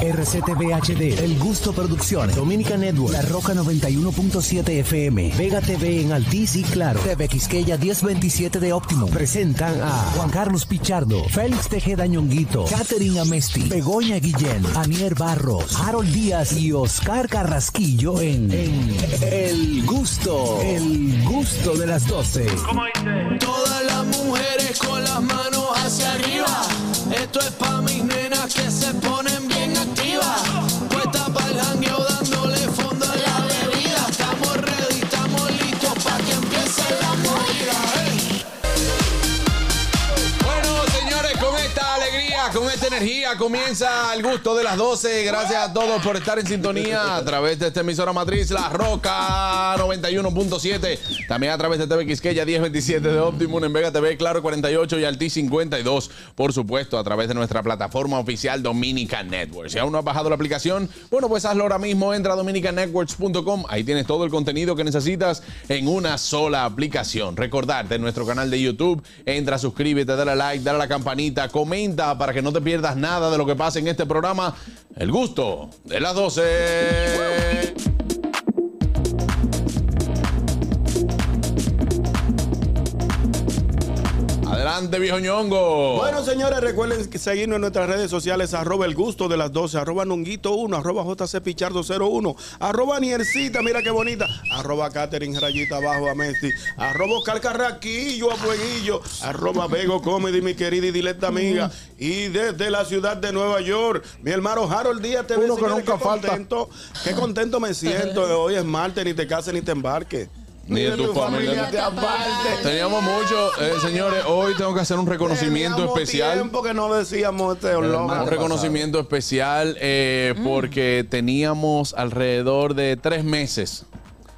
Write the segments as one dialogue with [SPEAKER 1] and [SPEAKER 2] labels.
[SPEAKER 1] RCTV HD, El Gusto Producciones, Dominica Network, La Roca 91.7 FM, Vega TV en Altiz y Claro, TV Quisqueya 1027 de Óptimo. Presentan a Juan Carlos Pichardo, Félix Tejeda Ñonguito, Katherine Amesti, Begoña Guillén, Anier Barros, Harold Díaz y Oscar Carrasquillo en, en El Gusto, El Gusto de las 12.
[SPEAKER 2] ¿Cómo dice?
[SPEAKER 3] Todas las mujeres con las manos hacia arriba. Esto es pa' mis nenas que se ponen bien activas. Puesta pa'l jangueo dándole fondo a la bebida. Estamos ready, estamos listos pa' que empiece la movida. ey.
[SPEAKER 4] Bueno, señores, con esta alegría, con esta energía, comienza el gusto de las 12. Gracias a todos por estar en sintonía a través de esta emisora matriz, La Roca 91.7. También a través de TV Quisqueya 1027 de Optimum, en Vega TV, Claro 48 y Alti 52. Por supuesto, a través de nuestra plataforma oficial Dominica Network. Si aún no has bajado la aplicación, bueno, pues hazlo ahora mismo. Entra a dominicanetworks.com. Ahí tienes todo el contenido que necesitas en una sola aplicación. Recordarte nuestro canal de YouTube. Entra, suscríbete, dale a like, dale a la campanita, comenta para que no te pierdas nada de lo que pasa en este programa. El gusto de las 12. Adelante, viejo ñongo.
[SPEAKER 5] Bueno, señores, recuerden que seguirnos en nuestras redes sociales, arroba el gusto de las 12, arroba nonguito1, arroba jcpichardo01, arroba niercita, mira qué bonita, arroba catering rayita abajo a Messi, arroba Oscar Carraquillo a Fueguillo, arroba Bego Comedy, mi querida y directa amiga, y desde la ciudad de Nueva York, mi hermano Harold Díaz TV,
[SPEAKER 4] Uno que
[SPEAKER 5] señores,
[SPEAKER 4] nunca
[SPEAKER 5] qué
[SPEAKER 4] falta.
[SPEAKER 5] contento, qué contento me siento, hoy es martes, ni te cases ni te embarques.
[SPEAKER 4] Ni de tu familia.
[SPEAKER 5] te aparte.
[SPEAKER 4] Teníamos mucho, eh, señores. Hoy tengo que hacer un reconocimiento
[SPEAKER 5] Teníamos
[SPEAKER 4] especial.
[SPEAKER 5] tiempo que no decíamos este olor.
[SPEAKER 4] Un reconocimiento especial eh, porque teníamos alrededor de tres meses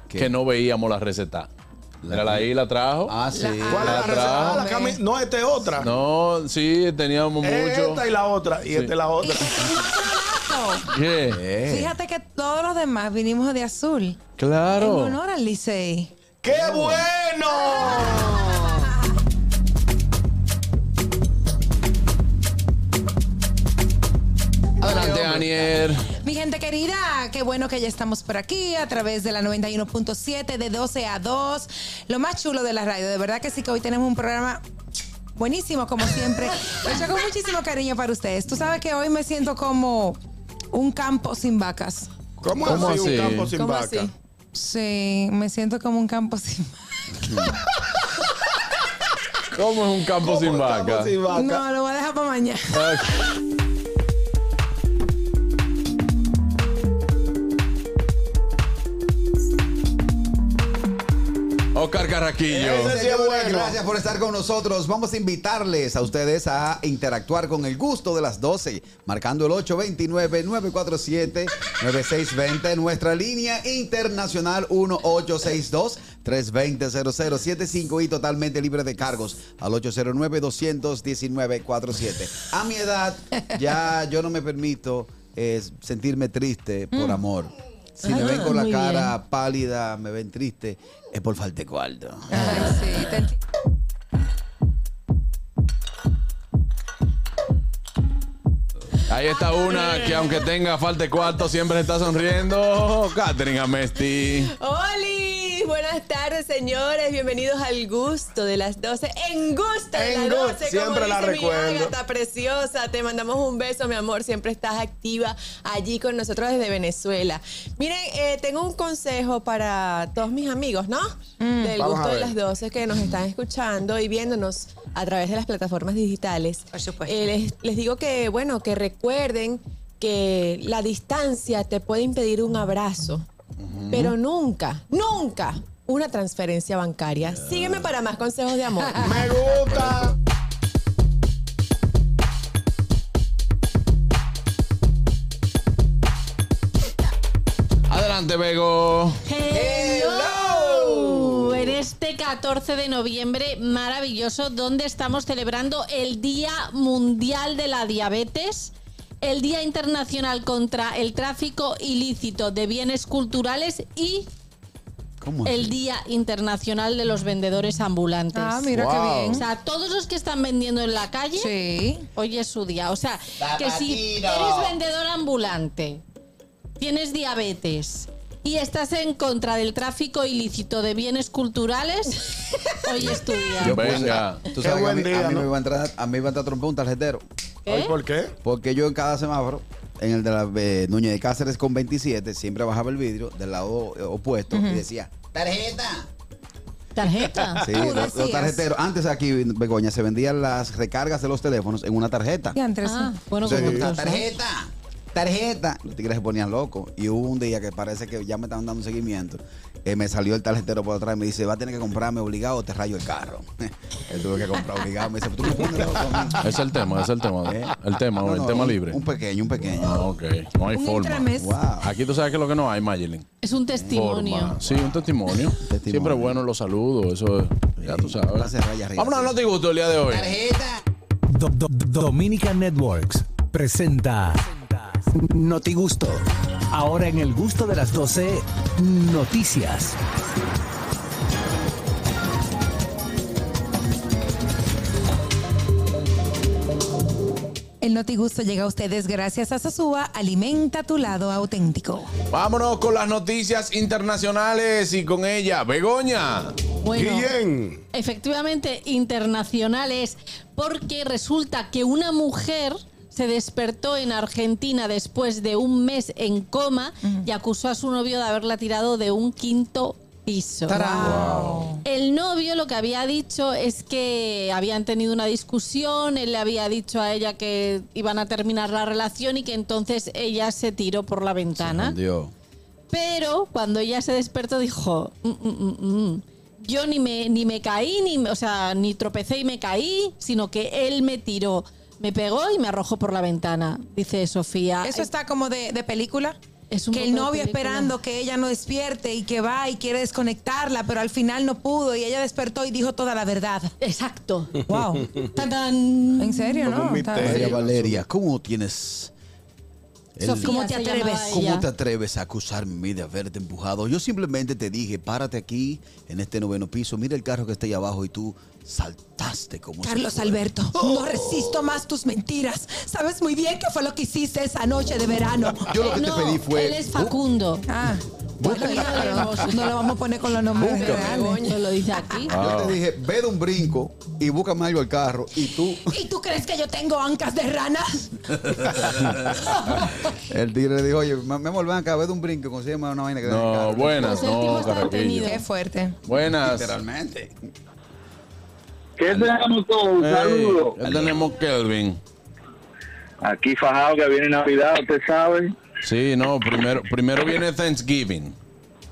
[SPEAKER 4] que no veíamos la receta. Era la I la trajo.
[SPEAKER 6] Ah, sí.
[SPEAKER 5] ¿Cuál es la receta? Ah, la cami- No, esta es otra.
[SPEAKER 4] No, sí, teníamos
[SPEAKER 5] Es
[SPEAKER 4] mucho.
[SPEAKER 5] Esta y la otra. Y esta es la
[SPEAKER 7] Y
[SPEAKER 5] otra.
[SPEAKER 7] te tengo otro dato.
[SPEAKER 4] ¿Qué?
[SPEAKER 6] Eh,
[SPEAKER 7] Fíjate que todos los demás vinimos de azul. En
[SPEAKER 4] Claro.
[SPEAKER 7] honor al Licey.
[SPEAKER 5] ¡Qué bueno!
[SPEAKER 4] Adelante, Anier.
[SPEAKER 7] Mi gente querida, qué bueno que ya estamos por aquí a través de la 91.7 de 12 a 2. Lo más chulo de la radio. De verdad que sí que hoy tenemos un programa buenísimo, como siempre. Hecho con muchísimo cariño para ustedes. Tú sabes que hoy me siento como un campo sin vacas.
[SPEAKER 5] ¿Cómo,
[SPEAKER 4] ¿Cómo
[SPEAKER 5] así
[SPEAKER 4] así?
[SPEAKER 5] un campo sin
[SPEAKER 7] ¿Cómo
[SPEAKER 5] vaca?
[SPEAKER 7] así? Sí, me siento como un campo sin vacas.
[SPEAKER 4] ¿Cómo es un campo
[SPEAKER 5] ¿Cómo
[SPEAKER 4] sin
[SPEAKER 5] un campo
[SPEAKER 4] vaca?
[SPEAKER 5] sin vaca?
[SPEAKER 7] No, lo voy a dejar para mañana.
[SPEAKER 4] Oscar Carraquillo.
[SPEAKER 5] Ese sí es
[SPEAKER 6] señores,
[SPEAKER 5] bueno.
[SPEAKER 6] Gracias por estar con nosotros. Vamos a invitarles a ustedes a interactuar con el gusto de las 12, marcando el 829-947-9620, nuestra línea internacional 1862-320-0075 y totalmente libre de cargos al 809-219-47. A mi edad, ya yo no me permito es, sentirme triste por amor. Si me
[SPEAKER 7] Mm. Ah,
[SPEAKER 6] ven con la
[SPEAKER 7] muy
[SPEAKER 6] cara pálida, me ven triste, es por falta de cuarto.
[SPEAKER 7] Ay, sí, te enti-
[SPEAKER 4] Ahí está
[SPEAKER 6] Ah,
[SPEAKER 4] una que aunque tenga falta de cuarto, siempre está sonriendo. Catherine Amesti.
[SPEAKER 8] ¡Holi! Buenas tardes, señores. Bienvenidos al gusto de las 12. En gusto de
[SPEAKER 5] En
[SPEAKER 8] las
[SPEAKER 5] gusto,
[SPEAKER 8] 12. como
[SPEAKER 5] siempre la
[SPEAKER 8] dice mi
[SPEAKER 5] recuerdo.
[SPEAKER 8] Ágata preciosa. Te mandamos un beso, mi amor. Siempre estás activa allí con nosotros desde Venezuela. Miren, eh, tengo un consejo para todos mis amigos, ¿no? Del
[SPEAKER 5] Mm. Vamos a
[SPEAKER 8] gusto de
[SPEAKER 5] ver.
[SPEAKER 8] las 12 que nos están escuchando y viéndonos a través de las plataformas digitales.
[SPEAKER 7] Por supuesto.
[SPEAKER 8] Eh, les, les digo que, bueno, que recuerden que la distancia te puede impedir un abrazo, pero nunca, nunca una transferencia bancaria. Sígueme para más consejos de amor.
[SPEAKER 5] Me gusta.
[SPEAKER 4] Adelante, Bego.
[SPEAKER 9] Hello. En este 14 de noviembre maravilloso, donde estamos celebrando el Día Mundial de la Diabetes, el Día Internacional contra el Tráfico Ilícito de Bienes Culturales y
[SPEAKER 6] ¿Cómo
[SPEAKER 9] el
[SPEAKER 6] así?
[SPEAKER 9] Día Internacional de los Vendedores Ambulantes.
[SPEAKER 7] Ah, mira
[SPEAKER 6] Wow.
[SPEAKER 7] qué
[SPEAKER 9] O
[SPEAKER 7] bien.
[SPEAKER 9] sea, todos los que están vendiendo en la calle,
[SPEAKER 7] Sí.
[SPEAKER 9] hoy es su día. O sea, que si
[SPEAKER 6] Zapatino.
[SPEAKER 9] eres vendedor ambulante, tienes
[SPEAKER 8] Este
[SPEAKER 9] diabetes y estás en contra del tráfico ilícito de bienes culturales, hoy es tu día.
[SPEAKER 4] Yo- Venga.
[SPEAKER 6] Tú
[SPEAKER 5] Qué
[SPEAKER 6] sabes que a
[SPEAKER 5] buen
[SPEAKER 6] mí, a
[SPEAKER 5] día,
[SPEAKER 6] mí
[SPEAKER 5] ¿no?
[SPEAKER 6] me va a entrar, a mí me va a entrar trompa un tarjetero.
[SPEAKER 9] ¿Qué?
[SPEAKER 5] Ay, ¿Por qué?
[SPEAKER 6] Porque yo en cada semáforo, en el de la eh, Núñez de Cáceres con 27, siempre bajaba el vidrio del lado eh, opuesto y decía, ¡tarjeta!
[SPEAKER 9] Tarjeta.
[SPEAKER 5] Ah,
[SPEAKER 6] Sí,
[SPEAKER 7] Tú
[SPEAKER 6] los- los,
[SPEAKER 7] decías.
[SPEAKER 6] tarjeteros. Antes aquí, Begoña, se vendían las recargas de los teléfonos en una tarjeta.
[SPEAKER 7] Y Andrés,
[SPEAKER 9] Ah, bueno,
[SPEAKER 6] O sea,
[SPEAKER 9] como
[SPEAKER 6] que,
[SPEAKER 9] todos, ¿no?
[SPEAKER 6] ¡Tarjeta! ¡Tarjeta! Los tigres se ponían locos. Y hubo un día que parece que ya me estaban dando un seguimiento. Eh, me salió el tarjetero por atrás y me dice, va a tener que comprarme obligado o te rayo el carro. Él tuve que comprar obligado. Me dice, tú me pones loco a mí".
[SPEAKER 4] Es el tema, es el tema.
[SPEAKER 6] ¿Eh?
[SPEAKER 4] El tema,
[SPEAKER 6] No,
[SPEAKER 4] el
[SPEAKER 6] no,
[SPEAKER 4] tema
[SPEAKER 6] un-
[SPEAKER 4] libre.
[SPEAKER 6] Un pequeño, un
[SPEAKER 4] Ah,
[SPEAKER 6] pequeño.
[SPEAKER 4] ok, no hay
[SPEAKER 7] un
[SPEAKER 4] forma.
[SPEAKER 7] entremés.
[SPEAKER 6] Wow.
[SPEAKER 4] Aquí tú sabes que lo que no hay, Mayelin.
[SPEAKER 9] Es un testimonio.
[SPEAKER 4] Forma. Sí, un testimonio.
[SPEAKER 6] Testimonio.
[SPEAKER 4] Siempre bueno los saludos, eso ya tú sabes.
[SPEAKER 6] Pase raya arriba.
[SPEAKER 4] Vámonos a Noti Gusto el día de hoy.
[SPEAKER 1] Do- do- do- Dominica Networks presenta Noti Gusto. Ahora en el gusto de las 12, noticias.
[SPEAKER 7] el Notigusto llega a ustedes gracias a Sosúa. Alimenta tu lado auténtico.
[SPEAKER 4] Vámonos con las noticias internacionales y con ella, Begoña.
[SPEAKER 9] Bueno,
[SPEAKER 5] Guillén.
[SPEAKER 9] efectivamente internacionales, porque resulta que una mujer se despertó en Argentina después de un mes en coma y acusó a su novio de haberla tirado de un quinto piso.
[SPEAKER 6] Eh,
[SPEAKER 9] El novio lo que había dicho es que habían tenido una discusión, él le había dicho a ella que iban a terminar la relación y que entonces ella se tiró por la ventana.
[SPEAKER 6] Dios.
[SPEAKER 9] Pero cuando ella se despertó dijo, "Mm, mm, mm, mm. yo ni me, ni me caí, ni, me- o sea, ni tropecé y me caí, sino que él me tiró, me pegó y me arrojó por la ventana, dice Sofía.
[SPEAKER 7] Eso está como de, de película.
[SPEAKER 9] Es un
[SPEAKER 7] que
[SPEAKER 9] poco
[SPEAKER 7] el
[SPEAKER 9] de
[SPEAKER 7] novio
[SPEAKER 9] película.
[SPEAKER 7] esperando que ella no despierte y que va y quiere desconectarla, pero al final no pudo y ella despertó y dijo toda la verdad.
[SPEAKER 9] Exacto.
[SPEAKER 7] Wow.
[SPEAKER 9] Tan, tan.
[SPEAKER 7] ¿En serio,
[SPEAKER 5] Como
[SPEAKER 7] no?
[SPEAKER 5] un
[SPEAKER 7] Está-
[SPEAKER 5] misterio.
[SPEAKER 6] María Valeria, ¿cómo tienes? el-
[SPEAKER 9] Sofía
[SPEAKER 7] ¿Cómo te
[SPEAKER 9] se
[SPEAKER 7] atreves?
[SPEAKER 9] llamaba
[SPEAKER 6] ¿Cómo
[SPEAKER 9] ella.
[SPEAKER 6] te atreves a acusarme a mí de haberte empujado? Yo simplemente te dije, párate aquí en este noveno piso, mira el carro que está ahí abajo y tú saltaste como si
[SPEAKER 7] Carlos
[SPEAKER 6] fuera-
[SPEAKER 7] Alberto, no resisto más tus mentiras. Sabes muy bien qué fue lo que hiciste esa noche de verano.
[SPEAKER 6] Yo lo que
[SPEAKER 9] No,
[SPEAKER 6] te pedí fue ¿Oh?
[SPEAKER 9] Él es Facundo.
[SPEAKER 7] Ah, bueno,
[SPEAKER 9] Búscame.
[SPEAKER 7] ya veremos. no lo vamos a poner con los nombres ¿eh?
[SPEAKER 6] Búscame.
[SPEAKER 7] reales.
[SPEAKER 9] Begoña lo dice aquí.
[SPEAKER 4] Ah.
[SPEAKER 6] Yo te dije, ve de un brinco y búscame algo al carro y tú
[SPEAKER 7] ¿Y tú crees que yo tengo ancas de rana?
[SPEAKER 6] el tigre le dijo, "Oye, mi amor, ven acá, ve de un brinco, consigue una vaina que tenga en el
[SPEAKER 4] No,
[SPEAKER 6] carro".
[SPEAKER 4] buenas,
[SPEAKER 9] Pues el tipo
[SPEAKER 4] no,
[SPEAKER 9] está
[SPEAKER 4] Carraquillo.
[SPEAKER 9] detenido.
[SPEAKER 7] Qué fuerte.
[SPEAKER 4] Buenas.
[SPEAKER 6] Literalmente.
[SPEAKER 2] ¿Qué tenemos todos? Un saludo.
[SPEAKER 4] Ey, Eh, ya tenemos Kelvin.
[SPEAKER 2] Aquí fajado que viene Navidad, usted sabe.
[SPEAKER 4] Sí, no, primero, primero viene Thanksgiving.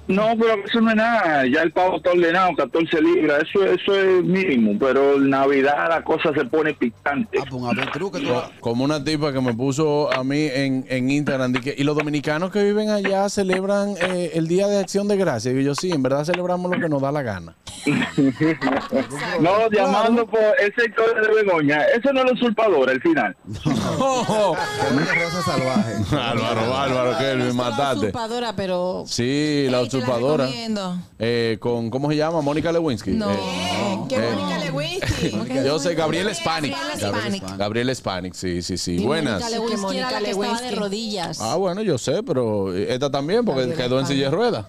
[SPEAKER 2] No, pero eso no es nada. Ya el pavo está ordenado, 14 libras. Eso, eso es mínimo. Pero en Navidad la cosa se pone picante.
[SPEAKER 6] Ah, pues a ver, truco, tú.
[SPEAKER 4] Co- Como una tipa que me puso a mí en, en Instagram. di que, y los dominicanos que viven allá celebran eh, el Día de Acción de Gracias. Y yo, sí, en verdad celebramos lo que nos da la gana.
[SPEAKER 2] No, llamando por ese sector de Begoña. Eso no es lo usurpador, al final.
[SPEAKER 6] Una rosa salvaje.
[SPEAKER 4] Álvaro, Álvaro, Kelvin,
[SPEAKER 9] La
[SPEAKER 4] matate.
[SPEAKER 9] usurpadora, pero
[SPEAKER 4] Sí, la
[SPEAKER 7] Ey, te la
[SPEAKER 4] usurpadora.
[SPEAKER 7] recomiendo.
[SPEAKER 4] Eh, con, ¿Cómo se llama? Mónica Lewinsky.
[SPEAKER 7] No.
[SPEAKER 4] Eh,
[SPEAKER 7] ¿Qué?
[SPEAKER 4] eh,
[SPEAKER 7] Mónica Lewinsky.
[SPEAKER 4] Yo sé, Gabriel Spanik.
[SPEAKER 7] Gabriel Spanik.
[SPEAKER 4] Gabriel Spanik, sí, sí, sí.
[SPEAKER 9] Y
[SPEAKER 4] Buenas.
[SPEAKER 9] Mónica Lewinsky
[SPEAKER 8] Sí, que
[SPEAKER 9] era la que
[SPEAKER 8] Mónica
[SPEAKER 9] estaba de
[SPEAKER 8] Lewinsky.
[SPEAKER 9] rodillas.
[SPEAKER 4] Ah, bueno, yo sé, pero esta también, porque
[SPEAKER 8] Gabriela
[SPEAKER 4] quedó en
[SPEAKER 8] Espanik.
[SPEAKER 4] silla de ruedas.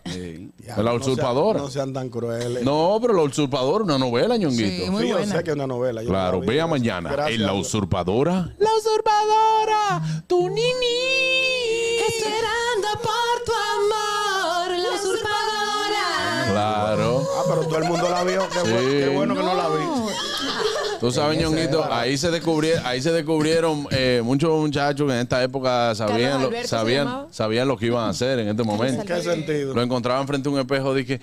[SPEAKER 5] Ya,
[SPEAKER 4] la
[SPEAKER 5] no sean-
[SPEAKER 4] usurpadora.
[SPEAKER 5] No sean tan crueles.
[SPEAKER 4] No, pero La Usurpadora, una novela, ñonguito.
[SPEAKER 7] Sí, muy
[SPEAKER 5] Sí, yo
[SPEAKER 7] buena.
[SPEAKER 5] sé que es una novela. yo
[SPEAKER 4] claro,
[SPEAKER 5] la vi,
[SPEAKER 4] vea
[SPEAKER 5] gracias-
[SPEAKER 4] mañana
[SPEAKER 5] gracias
[SPEAKER 4] en La
[SPEAKER 5] a Dios.
[SPEAKER 4] Usurpadora. ¡La Usurpadora! ¡Tu nini!
[SPEAKER 7] Esperando por tu amor, la usurpadora.
[SPEAKER 4] Claro.
[SPEAKER 5] Ah, pero todo el mundo la vio. Qué, bueno,
[SPEAKER 4] Sí.
[SPEAKER 5] qué bueno que no la vi.
[SPEAKER 4] Tú sabes, ñonguito,
[SPEAKER 5] era.
[SPEAKER 4] ahí se, descubrieron, ahí se descubrieron eh, muchos muchachos que en esta época sabían,
[SPEAKER 8] Carlos
[SPEAKER 4] lo-
[SPEAKER 8] Alberto se
[SPEAKER 4] sabían,
[SPEAKER 8] llamaba.
[SPEAKER 4] sabían lo que iban a hacer en este momento.
[SPEAKER 5] ¿En qué sentido?
[SPEAKER 4] Lo encontraban frente a un espejo, dije,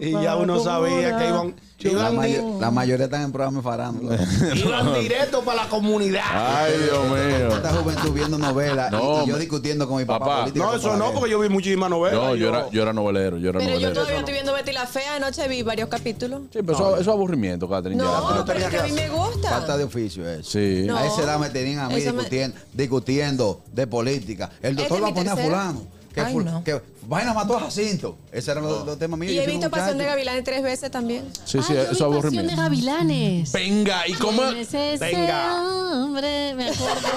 [SPEAKER 5] Y ya uno sabía que iban,
[SPEAKER 6] La,
[SPEAKER 5] iban,
[SPEAKER 6] mayo- la mayoría están en programas de farándula.
[SPEAKER 5] iban directo para la comunidad.
[SPEAKER 4] ay, Dios mío.
[SPEAKER 6] Esta juventud viendo novelas y-
[SPEAKER 4] No,
[SPEAKER 6] y, yo
[SPEAKER 4] me-
[SPEAKER 6] discutiendo con mi papá.
[SPEAKER 4] Papá.
[SPEAKER 6] política
[SPEAKER 5] No, eso
[SPEAKER 6] para
[SPEAKER 5] no,
[SPEAKER 6] ver.
[SPEAKER 5] porque yo vi muchísimas novelas.
[SPEAKER 4] No, yo era, yo era novelero, yo era
[SPEAKER 8] Pero yo
[SPEAKER 4] novelero.
[SPEAKER 8] todavía estoy viendo Betty la Fea. Anoche vi varios capítulos.
[SPEAKER 4] Sí, pero eso, eso es aburrimiento, Catherine. ya.
[SPEAKER 8] No, pero es que a mí me
[SPEAKER 6] Falta
[SPEAKER 8] gusta.
[SPEAKER 6] de oficio eso.
[SPEAKER 4] Sí.
[SPEAKER 8] No.
[SPEAKER 6] A esa edad me tenían a mí
[SPEAKER 8] Eso me-
[SPEAKER 6] discutiendo, discutiendo de política. El
[SPEAKER 8] Esa
[SPEAKER 6] doctor
[SPEAKER 8] es
[SPEAKER 6] va
[SPEAKER 8] mi
[SPEAKER 6] a poner a
[SPEAKER 8] tercera.
[SPEAKER 6] fulano. Que,
[SPEAKER 7] Ay,
[SPEAKER 6] ful-
[SPEAKER 7] no.
[SPEAKER 6] que vaina mató a Jacinto. Ese era los los temas míos.
[SPEAKER 8] Y
[SPEAKER 6] Yo
[SPEAKER 8] he
[SPEAKER 6] soy un
[SPEAKER 8] visto Pasión de
[SPEAKER 6] muchacho.
[SPEAKER 8] Gavilanes tres veces también.
[SPEAKER 4] Sí, sí,
[SPEAKER 9] Ah, yo vi
[SPEAKER 4] eso
[SPEAKER 9] Pasión de
[SPEAKER 4] aburrimiento.
[SPEAKER 9] gavilanes.
[SPEAKER 4] Venga, ¿y cómo?
[SPEAKER 9] ¿Quién es ese
[SPEAKER 5] Venga.
[SPEAKER 9] hombre? Me acuerdo.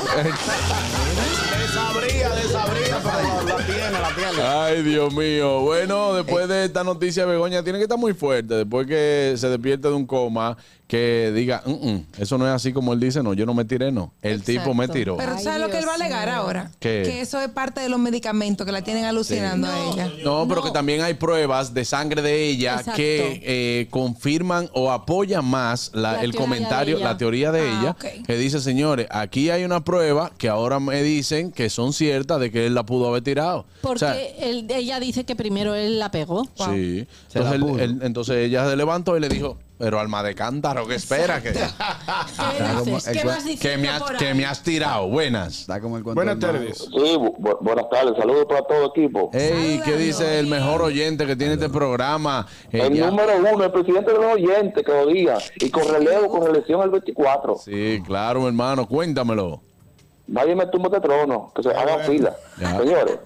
[SPEAKER 5] Desabría, desabría, pero la tiene, la tiene.
[SPEAKER 4] Ay, Dios mío. Bueno, después de esta noticia, Begoña tiene que estar muy fuerte. Después que se despierte de un coma, que diga, "Mm, mm, eso no es así como él dice, no, yo no me tiré, no. El tipo me tiró.
[SPEAKER 7] Pero
[SPEAKER 8] Ay,
[SPEAKER 7] ¿sabes lo que él va a
[SPEAKER 8] Dios
[SPEAKER 7] alegar
[SPEAKER 8] mío.
[SPEAKER 7] ahora?
[SPEAKER 4] ¿Qué?
[SPEAKER 7] Que eso es parte de los medicamentos que la tienen alucinando a ella.
[SPEAKER 4] No, pero que también hay pruebas de sangre de ella
[SPEAKER 9] Exacto.
[SPEAKER 4] que eh, confirman o apoyan más la-
[SPEAKER 9] La
[SPEAKER 4] el
[SPEAKER 9] teoría
[SPEAKER 4] comentario,
[SPEAKER 9] de ella.
[SPEAKER 4] la teoría de
[SPEAKER 7] Ah,
[SPEAKER 4] ella,
[SPEAKER 7] ok.
[SPEAKER 4] que dice, señores, aquí hay una prueba que ahora me dicen que son ciertas de que él la pudo haber tirado.
[SPEAKER 9] Porque
[SPEAKER 4] O sea,
[SPEAKER 9] él- ella dice que primero él la pegó.
[SPEAKER 4] Sí.
[SPEAKER 6] Se la
[SPEAKER 4] Entonces, él-
[SPEAKER 6] pudo.
[SPEAKER 4] él- entonces ella se levantó y le dijo, pero alma de cántaro, que espera? Que,
[SPEAKER 9] ¿Qué
[SPEAKER 6] como
[SPEAKER 9] dices?
[SPEAKER 6] el
[SPEAKER 9] ¿Qué
[SPEAKER 6] cua-
[SPEAKER 9] vas
[SPEAKER 4] que, me
[SPEAKER 9] diciendo
[SPEAKER 4] ha-
[SPEAKER 9] por
[SPEAKER 4] que
[SPEAKER 9] ahí?
[SPEAKER 4] me has tirado. Buenas.
[SPEAKER 6] Está como el cuento
[SPEAKER 5] Buenas
[SPEAKER 6] del mago.
[SPEAKER 5] tardes.
[SPEAKER 2] Sí, bu- bu- buenas tardes. Saludos para todo el equipo.
[SPEAKER 4] Ey, ¿qué dice el mejor oyente que tiene este programa? Eh,
[SPEAKER 2] el
[SPEAKER 4] ya-
[SPEAKER 2] número uno, el presidente de los oyentes, que lo diga. Y con relevo, con reelección al 24.
[SPEAKER 4] Sí, claro, mi hermano, cuéntamelo.
[SPEAKER 2] Nadie me tumba este trono, que se haga
[SPEAKER 5] bueno.
[SPEAKER 2] fila.
[SPEAKER 4] Ya.
[SPEAKER 2] Señores,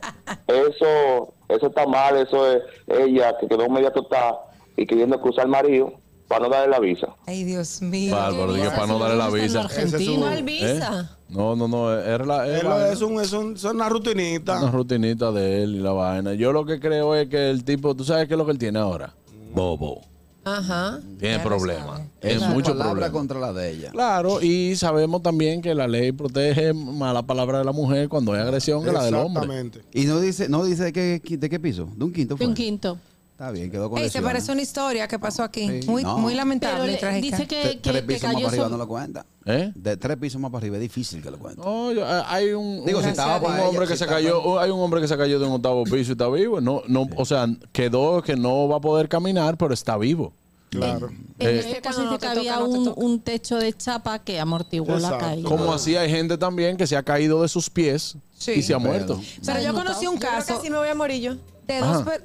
[SPEAKER 2] eso eso está mal, eso es ella que quedó media total y queriendo cruzar el marido para no darle la visa.
[SPEAKER 7] Ay, Dios mío.
[SPEAKER 4] Bárbaro,
[SPEAKER 9] ¿Qué
[SPEAKER 4] diga
[SPEAKER 9] visa?
[SPEAKER 4] para no
[SPEAKER 9] Si
[SPEAKER 4] darle la
[SPEAKER 9] los dos
[SPEAKER 4] visa.
[SPEAKER 9] están en Argentina.
[SPEAKER 5] Ese es
[SPEAKER 8] ¿Cuál visa?
[SPEAKER 4] ¿Eh? No, no, no, era la,
[SPEAKER 5] Es, lo- es un, es, un, es una rutinita.
[SPEAKER 4] una rutinita de él y la vaina. Yo lo que creo es que el tipo, ¿tú sabes qué es lo que él tiene ahora? Bobo.
[SPEAKER 8] Ajá.
[SPEAKER 4] Tiene
[SPEAKER 7] Ya lo
[SPEAKER 4] problemas.
[SPEAKER 7] sabe.
[SPEAKER 6] Es
[SPEAKER 4] Tiene
[SPEAKER 6] una
[SPEAKER 4] muchos
[SPEAKER 6] palabra
[SPEAKER 4] problemas.
[SPEAKER 6] contra la de ella.
[SPEAKER 4] Claro, y sabemos también que la ley protege más la palabra de la mujer cuando hay agresión que la del hombre.
[SPEAKER 5] Exactamente.
[SPEAKER 6] Y no dice, no dice de qué, de qué piso, de un quinto.
[SPEAKER 9] De
[SPEAKER 6] Fue?
[SPEAKER 9] un quinto.
[SPEAKER 6] Está bien, quedó con
[SPEAKER 7] Ey, se
[SPEAKER 6] lesiones.
[SPEAKER 7] parece una historia que pasó aquí.
[SPEAKER 6] Sí,
[SPEAKER 7] muy,
[SPEAKER 6] no.
[SPEAKER 7] muy
[SPEAKER 9] Pero
[SPEAKER 7] lamentable y
[SPEAKER 9] le-
[SPEAKER 7] trágica.
[SPEAKER 9] dice
[SPEAKER 6] Tre-
[SPEAKER 9] que, que, que
[SPEAKER 6] tres pisos más
[SPEAKER 9] cayó
[SPEAKER 6] para arriba
[SPEAKER 9] sobre...
[SPEAKER 6] no lo cuenta.
[SPEAKER 4] ¿Eh?
[SPEAKER 6] De tres pisos más para arriba es difícil que lo cuente.
[SPEAKER 4] No, yo- eh, hay un,
[SPEAKER 6] Digo,
[SPEAKER 4] un-
[SPEAKER 6] si estaba
[SPEAKER 4] un
[SPEAKER 6] para ella,
[SPEAKER 4] hombre que
[SPEAKER 6] si
[SPEAKER 4] se
[SPEAKER 6] estaba-
[SPEAKER 4] cayó, oh, hay un hombre que se cayó de un octavo piso y está vivo. No, no, o sea, quedó que no va a poder caminar, pero está vivo.
[SPEAKER 5] Claro.
[SPEAKER 9] En
[SPEAKER 4] Eh,
[SPEAKER 9] este
[SPEAKER 8] Cuando
[SPEAKER 9] caso
[SPEAKER 8] no
[SPEAKER 9] dice
[SPEAKER 8] te
[SPEAKER 9] que
[SPEAKER 8] toca,
[SPEAKER 9] había
[SPEAKER 8] no te
[SPEAKER 9] un,
[SPEAKER 8] toca.
[SPEAKER 9] un techo de chapa que amortiguó la
[SPEAKER 5] Exacto.
[SPEAKER 9] caída.
[SPEAKER 4] Como así hay gente también que se ha caído de sus pies
[SPEAKER 7] Sí.
[SPEAKER 4] y se ha
[SPEAKER 6] Pero-
[SPEAKER 4] muerto.
[SPEAKER 7] Pero yo conocí un
[SPEAKER 8] Yo creo que
[SPEAKER 7] caso
[SPEAKER 8] así me voy a morir yo.
[SPEAKER 7] de dos,
[SPEAKER 4] Ajá.
[SPEAKER 7] per-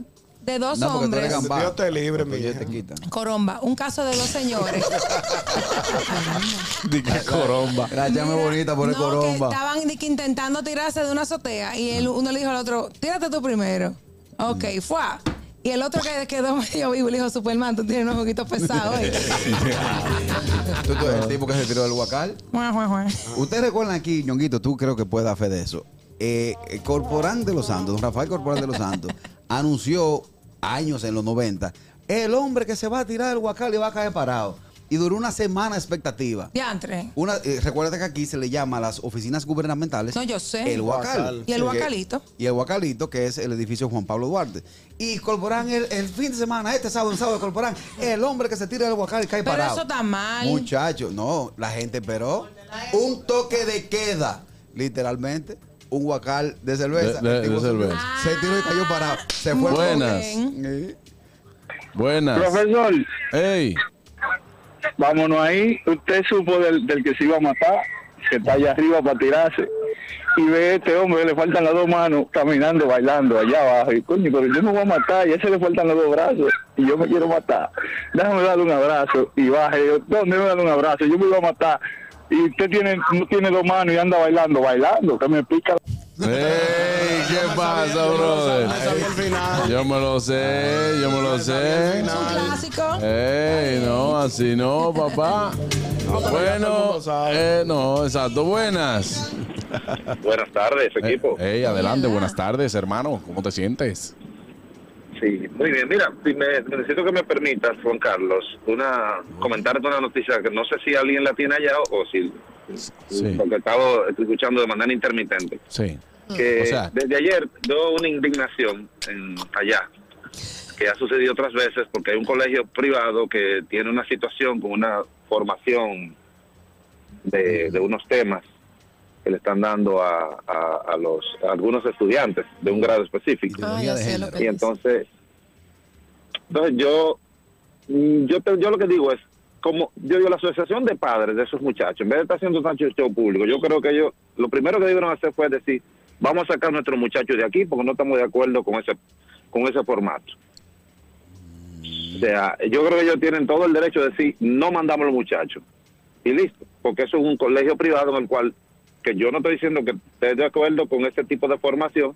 [SPEAKER 7] de dos
[SPEAKER 6] No, porque tú eres
[SPEAKER 7] hombres.
[SPEAKER 6] gambá.
[SPEAKER 5] Dios te libre,
[SPEAKER 6] Porque
[SPEAKER 5] mija.
[SPEAKER 6] ellos te quitan.
[SPEAKER 7] Coromba, un caso de dos señores.
[SPEAKER 4] Dice coromba.
[SPEAKER 6] La llame
[SPEAKER 7] Mira,
[SPEAKER 6] bonita por el
[SPEAKER 7] no,
[SPEAKER 6] coromba.
[SPEAKER 7] Que estaban de que intentando tirarse de una azotea y el uno le dijo al otro, tírate tú primero. Ok,
[SPEAKER 4] Mm.
[SPEAKER 7] fue. Y el otro que quedó medio vivo le dijo, Superman, tú tienes unos juguitos pesados. hoy".
[SPEAKER 6] Tú, tú eres el tipo que se tiró del huacal.
[SPEAKER 7] Juan, Juan, Juan.
[SPEAKER 6] Ustedes recuerdan aquí, Ñonguito, tú creo que puedes dar fe de eso. Eh, eh, Corporán de los Santos, don Rafael Corporán de los Santos, anunció años en los 90, el hombre que se va a tirar del huacal y va a caer parado. Y duró una semana de expectativa.
[SPEAKER 7] Diantre.
[SPEAKER 6] Una, eh, recuerda que aquí se le llama a las oficinas gubernamentales.
[SPEAKER 7] No, yo sé.
[SPEAKER 6] El
[SPEAKER 5] Huacal.
[SPEAKER 6] Huacal.
[SPEAKER 7] Y el
[SPEAKER 6] Que-
[SPEAKER 7] Huacalito.
[SPEAKER 6] Y el Huacalito, que es el edificio Juan Pablo Duarte. Y Corporán el, el fin de semana, este sábado, el sábado, Corporán, el hombre que se tira del Huacal y cae
[SPEAKER 7] Pero
[SPEAKER 6] parado.
[SPEAKER 7] eso está mal.
[SPEAKER 6] Muchachos, no, la gente pero Un toque de queda, literalmente. Un Huacal de cerveza.
[SPEAKER 4] De- de-
[SPEAKER 6] El tipo
[SPEAKER 4] de
[SPEAKER 6] se-
[SPEAKER 4] cerveza.
[SPEAKER 6] Se tiró y cayó parado. Se fue.
[SPEAKER 7] Muy
[SPEAKER 4] Buenas.
[SPEAKER 7] bien.
[SPEAKER 6] Eh,
[SPEAKER 4] Buenas.
[SPEAKER 2] Profesor,
[SPEAKER 4] Ey,
[SPEAKER 2] vámonos ahí. Usted supo del, del que se iba a matar, que está allá arriba para tirarse. Y ve este hombre, le faltan las dos manos, caminando, bailando allá abajo. Y coño, pero yo me voy a matar, y a ese le faltan los dos brazos. Y yo me quiero matar. Déjame darle un abrazo. Y baje, yo, ¿dónde me darle un abrazo? Yo me iba a matar. Y usted tiene, no tiene dos manos y anda bailando, bailando, que me pica la-
[SPEAKER 4] ey, ¿qué
[SPEAKER 5] me sabía,
[SPEAKER 4] pasa,
[SPEAKER 5] yo me
[SPEAKER 4] brother?
[SPEAKER 5] lo sabía, me sabía el final.
[SPEAKER 4] Yo me lo sé, yo me lo
[SPEAKER 5] Me sabía el
[SPEAKER 4] sé.
[SPEAKER 5] final.
[SPEAKER 7] Un clásico.
[SPEAKER 4] Ey, no, así no, papá.
[SPEAKER 5] todo el
[SPEAKER 4] Bueno,
[SPEAKER 5] mundo sabe.
[SPEAKER 4] eh, no, exacto, buenas. Eh,
[SPEAKER 2] Buenas tardes, equipo.
[SPEAKER 4] Ey, adelante, buenas tardes, hermano. ¿Cómo te sientes?
[SPEAKER 2] Sí, muy bien. Mira, si me, necesito que me permitas, Juan Carlos, una comentarte una noticia que no sé si alguien la tiene allá o, o si...
[SPEAKER 4] Sí,
[SPEAKER 2] Porque estaba escuchando de manera intermitente.
[SPEAKER 4] sí.
[SPEAKER 2] Que
[SPEAKER 4] O sea-
[SPEAKER 2] desde ayer dio una indignación en- allá, que ha sucedido otras veces, porque hay un colegio privado que tiene una situación con una formación de, de unos temas que le están dando a, a- a los a algunos estudiantes de un grado específico.
[SPEAKER 8] Ah,
[SPEAKER 6] Ideología
[SPEAKER 8] ya
[SPEAKER 6] de
[SPEAKER 8] sé
[SPEAKER 6] género.
[SPEAKER 8] lo que
[SPEAKER 2] Y
[SPEAKER 8] dice.
[SPEAKER 2] entonces, entonces yo, mm, yo, te- yo lo que digo es, como yo digo, la asociación de padres de esos muchachos, en vez de estar haciendo tanto show público, yo creo que ellos, lo primero que debieron hacer fue decir, vamos a sacar a nuestros muchachos de aquí porque no estamos de acuerdo con ese, con ese formato. O sea, yo creo que ellos tienen todo el derecho de decir, no mandamos a los muchachos. Y listo, porque eso es un colegio privado en el cual, que yo no estoy diciendo que esté de acuerdo con ese tipo de este formación,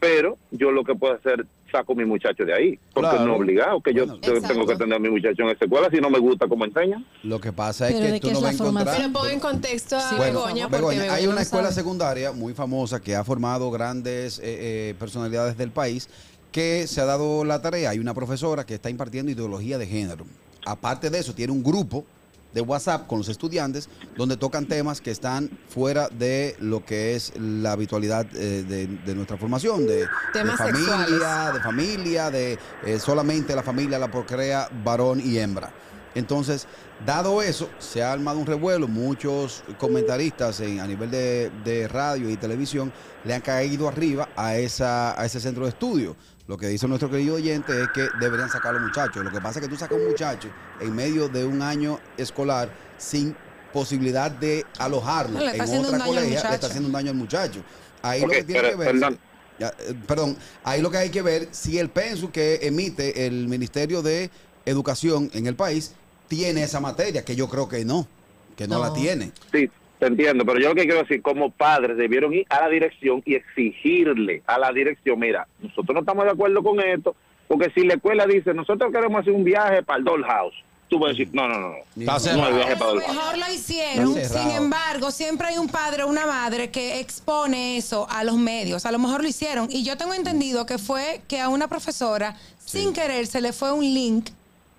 [SPEAKER 2] pero yo lo que puedo hacer, saco a mi muchacho de ahí, porque
[SPEAKER 6] Claro.
[SPEAKER 2] no es obligado, que yo,
[SPEAKER 6] Bueno.
[SPEAKER 2] yo tengo que
[SPEAKER 7] Exacto.
[SPEAKER 2] tener a mi muchacho en esa escuela si no me gusta cómo enseñan.
[SPEAKER 6] Lo que pasa es
[SPEAKER 9] Pero
[SPEAKER 6] que
[SPEAKER 9] ¿de
[SPEAKER 6] tú
[SPEAKER 9] qué
[SPEAKER 6] no
[SPEAKER 9] es
[SPEAKER 6] vas
[SPEAKER 9] la
[SPEAKER 6] a
[SPEAKER 9] formación?
[SPEAKER 6] encontrar.
[SPEAKER 8] Pero ponga en contexto a
[SPEAKER 6] Bueno,
[SPEAKER 8] Begoña, porque
[SPEAKER 6] Begoña,
[SPEAKER 8] Begoña
[SPEAKER 6] hay
[SPEAKER 8] no
[SPEAKER 6] una escuela
[SPEAKER 8] sabe.
[SPEAKER 6] secundaria muy famosa que ha formado grandes eh, eh, personalidades del país que se ha dado la tarea. Hay una profesora que está impartiendo ideología de género. Aparte de eso, tiene un grupo de WhatsApp con los estudiantes donde tocan temas que están fuera de lo que es la habitualidad eh, de, de nuestra formación, de, de
[SPEAKER 8] Temas
[SPEAKER 6] familia,
[SPEAKER 8] sexuales.
[SPEAKER 6] de familia, de eh, solamente la familia la procrea varón y hembra. Entonces, dado eso, se ha armado un revuelo. Muchos comentaristas en- a nivel de, de radio y televisión le han caído arriba a, esa, a ese centro de estudio. Lo que dice nuestro querido oyente es que deberían sacar a los muchachos. Lo que pasa es que tú sacas a un muchacho en medio de un año escolar sin posibilidad de alojarlo
[SPEAKER 7] No, le está
[SPEAKER 6] en
[SPEAKER 7] haciendo un
[SPEAKER 6] otra
[SPEAKER 7] daño al
[SPEAKER 6] colegia, le
[SPEAKER 7] muchacho.
[SPEAKER 6] está haciendo un daño al muchacho. Ahí
[SPEAKER 2] Ok,
[SPEAKER 6] lo que tiene
[SPEAKER 2] pero,
[SPEAKER 6] que ver.
[SPEAKER 2] perdón.
[SPEAKER 6] Ya, eh, perdón, ahí lo que hay que ver si el pensum que emite el Ministerio de Educación en el país tiene esa materia, que yo creo que no, que no,
[SPEAKER 8] No.
[SPEAKER 6] la tiene.
[SPEAKER 2] Sí, te entiendo, pero yo lo que quiero decir, como padres debieron ir a la dirección y exigirle a la dirección, mira, nosotros no estamos de acuerdo con esto, porque si la escuela dice, nosotros queremos hacer un viaje para el dollhouse, tú
[SPEAKER 10] Pues
[SPEAKER 2] vas a decir, no, no, no, no,
[SPEAKER 4] Está
[SPEAKER 2] no hay
[SPEAKER 4] cerrado.
[SPEAKER 2] viaje para
[SPEAKER 7] A
[SPEAKER 2] el
[SPEAKER 7] lo
[SPEAKER 2] dollhouse.
[SPEAKER 7] mejor lo hicieron,
[SPEAKER 6] Está cerrado.
[SPEAKER 7] sin embargo, siempre hay un padre o una madre que expone eso a los medios. A lo mejor lo hicieron. Y yo tengo entendido que fue que a una profesora, sin querer, se le fue un link.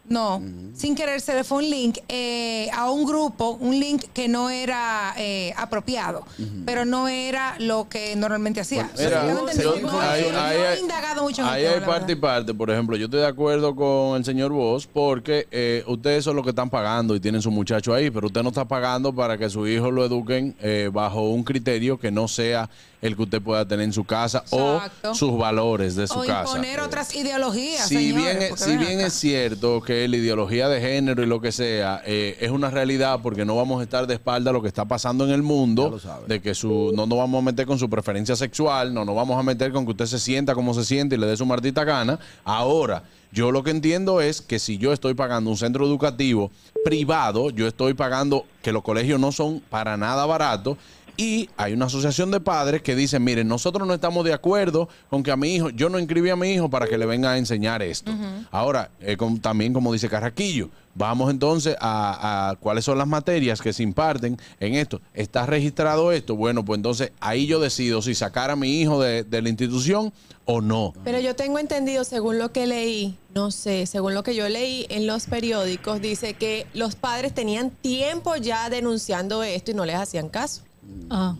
[SPEAKER 7] No,
[SPEAKER 4] Mm.
[SPEAKER 7] sin querer se le fue un link eh, a un grupo, un link que no era eh, apropiado, pero no era lo que normalmente hacía. O sea,
[SPEAKER 4] Mira,
[SPEAKER 7] tengo
[SPEAKER 4] yo-
[SPEAKER 7] entendido que fue
[SPEAKER 4] ahí-
[SPEAKER 7] así.
[SPEAKER 4] ahí
[SPEAKER 7] No he
[SPEAKER 4] hay-
[SPEAKER 7] indagado mucho en este el
[SPEAKER 4] ahí
[SPEAKER 7] tema,
[SPEAKER 4] hay
[SPEAKER 7] la
[SPEAKER 4] parte y
[SPEAKER 7] verdad.
[SPEAKER 4] parte. Por ejemplo, yo estoy de acuerdo con el señor Vos porque eh, ustedes son los que están pagando y tienen su muchacho ahí, pero usted no está pagando para que su hijo lo eduquen eh, bajo un criterio que no sea el que usted pueda tener en su casa o
[SPEAKER 7] Exacto.
[SPEAKER 4] sus valores de su
[SPEAKER 7] o
[SPEAKER 4] casa. eh.
[SPEAKER 7] imponer otras ideologías.
[SPEAKER 4] Si
[SPEAKER 7] señores,
[SPEAKER 4] bien, es-
[SPEAKER 7] porque
[SPEAKER 4] si
[SPEAKER 7] ven
[SPEAKER 4] bien
[SPEAKER 7] acá.
[SPEAKER 4] es cierto que la ideología de género y lo que sea eh, es una realidad porque no vamos a estar de espalda a lo que está pasando en el
[SPEAKER 6] Ya
[SPEAKER 4] mundo,
[SPEAKER 6] lo sabes.
[SPEAKER 4] de que su, no nos vamos a meter con su preferencia sexual, no nos vamos a meter con que usted se sienta como se siente y le dé su martita gana. Ahora, yo lo que entiendo es que si yo estoy pagando un centro educativo privado, yo estoy pagando que los colegios no son para nada baratos. Y hay una asociación de padres que dicen, miren, nosotros no estamos de acuerdo con que a mi hijo, yo no inscribí a mi hijo para que le venga a enseñar esto. Ahora, eh, con- también como dice Carraquillo, vamos entonces a, a cuáles son las materias que se imparten en esto. ¿Está registrado esto? Bueno, pues entonces ahí yo decido si sacar a mi hijo de, de la institución o no.
[SPEAKER 8] Pero yo tengo entendido, según lo que leí, no sé, según lo que yo leí en los periódicos, dice que los padres tenían tiempo ya denunciando esto y no les hacían caso.
[SPEAKER 9] Ah.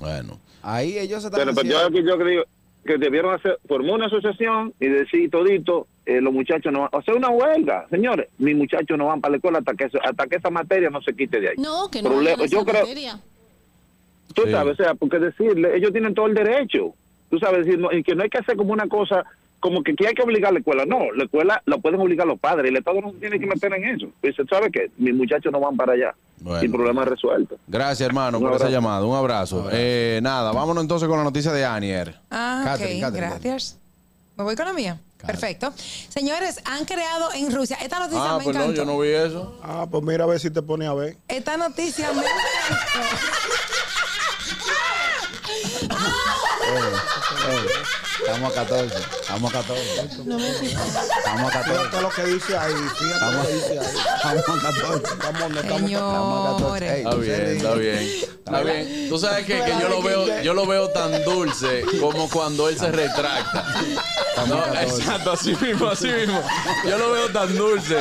[SPEAKER 4] Bueno.
[SPEAKER 6] Ahí ellos se están
[SPEAKER 2] Bueno, pero yo
[SPEAKER 6] haciendo-
[SPEAKER 2] aquí yo creo que debieron hacer, formar una asociación y decir todito, eh, los muchachos no van, hacer una huelga, señores, mis muchachos no van para la escuela hasta que eso- hasta que esa materia no se quite de ahí.
[SPEAKER 9] No, que no
[SPEAKER 2] Problema-
[SPEAKER 9] vayan a
[SPEAKER 2] yo
[SPEAKER 9] esa
[SPEAKER 2] creo,
[SPEAKER 9] materia.
[SPEAKER 2] tú
[SPEAKER 4] Sí.
[SPEAKER 2] sabes, o sea, porque decirle, ellos tienen todo el derecho, tú sabes, decir, no- y que no hay que hacer como una cosa, como que, que hay que obligar a la escuela, no, la escuela la pueden obligar los padres, y el Estado no se tiene que meter en eso. Dice, ¿sabes qué? Mis muchachos no van para allá,
[SPEAKER 4] Bueno.
[SPEAKER 2] y problema resuelto.
[SPEAKER 4] Gracias, hermano,
[SPEAKER 2] Un
[SPEAKER 4] por esa
[SPEAKER 2] abrazo.
[SPEAKER 4] llamada. Un abrazo. Eh, nada, vámonos entonces con la noticia de Anier.
[SPEAKER 7] Ah,
[SPEAKER 6] Catherine,
[SPEAKER 7] ok,
[SPEAKER 6] Catherine,
[SPEAKER 7] gracias. Me voy con la mía. Perfecto. Señores, han creado en Rusia. Esta noticia
[SPEAKER 4] Ah,
[SPEAKER 7] me
[SPEAKER 4] pues no,
[SPEAKER 7] encantó.
[SPEAKER 4] yo no vi eso.
[SPEAKER 5] Ah, pues mira a ver si te pone a ver.
[SPEAKER 7] Esta noticia me encantó. Ah.
[SPEAKER 6] Eh, Estamos a 14, estamos a 14. Estamos a 14.
[SPEAKER 5] Fíjate lo que dice ahí, fíjate lo que dice ahí.
[SPEAKER 6] Estamos a 14.
[SPEAKER 5] Estamos donde estamos.
[SPEAKER 6] Estamos a
[SPEAKER 7] Señores.
[SPEAKER 6] 14. Ey,
[SPEAKER 4] Está
[SPEAKER 6] tú
[SPEAKER 4] bien,
[SPEAKER 6] se
[SPEAKER 4] está
[SPEAKER 6] ríe.
[SPEAKER 4] bien. Está bien. Tú sabes que, que yo lo veo, yo lo veo tan dulce como cuando él se retracta. No, exacto, así mismo, así mismo. Yo lo veo tan dulce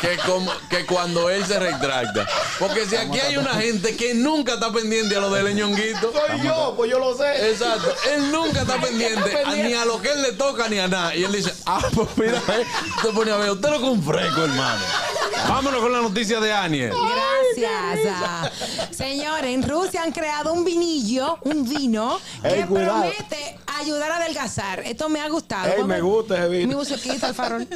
[SPEAKER 4] que como que cuando él se retracta. Porque si aquí hay una gente que nunca está pendiente a lo del leñonguito.
[SPEAKER 5] Soy yo, pues yo lo sé.
[SPEAKER 4] Exacto, él nunca está pendiente a- ni a lo que él le toca ni a nada. Y él dice, ah, pues mira, eh, te pone a ver, usted lo eh, compré, hermano. Vámonos con la noticia de Aniel.
[SPEAKER 7] Gracias. Ah. Señores, en Rusia han creado un vinillo, un vino,
[SPEAKER 5] Ey,
[SPEAKER 7] que
[SPEAKER 5] cuidado.
[SPEAKER 7] promete ayudar a adelgazar. Esto me ha gustado.
[SPEAKER 5] Ey,
[SPEAKER 7] Vamos.
[SPEAKER 5] me gusta ese vino.
[SPEAKER 7] Mi musiquita, el farol.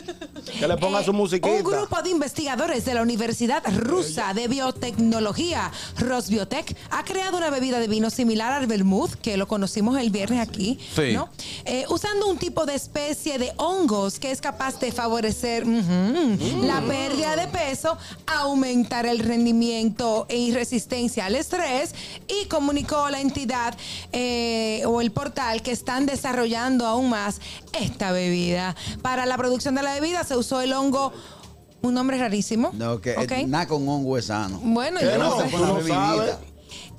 [SPEAKER 5] Que le ponga
[SPEAKER 7] Eh,
[SPEAKER 5] su musiquita.
[SPEAKER 7] Un grupo de investigadores de la Universidad Rusa de Biotecnología, Rosbiotech, ha creado una bebida de vino similar al vermouth, que lo conocimos el viernes aquí,
[SPEAKER 4] Ah, Sí.
[SPEAKER 7] ¿no? Eh, usando un tipo de especie de hongos que es capaz de favorecer
[SPEAKER 4] Mm.
[SPEAKER 7] ujú, la pérdida de peso, aumentar el rendimiento e y resistencia al estrés, y comunicó la entidad eh, o el portal que está están desarrollando aún más esta bebida. Para la producción de la bebida se usó el hongo, un nombre rarísimo.
[SPEAKER 6] No, que eh,
[SPEAKER 7] Ok.
[SPEAKER 6] nada con hongo es sano.
[SPEAKER 7] Bueno,
[SPEAKER 5] Que
[SPEAKER 7] yo no
[SPEAKER 5] no,
[SPEAKER 7] sé.
[SPEAKER 5] tú no sabes.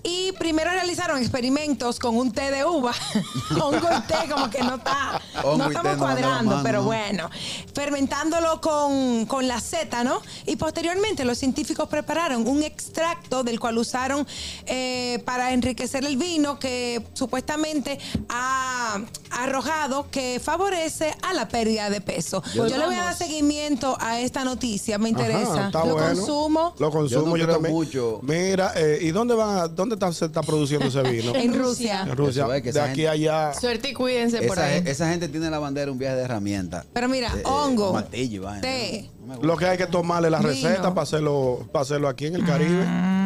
[SPEAKER 7] Y primero realizaron experimentos con un té de uva. Hongo y té, como que no está.
[SPEAKER 6] Hongo
[SPEAKER 7] No
[SPEAKER 6] y
[SPEAKER 7] estamos
[SPEAKER 6] té no van de la
[SPEAKER 7] cuadrando,
[SPEAKER 6] mano,
[SPEAKER 7] pero
[SPEAKER 6] ¿no?
[SPEAKER 7] bueno. Fermentándolo con, con la seta, ¿no? Y posteriormente los científicos prepararon un extracto del cual usaron eh, para enriquecer el vino que supuestamente ha arrojado que favorece a la pérdida de peso. Yo, le voy a dar
[SPEAKER 9] vamos.
[SPEAKER 7] seguimiento a esta noticia, me interesa.
[SPEAKER 5] Ajá, está
[SPEAKER 7] Lo
[SPEAKER 5] bueno.
[SPEAKER 7] consumo.
[SPEAKER 5] Lo consumo
[SPEAKER 6] Yo no
[SPEAKER 5] yo,
[SPEAKER 6] creo
[SPEAKER 5] también.
[SPEAKER 6] mucho.
[SPEAKER 5] Mira, eh, ¿y dónde van a- dónde está- se está produciendo ese vino?
[SPEAKER 7] En Rusia.
[SPEAKER 5] En Rusia.
[SPEAKER 6] Eso es, que
[SPEAKER 5] de
[SPEAKER 6] esa
[SPEAKER 5] aquí
[SPEAKER 6] gente-
[SPEAKER 5] a allá.
[SPEAKER 8] Suerte y cuídense por
[SPEAKER 6] Esa,
[SPEAKER 8] ahí.
[SPEAKER 6] esa gente tiene en la bandera un viaje de herramientas.
[SPEAKER 7] Pero mira,
[SPEAKER 6] Eh, eh,
[SPEAKER 7] hongo,
[SPEAKER 6] martillo y vaina.
[SPEAKER 7] té.
[SPEAKER 6] No me gusta.
[SPEAKER 5] Lo que hay que tomarle la
[SPEAKER 7] Vino.
[SPEAKER 5] receta para hacerlo, para hacerlo aquí en el Caribe.
[SPEAKER 6] Ah.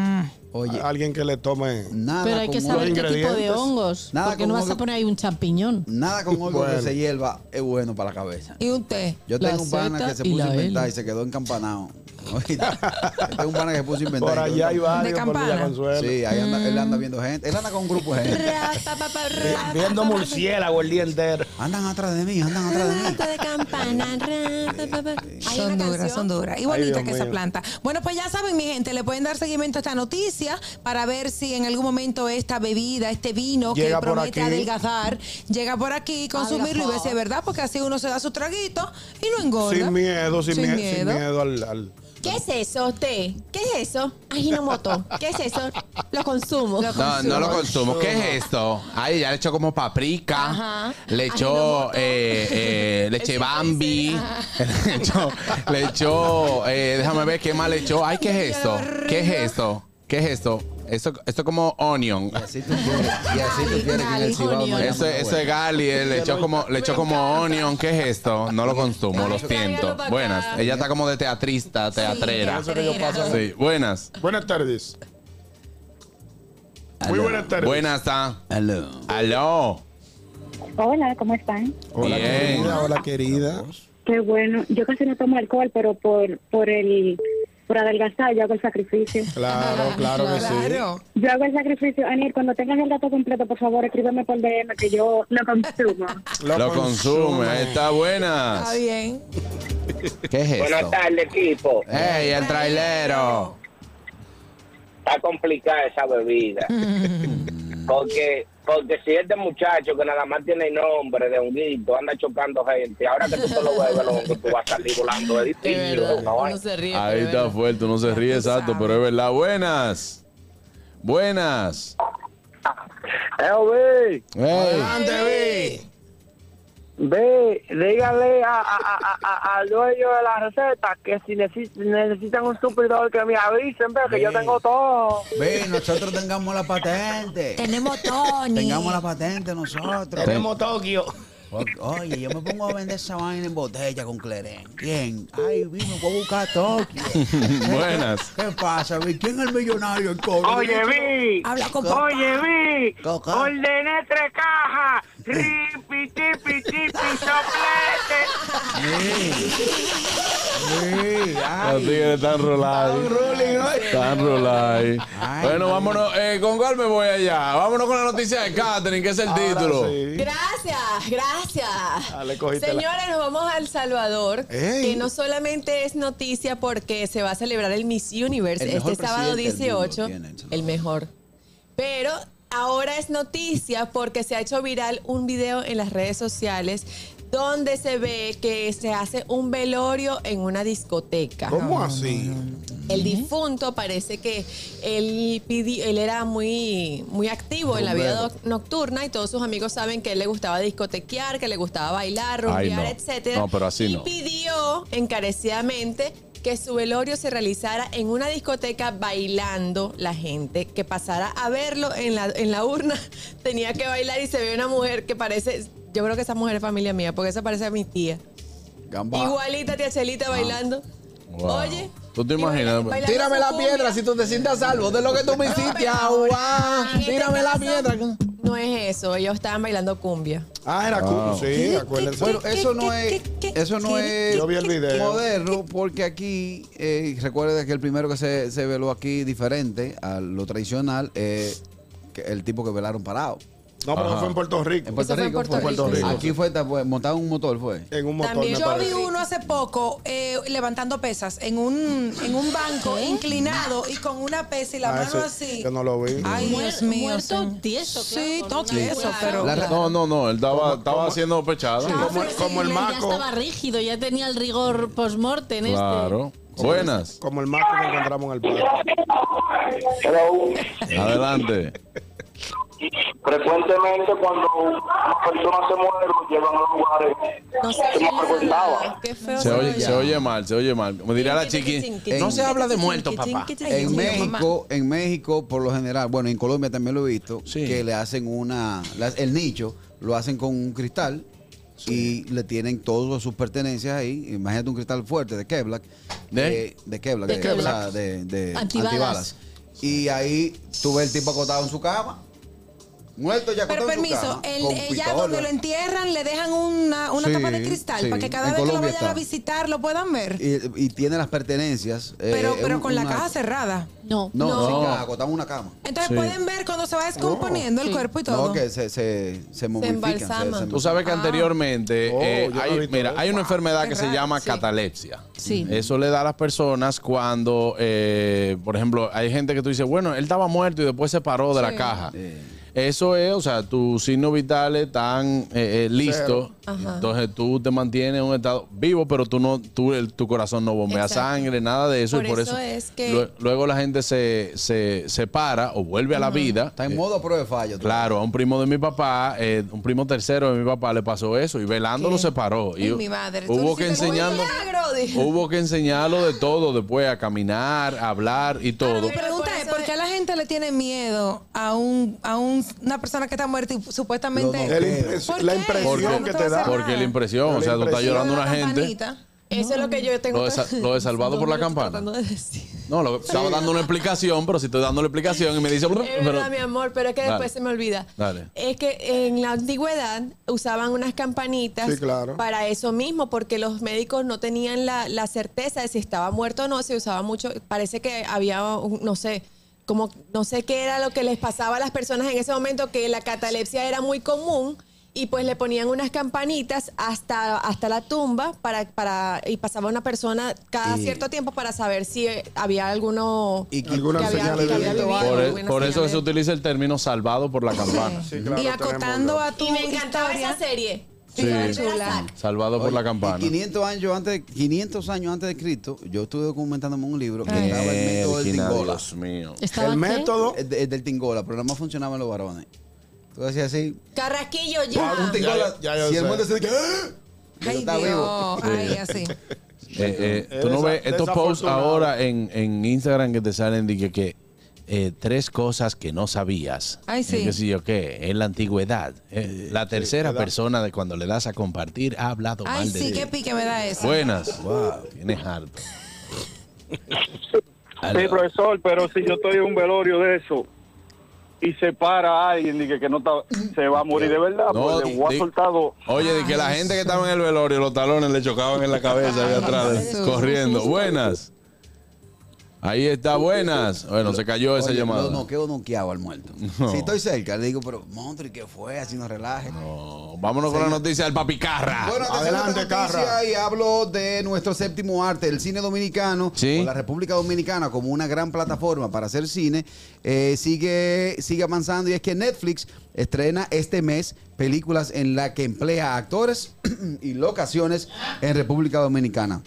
[SPEAKER 6] Oye,
[SPEAKER 5] A- alguien que le tome.
[SPEAKER 6] nada
[SPEAKER 9] Pero hay
[SPEAKER 6] con
[SPEAKER 9] que
[SPEAKER 6] hongo-
[SPEAKER 9] saber qué tipo de
[SPEAKER 5] ingredientes.
[SPEAKER 9] hongos.
[SPEAKER 6] Nada
[SPEAKER 9] porque
[SPEAKER 6] con
[SPEAKER 9] no vas
[SPEAKER 6] hongo.
[SPEAKER 9] a poner ahí un champiñón.
[SPEAKER 6] Nada con hongo
[SPEAKER 5] Bueno.
[SPEAKER 6] que se hierva es bueno para la cabeza.
[SPEAKER 7] Y un té.
[SPEAKER 6] Yo
[SPEAKER 9] La
[SPEAKER 6] tengo un pana
[SPEAKER 9] Z
[SPEAKER 6] que se
[SPEAKER 9] y
[SPEAKER 6] puso a
[SPEAKER 9] la
[SPEAKER 6] inventar
[SPEAKER 9] L.
[SPEAKER 6] y se quedó encampanado. Oíste. tengo un pana que se puso a inventar. y
[SPEAKER 5] Por
[SPEAKER 6] quedó
[SPEAKER 5] allá hay
[SPEAKER 6] encampanado.
[SPEAKER 5] varios, por Villa
[SPEAKER 7] campana.
[SPEAKER 5] Consuelo.
[SPEAKER 6] Sí, ahí anda, él
[SPEAKER 9] Mm.
[SPEAKER 6] anda viendo gente. Él anda con un grupo de gente.
[SPEAKER 7] Ra, pa, pa, pa, ra,
[SPEAKER 5] Viendo
[SPEAKER 7] pa, pa, pa.
[SPEAKER 5] murciélago el día entero.
[SPEAKER 6] Andan atrás de mí, andan atrás de mí.
[SPEAKER 8] Rato de campana, rato, pa, pa. Hay
[SPEAKER 7] Son
[SPEAKER 8] una
[SPEAKER 7] duras,
[SPEAKER 8] canción.
[SPEAKER 7] son duras. Y
[SPEAKER 5] Ay,
[SPEAKER 7] bonita
[SPEAKER 5] Dios
[SPEAKER 7] que esa
[SPEAKER 5] mío.
[SPEAKER 7] planta. Bueno, pues ya saben, mi gente, le pueden dar seguimiento a esta noticia para ver si en algún momento esta bebida, este vino
[SPEAKER 5] Llega
[SPEAKER 7] que
[SPEAKER 5] por
[SPEAKER 7] promete
[SPEAKER 5] aquí.
[SPEAKER 7] adelgazar, llega por aquí, consumirlo y ver si es verdad, porque así uno se da su traguito y no engorda.
[SPEAKER 5] Sin miedo, sin, mie- sin miedo al, al-
[SPEAKER 8] ¿Qué es eso, té? ¿Qué es eso? Ajinomoto. ¿Qué es eso? Lo consumo.
[SPEAKER 4] No, no lo consumo. ¿Qué es esto? Ay, ya le echó como paprika.
[SPEAKER 8] Ajá.
[SPEAKER 4] Le echó
[SPEAKER 8] Ajinomoto.
[SPEAKER 4] eh, eh, le eché
[SPEAKER 8] Ese
[SPEAKER 4] Bambi. Le echó, le echó eh, déjame ver qué más le echó. Ay, ¿qué es esto? ¿Qué es esto? ¿Qué es esto? Esto, esto es como onion.
[SPEAKER 6] Y así tú quieres, y así tú quieres que en el Cibao no haya
[SPEAKER 4] Eso,
[SPEAKER 6] mucha
[SPEAKER 4] eso
[SPEAKER 6] huella.
[SPEAKER 4] es Gali, eh, le echó como, le echó como onion, ¿qué es esto? No lo consumo, lo
[SPEAKER 8] Ay,
[SPEAKER 4] siento.
[SPEAKER 8] tráigalo pa' acá.
[SPEAKER 4] Buenas, ella está como de teatrista, teatrera.
[SPEAKER 5] Eso que yo paso.
[SPEAKER 4] Sí, buenas.
[SPEAKER 5] Buenas tardes. Muy buenas tardes.
[SPEAKER 4] Buenas, ah.
[SPEAKER 6] Hello.
[SPEAKER 4] aló.
[SPEAKER 11] Hola, ¿cómo están?
[SPEAKER 5] Hola
[SPEAKER 4] Bien.
[SPEAKER 5] querida, hola querida.
[SPEAKER 11] Qué bueno. Yo casi no tomo alcohol, pero por por el por adelgazar yo hago el sacrificio.
[SPEAKER 5] Claro, claro que sí.
[SPEAKER 7] Claro.
[SPEAKER 11] Yo hago el sacrificio. Anir, cuando tengas el dato completo, por favor, escríbeme por DM que yo lo consumo.
[SPEAKER 4] Lo consume, ahí está buenas.
[SPEAKER 7] Está bien.
[SPEAKER 4] ¿Qué es esto?
[SPEAKER 10] Buenas tardes, equipo.
[SPEAKER 4] ¡Ey, el trailero!
[SPEAKER 10] Está complicada esa bebida. porque porque si este muchacho que nada más tiene nombre de honguito anda chocando gente, ahora que tú te lo bebes, los hongos, tú vas a salir volando. Es
[SPEAKER 8] De
[SPEAKER 10] difícil.
[SPEAKER 8] verdad,
[SPEAKER 10] ¿no?
[SPEAKER 8] uno se ríe.
[SPEAKER 4] Ahí
[SPEAKER 8] pero
[SPEAKER 4] está
[SPEAKER 8] es verdad.
[SPEAKER 4] fuerte, no se ríe,
[SPEAKER 7] tú
[SPEAKER 4] exacto,
[SPEAKER 7] sabes.
[SPEAKER 4] pero es verdad. Buenas. Buenas.
[SPEAKER 10] Eh, güey,
[SPEAKER 4] ¡Ey!
[SPEAKER 5] Adelante, Vi.
[SPEAKER 10] ve, dígale a- a- a- a- al dueño de la receta que si neces- necesitan un suplidor que me avisen, ve, que yo tengo todo.
[SPEAKER 6] Ve, nosotros tengamos la patente.
[SPEAKER 7] Tenemos Tony.
[SPEAKER 6] Tengamos la patente nosotros.
[SPEAKER 10] Tokio.
[SPEAKER 6] O- Oye, yo me pongo a vender esa vaina en botella con Clerén. ¿Quién? Ay, vi, me voy a buscar a Tokio.
[SPEAKER 4] Buenas.
[SPEAKER 6] ¿Qué pasa, vi? ¿Quién es el millonario en cobro?
[SPEAKER 10] vi.
[SPEAKER 7] Habla con papá.
[SPEAKER 10] Oye, vi,
[SPEAKER 6] Coco.
[SPEAKER 10] ordené tres cajas, ripi, tipi, tipi, soplete.
[SPEAKER 6] Sí,
[SPEAKER 4] Los
[SPEAKER 6] ay.
[SPEAKER 4] tigres están rolados. Están rolados.
[SPEAKER 6] Ay,
[SPEAKER 4] Bueno, vámonos. eh, ¿Con cuál me voy allá? Vámonos con la noticia de Catherine, que es el título.
[SPEAKER 5] Sí.
[SPEAKER 8] Gracias, gracias.
[SPEAKER 5] Ah, le cogiste la-
[SPEAKER 8] Señores, nos vamos al Salvador,
[SPEAKER 5] Ey.
[SPEAKER 8] que no solamente es noticia porque se va a celebrar el Miss Universe
[SPEAKER 6] El
[SPEAKER 8] este
[SPEAKER 6] mejor
[SPEAKER 8] sábado
[SPEAKER 6] presidente del mundo
[SPEAKER 8] 18,
[SPEAKER 6] tiene El Salvador.
[SPEAKER 8] el mejor. Pero ahora es noticia porque se ha hecho viral un video en las redes sociales donde se ve que se hace un velorio en una discoteca.
[SPEAKER 5] ¿Cómo así?
[SPEAKER 6] Ah.
[SPEAKER 8] El difunto parece que él, pidi- él era muy, muy activo en la vida
[SPEAKER 6] Rumbero.
[SPEAKER 8] doc- nocturna y todos sus amigos saben que a él le gustaba discotequear, que le gustaba bailar,
[SPEAKER 4] Ay,
[SPEAKER 8] rumbear,
[SPEAKER 4] no.
[SPEAKER 8] etcétera.
[SPEAKER 4] No, pero así
[SPEAKER 8] y
[SPEAKER 4] no.
[SPEAKER 8] pidió encarecidamente que su velorio se realizara en una discoteca bailando la gente, que pasara a verlo en la, en la urna. Tenía que bailar y se ve una mujer que parece, yo creo que esa mujer es familia mía, porque esa parece a mi tía.
[SPEAKER 6] Gamba.
[SPEAKER 8] Igualita tía
[SPEAKER 4] Ah.
[SPEAKER 8] Chelita bailando.
[SPEAKER 4] Wow.
[SPEAKER 8] Oye.
[SPEAKER 4] ¿Tú te
[SPEAKER 8] y baila-
[SPEAKER 4] imaginas?
[SPEAKER 8] bailando
[SPEAKER 4] Tírame
[SPEAKER 8] su
[SPEAKER 4] la
[SPEAKER 8] cumbia.
[SPEAKER 4] piedra si tú te sientes a salvo de lo que tú me
[SPEAKER 8] No,
[SPEAKER 4] hiciste.
[SPEAKER 8] pero
[SPEAKER 4] agua.
[SPEAKER 8] en este
[SPEAKER 4] Tírame la
[SPEAKER 8] caso,
[SPEAKER 4] piedra.
[SPEAKER 8] No es eso, ellos estaban bailando cumbia.
[SPEAKER 5] Ah, era cool. Sí, acuérdense.
[SPEAKER 6] Bueno, eso no es. Eso no es.
[SPEAKER 5] Yo vi el
[SPEAKER 6] Eh.
[SPEAKER 5] video.
[SPEAKER 6] moderno porque aquí eh, recuerda que el primero que se, se eh, veló aquí diferente a lo tradicional es que el tipo que velaron parado
[SPEAKER 5] No, pero
[SPEAKER 4] Ajá.
[SPEAKER 5] fue en Puerto Rico.
[SPEAKER 6] En Puerto
[SPEAKER 7] Eso fue en
[SPEAKER 6] Rico.
[SPEAKER 7] Puerto Rico.
[SPEAKER 6] Aquí fue, esta- fue montado en un motor, fue.
[SPEAKER 5] En un motor,
[SPEAKER 7] También
[SPEAKER 5] me
[SPEAKER 7] yo vi
[SPEAKER 5] parece.
[SPEAKER 7] uno hace poco eh, levantando pesas en un, en un banco inclinado y con una pesa y la
[SPEAKER 5] Ah,
[SPEAKER 7] mano
[SPEAKER 5] eso
[SPEAKER 7] así.
[SPEAKER 5] Yo no lo vi.
[SPEAKER 7] Ay,
[SPEAKER 9] Muer-
[SPEAKER 7] Dios mío.
[SPEAKER 9] muerto
[SPEAKER 7] señor.
[SPEAKER 9] tieso, claro,
[SPEAKER 7] Sí,
[SPEAKER 9] con
[SPEAKER 7] todo
[SPEAKER 9] una
[SPEAKER 7] tieso,
[SPEAKER 9] cuerda.
[SPEAKER 7] pero.
[SPEAKER 6] La-
[SPEAKER 4] No, no, no, él estaba,
[SPEAKER 5] ¿Cómo-
[SPEAKER 4] estaba
[SPEAKER 5] cómo?
[SPEAKER 4] siendo pechado.
[SPEAKER 5] Sí. como-
[SPEAKER 9] pero
[SPEAKER 5] como el
[SPEAKER 9] él
[SPEAKER 5] maco.
[SPEAKER 9] Ya estaba rígido, ya tenía el rigor post-mortem este.
[SPEAKER 4] Claro. Buenas.
[SPEAKER 5] Como el maco que encontramos en el parque.
[SPEAKER 10] Pero
[SPEAKER 4] Adelante.
[SPEAKER 10] frecuentemente cuando una persona se muere, lo llevan a lugares
[SPEAKER 8] No sé
[SPEAKER 10] que no frecuentaba.
[SPEAKER 8] Qué feo.
[SPEAKER 4] Se oye, se oye mal, se oye mal. Como dirá la chiqui. No se habla de muertos,
[SPEAKER 8] muertos,
[SPEAKER 4] papá.
[SPEAKER 7] Dios
[SPEAKER 6] En
[SPEAKER 7] mío,
[SPEAKER 6] México, en México, por lo general, bueno, en Colombia también lo he visto,
[SPEAKER 4] Sí.
[SPEAKER 6] que le hacen una, la- el nicho, lo hacen con un cristal y le tienen todas sus pertenencias ahí. Imagínate un cristal fuerte de Kevlar,
[SPEAKER 4] ¿De?
[SPEAKER 6] eh, de Kevlar,
[SPEAKER 9] De
[SPEAKER 6] de,
[SPEAKER 9] Kevlar.
[SPEAKER 6] o sea, de- de
[SPEAKER 9] Antibalas.
[SPEAKER 6] antibalas. Y ahí tú ves el tipo acotado en su cama, muerto ya
[SPEAKER 7] Pero
[SPEAKER 6] acotado en su
[SPEAKER 7] permiso,
[SPEAKER 6] cama,
[SPEAKER 7] el,
[SPEAKER 6] con
[SPEAKER 7] ella
[SPEAKER 6] pistola.
[SPEAKER 7] donde lo entierran le dejan una, una
[SPEAKER 6] Sí,
[SPEAKER 7] tapa de cristal
[SPEAKER 6] sí.
[SPEAKER 7] para que cada
[SPEAKER 6] En
[SPEAKER 7] vez que lo
[SPEAKER 6] Colombia
[SPEAKER 7] vayan a
[SPEAKER 6] está.
[SPEAKER 7] visitar lo puedan ver.
[SPEAKER 6] y, y tiene las pertenencias. eh,
[SPEAKER 7] pero pero
[SPEAKER 6] un-
[SPEAKER 7] con la
[SPEAKER 6] una-
[SPEAKER 7] caja cerrada.
[SPEAKER 9] No,
[SPEAKER 6] No,
[SPEAKER 9] no.
[SPEAKER 6] sin caja, acotado en una cama.
[SPEAKER 7] Entonces
[SPEAKER 4] Sí.
[SPEAKER 7] pueden ver cuando se va descomponiendo el
[SPEAKER 6] Oh,
[SPEAKER 9] Sí.
[SPEAKER 7] cuerpo y todo.
[SPEAKER 6] No, que se, se, se momifican. se-
[SPEAKER 8] embalsaman.
[SPEAKER 6] se-
[SPEAKER 4] Tú sabes que anteriormente
[SPEAKER 5] Oh,
[SPEAKER 4] eh,
[SPEAKER 5] yo no he
[SPEAKER 4] hay,
[SPEAKER 5] visto
[SPEAKER 4] mira,
[SPEAKER 5] eso. Mm.
[SPEAKER 4] hay una enfermedad
[SPEAKER 7] qué
[SPEAKER 4] que se
[SPEAKER 7] raro,
[SPEAKER 4] llama
[SPEAKER 7] sí.
[SPEAKER 4] catalepsia.
[SPEAKER 9] Sí.
[SPEAKER 4] Eso le da a las personas cuando, eh, por ejemplo, hay gente que tú dices, bueno, él estaba muerto y después se paró de la caja. Eso es, o sea, tus signos vitales están eh, eh, listos.
[SPEAKER 7] Ah.
[SPEAKER 4] Entonces tú te mantienes en un estado vivo, pero tú no, tú, el- tu corazón no bombea
[SPEAKER 8] Exacto.
[SPEAKER 4] sangre, nada de eso.
[SPEAKER 8] Por
[SPEAKER 4] y por
[SPEAKER 8] eso
[SPEAKER 4] eso,
[SPEAKER 8] es que-
[SPEAKER 4] lue- luego la gente se, se, se para o vuelve a la vida.
[SPEAKER 6] Está en
[SPEAKER 4] Eh,
[SPEAKER 6] modo prueba de fallo. tú.
[SPEAKER 4] Claro, a un primo de mi papá, eh, un primo tercero de mi papá le pasó eso y velando lo separó. Y
[SPEAKER 7] Ay, mi madre, tú
[SPEAKER 4] Hubo que
[SPEAKER 7] hiciste un
[SPEAKER 4] enseñarlo,
[SPEAKER 8] milagro, dije.
[SPEAKER 4] hubo que enseñarlo de todo después a caminar, a hablar y todo.
[SPEAKER 7] Mi pregunta es,
[SPEAKER 8] Por eso
[SPEAKER 7] ¿por qué la gente le tiene miedo a un a un- una persona que está muerta y supuestamente...
[SPEAKER 6] Lo
[SPEAKER 5] El
[SPEAKER 6] ¿Qué?
[SPEAKER 5] impres-
[SPEAKER 7] ¿Por
[SPEAKER 5] la
[SPEAKER 7] qué?
[SPEAKER 5] impresión
[SPEAKER 4] Porque-
[SPEAKER 5] que te da.
[SPEAKER 4] Porque la impresión,
[SPEAKER 5] La
[SPEAKER 4] o sea, tú estás
[SPEAKER 5] impresión.
[SPEAKER 4] llorando a una
[SPEAKER 7] la
[SPEAKER 4] gente.
[SPEAKER 7] campanita?
[SPEAKER 8] Eso es lo que yo tengo.
[SPEAKER 4] Lo de sa- lo de salvado por la campana.
[SPEAKER 8] tratando de decir.
[SPEAKER 4] No, lo, estaba dando una explicación, pero si estoy dando la explicación y me dice, "Bruh",
[SPEAKER 8] Es
[SPEAKER 4] pero
[SPEAKER 8] verdad, mi amor, pero es que
[SPEAKER 4] Dale.
[SPEAKER 8] después se me olvida.
[SPEAKER 4] Dale.
[SPEAKER 8] Es que en la antigüedad usaban unas campanitas
[SPEAKER 5] Sí, claro.
[SPEAKER 8] para eso mismo, porque los médicos no tenían la, la certeza de si estaba muerto o no, se usaba mucho. Parece que había, un- no sé, como no sé qué era lo que les pasaba a las personas en ese momento, que la catalepsia era muy común. Y pues le ponían unas campanitas hasta, hasta la tumba para, para, y pasaba una persona cada
[SPEAKER 6] Y-
[SPEAKER 8] cierto tiempo para saber si eh, había alguno
[SPEAKER 6] Y que-
[SPEAKER 5] Algunas
[SPEAKER 8] que había-
[SPEAKER 5] señales de
[SPEAKER 8] que
[SPEAKER 5] vida.
[SPEAKER 8] había vivido.
[SPEAKER 4] por,
[SPEAKER 8] Muy
[SPEAKER 4] e-
[SPEAKER 8] buena
[SPEAKER 4] por eso
[SPEAKER 8] señal
[SPEAKER 4] que se
[SPEAKER 8] de-
[SPEAKER 4] utiliza el término salvado por la campana.
[SPEAKER 5] Sí, claro,
[SPEAKER 7] y acotando
[SPEAKER 5] tenemos
[SPEAKER 7] a tu
[SPEAKER 8] Y me encantaba
[SPEAKER 7] historia.
[SPEAKER 8] esa serie.
[SPEAKER 4] Sí.
[SPEAKER 8] Chula.
[SPEAKER 4] Salvado por
[SPEAKER 6] Oye,
[SPEAKER 4] la
[SPEAKER 6] y
[SPEAKER 4] campana.
[SPEAKER 6] 500 años antes, de- 500 años antes de Cristo, yo estuve documentándome un libro que
[SPEAKER 4] Eh,
[SPEAKER 6] estaba el método del
[SPEAKER 4] Virginia,
[SPEAKER 6] Tingola.
[SPEAKER 4] Dios mío.
[SPEAKER 9] ¿Estaba
[SPEAKER 5] El
[SPEAKER 9] qué?
[SPEAKER 5] método.
[SPEAKER 6] El, de- el del Tingola, pero nada más funcionaban los varones. Tú decías así.
[SPEAKER 8] Carrasquillo ya.
[SPEAKER 6] un Tingola,
[SPEAKER 5] ya yo
[SPEAKER 6] si el
[SPEAKER 5] sé.
[SPEAKER 6] muerto se dice, ¡Ah! Digo,
[SPEAKER 7] Ay,
[SPEAKER 6] está
[SPEAKER 7] Dios.
[SPEAKER 6] vivo.
[SPEAKER 7] Ay, así.
[SPEAKER 4] Eh, eh,
[SPEAKER 5] Eres
[SPEAKER 4] tú no
[SPEAKER 5] desa-
[SPEAKER 4] ves estos posts
[SPEAKER 5] desafortunado.
[SPEAKER 4] ahora en, en Instagram que te salen de que, que, eh, tres cosas que no sabías.
[SPEAKER 7] Ay, sí.
[SPEAKER 4] Eh, qué sé yo qué, en la antigüedad. eh, la tercera persona de cuando le das a compartir ha hablado
[SPEAKER 7] Ay,
[SPEAKER 4] mal de
[SPEAKER 7] sí,
[SPEAKER 4] ti.
[SPEAKER 7] qué pique me da eso.
[SPEAKER 4] Buenas. Wow, tienes harto.
[SPEAKER 2] Sí, profesor, pero si yo estoy en un velorio de eso y se para alguien y que, que no está- se va a morir de verdad,
[SPEAKER 4] No,
[SPEAKER 2] pues le voy
[SPEAKER 4] di-
[SPEAKER 2] a soltar dos.
[SPEAKER 4] Oye, de que la gente que estaba en el velorio, los talones le chocaban en la cabeza de atrás,
[SPEAKER 7] Jesús.
[SPEAKER 4] corriendo. Buenas. Ahí está, buenas. Bueno, se cayó esa
[SPEAKER 6] Oye,
[SPEAKER 4] llamada.
[SPEAKER 6] Lo noqueo noqueado al muerto. Si estoy cerca, le digo, pero, monstruo, ¿y qué fue? Así no relaje.
[SPEAKER 4] Oh, Vámonos con la noticia del papicarra.
[SPEAKER 6] Bueno,
[SPEAKER 5] Adelante,
[SPEAKER 6] adelante,
[SPEAKER 5] Carra.
[SPEAKER 6] Carra. Y hablo de nuestro séptimo arte, el cine dominicano.
[SPEAKER 4] Sí.
[SPEAKER 6] O la República Dominicana como una gran plataforma para hacer cine. eh, sigue, sigue avanzando y es que Netflix estrena este mes películas en las que emplea actores y locaciones en República Dominicana.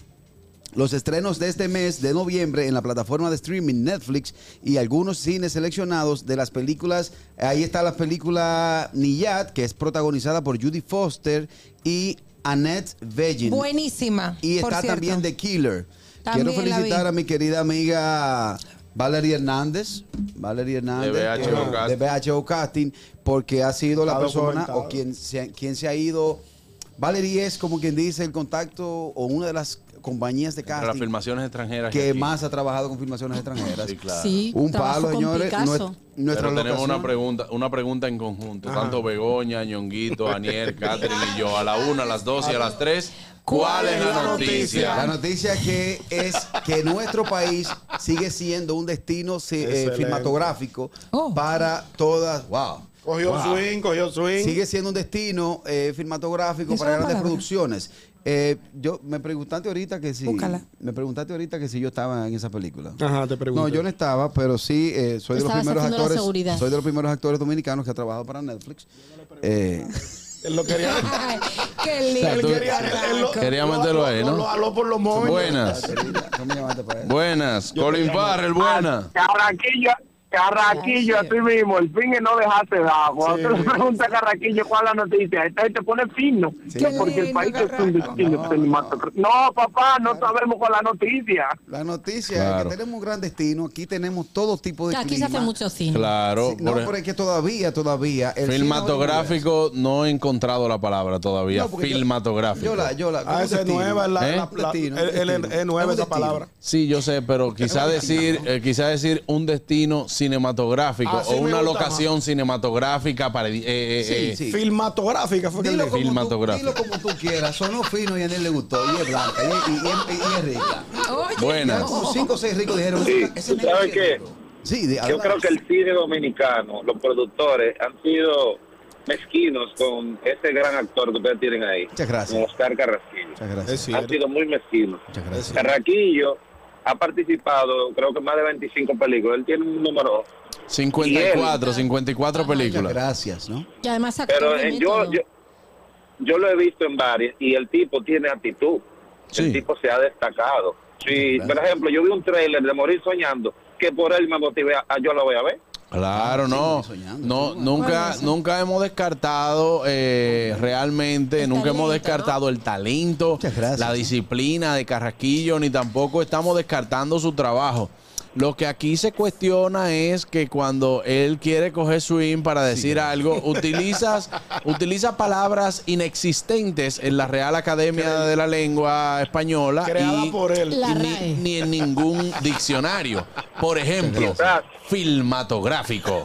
[SPEAKER 6] Los estrenos de este mes de noviembre en la plataforma de streaming Netflix y algunos cines seleccionados de las películas. Ahí está la película Niyad, que es protagonizada por Judy Foster y Annette Vegin.
[SPEAKER 7] Buenísima.
[SPEAKER 6] y
[SPEAKER 7] por
[SPEAKER 6] está
[SPEAKER 7] cierto.
[SPEAKER 6] también The Killer.
[SPEAKER 7] También
[SPEAKER 6] Quiero
[SPEAKER 7] la vi.
[SPEAKER 6] felicitar a mi querida amiga Valeria Hernández. Valeria Hernández.
[SPEAKER 4] De BHO
[SPEAKER 6] que-
[SPEAKER 4] Casting.
[SPEAKER 6] de BHO Casting, porque ha sido la
[SPEAKER 5] Está
[SPEAKER 6] persona
[SPEAKER 5] documentado.
[SPEAKER 6] o quien se, quien se ha ido. Valeria es como quien dice el contacto o una de las compañías de
[SPEAKER 4] Entre las
[SPEAKER 6] casting
[SPEAKER 4] filmaciones extranjeras. y
[SPEAKER 6] que
[SPEAKER 4] aquí.
[SPEAKER 6] más ha trabajado con filmaciones extranjeras.
[SPEAKER 4] Sí, claro.
[SPEAKER 9] Sí,
[SPEAKER 6] Un
[SPEAKER 9] trabajo
[SPEAKER 6] palo,
[SPEAKER 9] con
[SPEAKER 6] señores.
[SPEAKER 9] Picasso.
[SPEAKER 6] Nuestra- nuestra
[SPEAKER 4] Pero tenemos
[SPEAKER 6] locación-
[SPEAKER 4] una pregunta, una pregunta en conjunto.
[SPEAKER 5] Ajá.
[SPEAKER 4] Tanto Begoña, Ñonguito, Aniel, Catherine y yo. A la una, a las dos y a las tres. ¿Cuál es la noticia?
[SPEAKER 6] La noticia que es que nuestro país sigue siendo un destino ci- eh,
[SPEAKER 5] Excelente.
[SPEAKER 6] cinematográfico
[SPEAKER 7] Oh.
[SPEAKER 6] para todas. Wow.
[SPEAKER 5] Cogió swing, cogió swing.
[SPEAKER 6] Sigue siendo un destino eh, cinematográfico
[SPEAKER 7] Eso
[SPEAKER 6] para
[SPEAKER 7] es
[SPEAKER 6] grandes
[SPEAKER 7] palabra.
[SPEAKER 6] producciones. Eh, yo me preguntaste ahorita que si
[SPEAKER 7] Búscala.
[SPEAKER 6] me preguntaste ahorita que si yo estaba en esa película.
[SPEAKER 5] Ajá, Ah, te pregunto.
[SPEAKER 6] No, yo no estaba, pero sí eh, soy de los
[SPEAKER 9] Estabas
[SPEAKER 6] primeros
[SPEAKER 9] haciendo la
[SPEAKER 6] actores.
[SPEAKER 9] seguridad.
[SPEAKER 6] Soy de los primeros actores dominicanos que ha trabajado para Netflix. Eh,
[SPEAKER 5] Él lo quería.
[SPEAKER 7] Ay, qué lindo.
[SPEAKER 5] él quería, él- él lo-
[SPEAKER 4] Quería
[SPEAKER 5] lo-
[SPEAKER 4] meterlo ahí,
[SPEAKER 5] lo-
[SPEAKER 4] ¿no?
[SPEAKER 5] Lo jaló por los móviles.
[SPEAKER 4] Buenas.
[SPEAKER 6] querida, no me llamaste para eso.
[SPEAKER 4] Buenas. Colin Farrell,
[SPEAKER 6] Ah,
[SPEAKER 4] buenas.
[SPEAKER 10] Carraquillo, Carraquillo, así mismo, el fin es no dejarse dar. Cuando
[SPEAKER 5] Sí.
[SPEAKER 10] tú le preguntas a Carraquillo cuál es la noticia, este te pone fino.
[SPEAKER 6] Sí.
[SPEAKER 10] Que Porque el
[SPEAKER 7] Lindo,
[SPEAKER 10] país es un
[SPEAKER 7] Carraco.
[SPEAKER 10] destino
[SPEAKER 6] No,
[SPEAKER 10] cinematográfico. No, papá, no sabemos cuál es la noticia.
[SPEAKER 6] La noticia
[SPEAKER 4] Claro.
[SPEAKER 6] es que tenemos un gran destino. Aquí tenemos todo tipo de
[SPEAKER 9] Aquí se hace
[SPEAKER 6] clima.
[SPEAKER 9] mucho cine.
[SPEAKER 4] Claro.
[SPEAKER 6] Sí, no,
[SPEAKER 4] por-
[SPEAKER 6] pero es que todavía, todavía. el cine
[SPEAKER 4] filmatográfico, no he encontrado la palabra
[SPEAKER 6] hoy en día-
[SPEAKER 4] todavía.
[SPEAKER 6] No, porque yo-
[SPEAKER 4] filmatográfico.
[SPEAKER 6] Yo la, yo la. como
[SPEAKER 5] Ah, esa es
[SPEAKER 6] destino.
[SPEAKER 5] nueva, la,
[SPEAKER 4] ¿Eh?
[SPEAKER 5] la- la-
[SPEAKER 6] Destino,
[SPEAKER 5] el- el-
[SPEAKER 6] destino.
[SPEAKER 5] es nueva
[SPEAKER 6] Es un
[SPEAKER 5] esa palabra.
[SPEAKER 4] Sí, yo sé, pero quizá decir, eh, quizá decir un destino cinematográfico
[SPEAKER 5] Ah, sí
[SPEAKER 4] o
[SPEAKER 5] me
[SPEAKER 4] una
[SPEAKER 5] gusta
[SPEAKER 4] locación cinematográfica para eh, eh, eh,
[SPEAKER 6] Sí.
[SPEAKER 5] Filmatográfica fue que él
[SPEAKER 6] Dilo
[SPEAKER 5] dijo.
[SPEAKER 6] como, tú,
[SPEAKER 4] Filmatográfico.
[SPEAKER 6] dilo como tú quieras. Sonó fino y a él le gustó. Y es blanca. Y es, y, y- y es rica.
[SPEAKER 7] Oye,
[SPEAKER 4] buenas.
[SPEAKER 6] Ya como cinco o seis ricos dijeron.
[SPEAKER 2] Sí,
[SPEAKER 6] "Ese
[SPEAKER 2] ¿tú
[SPEAKER 6] negro
[SPEAKER 2] sabes
[SPEAKER 6] sí es
[SPEAKER 2] qué?
[SPEAKER 6] rico". Sí, de-
[SPEAKER 2] Yo
[SPEAKER 6] adelante.
[SPEAKER 2] creo que el cine dominicano, los productores, han sido mezquinos con este gran actor que ustedes tienen ahí.
[SPEAKER 6] Muchas gracias.
[SPEAKER 2] con Oscar Carrasquillo.
[SPEAKER 6] Muchas
[SPEAKER 5] Es
[SPEAKER 6] gracias.
[SPEAKER 5] cierto.
[SPEAKER 2] Han sido muy mezquinos.
[SPEAKER 6] Muchas gracias.
[SPEAKER 2] Carraquillo ha participado, creo que más de 25 películas. Él tiene un número
[SPEAKER 4] 54, 54
[SPEAKER 6] Ah, Muchas
[SPEAKER 4] películas.
[SPEAKER 6] gracias, ¿no?
[SPEAKER 9] Y además actor
[SPEAKER 2] Pero
[SPEAKER 9] de
[SPEAKER 2] en- yo,
[SPEAKER 9] método.
[SPEAKER 2] yo, yo lo he visto en varias y el tipo tiene actitud.
[SPEAKER 4] Sí.
[SPEAKER 2] El tipo se ha destacado. Sí,
[SPEAKER 6] Claro.
[SPEAKER 2] por ejemplo, yo vi un tráiler de Morir Soñando que por él me motivé a, a- yo la voy a ver.
[SPEAKER 4] Claro,
[SPEAKER 6] Sí,
[SPEAKER 4] no.
[SPEAKER 6] estoy soñando,
[SPEAKER 4] no
[SPEAKER 6] estoy
[SPEAKER 4] nunca, nunca hemos descartado eh, realmente,
[SPEAKER 9] El
[SPEAKER 4] nunca hemos
[SPEAKER 9] talento,
[SPEAKER 4] descartado el talento,
[SPEAKER 6] Muchas gracias,
[SPEAKER 4] la
[SPEAKER 6] ¿no?
[SPEAKER 4] disciplina de Carrasquillo, ni tampoco estamos descartando su trabajo. Lo que aquí se cuestiona es que cuando él quiere coger swing para decir algo, utilizas, utiliza palabras inexistentes en la Real Academia de la Lengua Española
[SPEAKER 5] Creada
[SPEAKER 4] y
[SPEAKER 5] por él.
[SPEAKER 9] La
[SPEAKER 4] y
[SPEAKER 9] RAE.
[SPEAKER 4] ni, ni en ningún diccionario. Por ejemplo,
[SPEAKER 2] Quizás.
[SPEAKER 4] filmatográfico.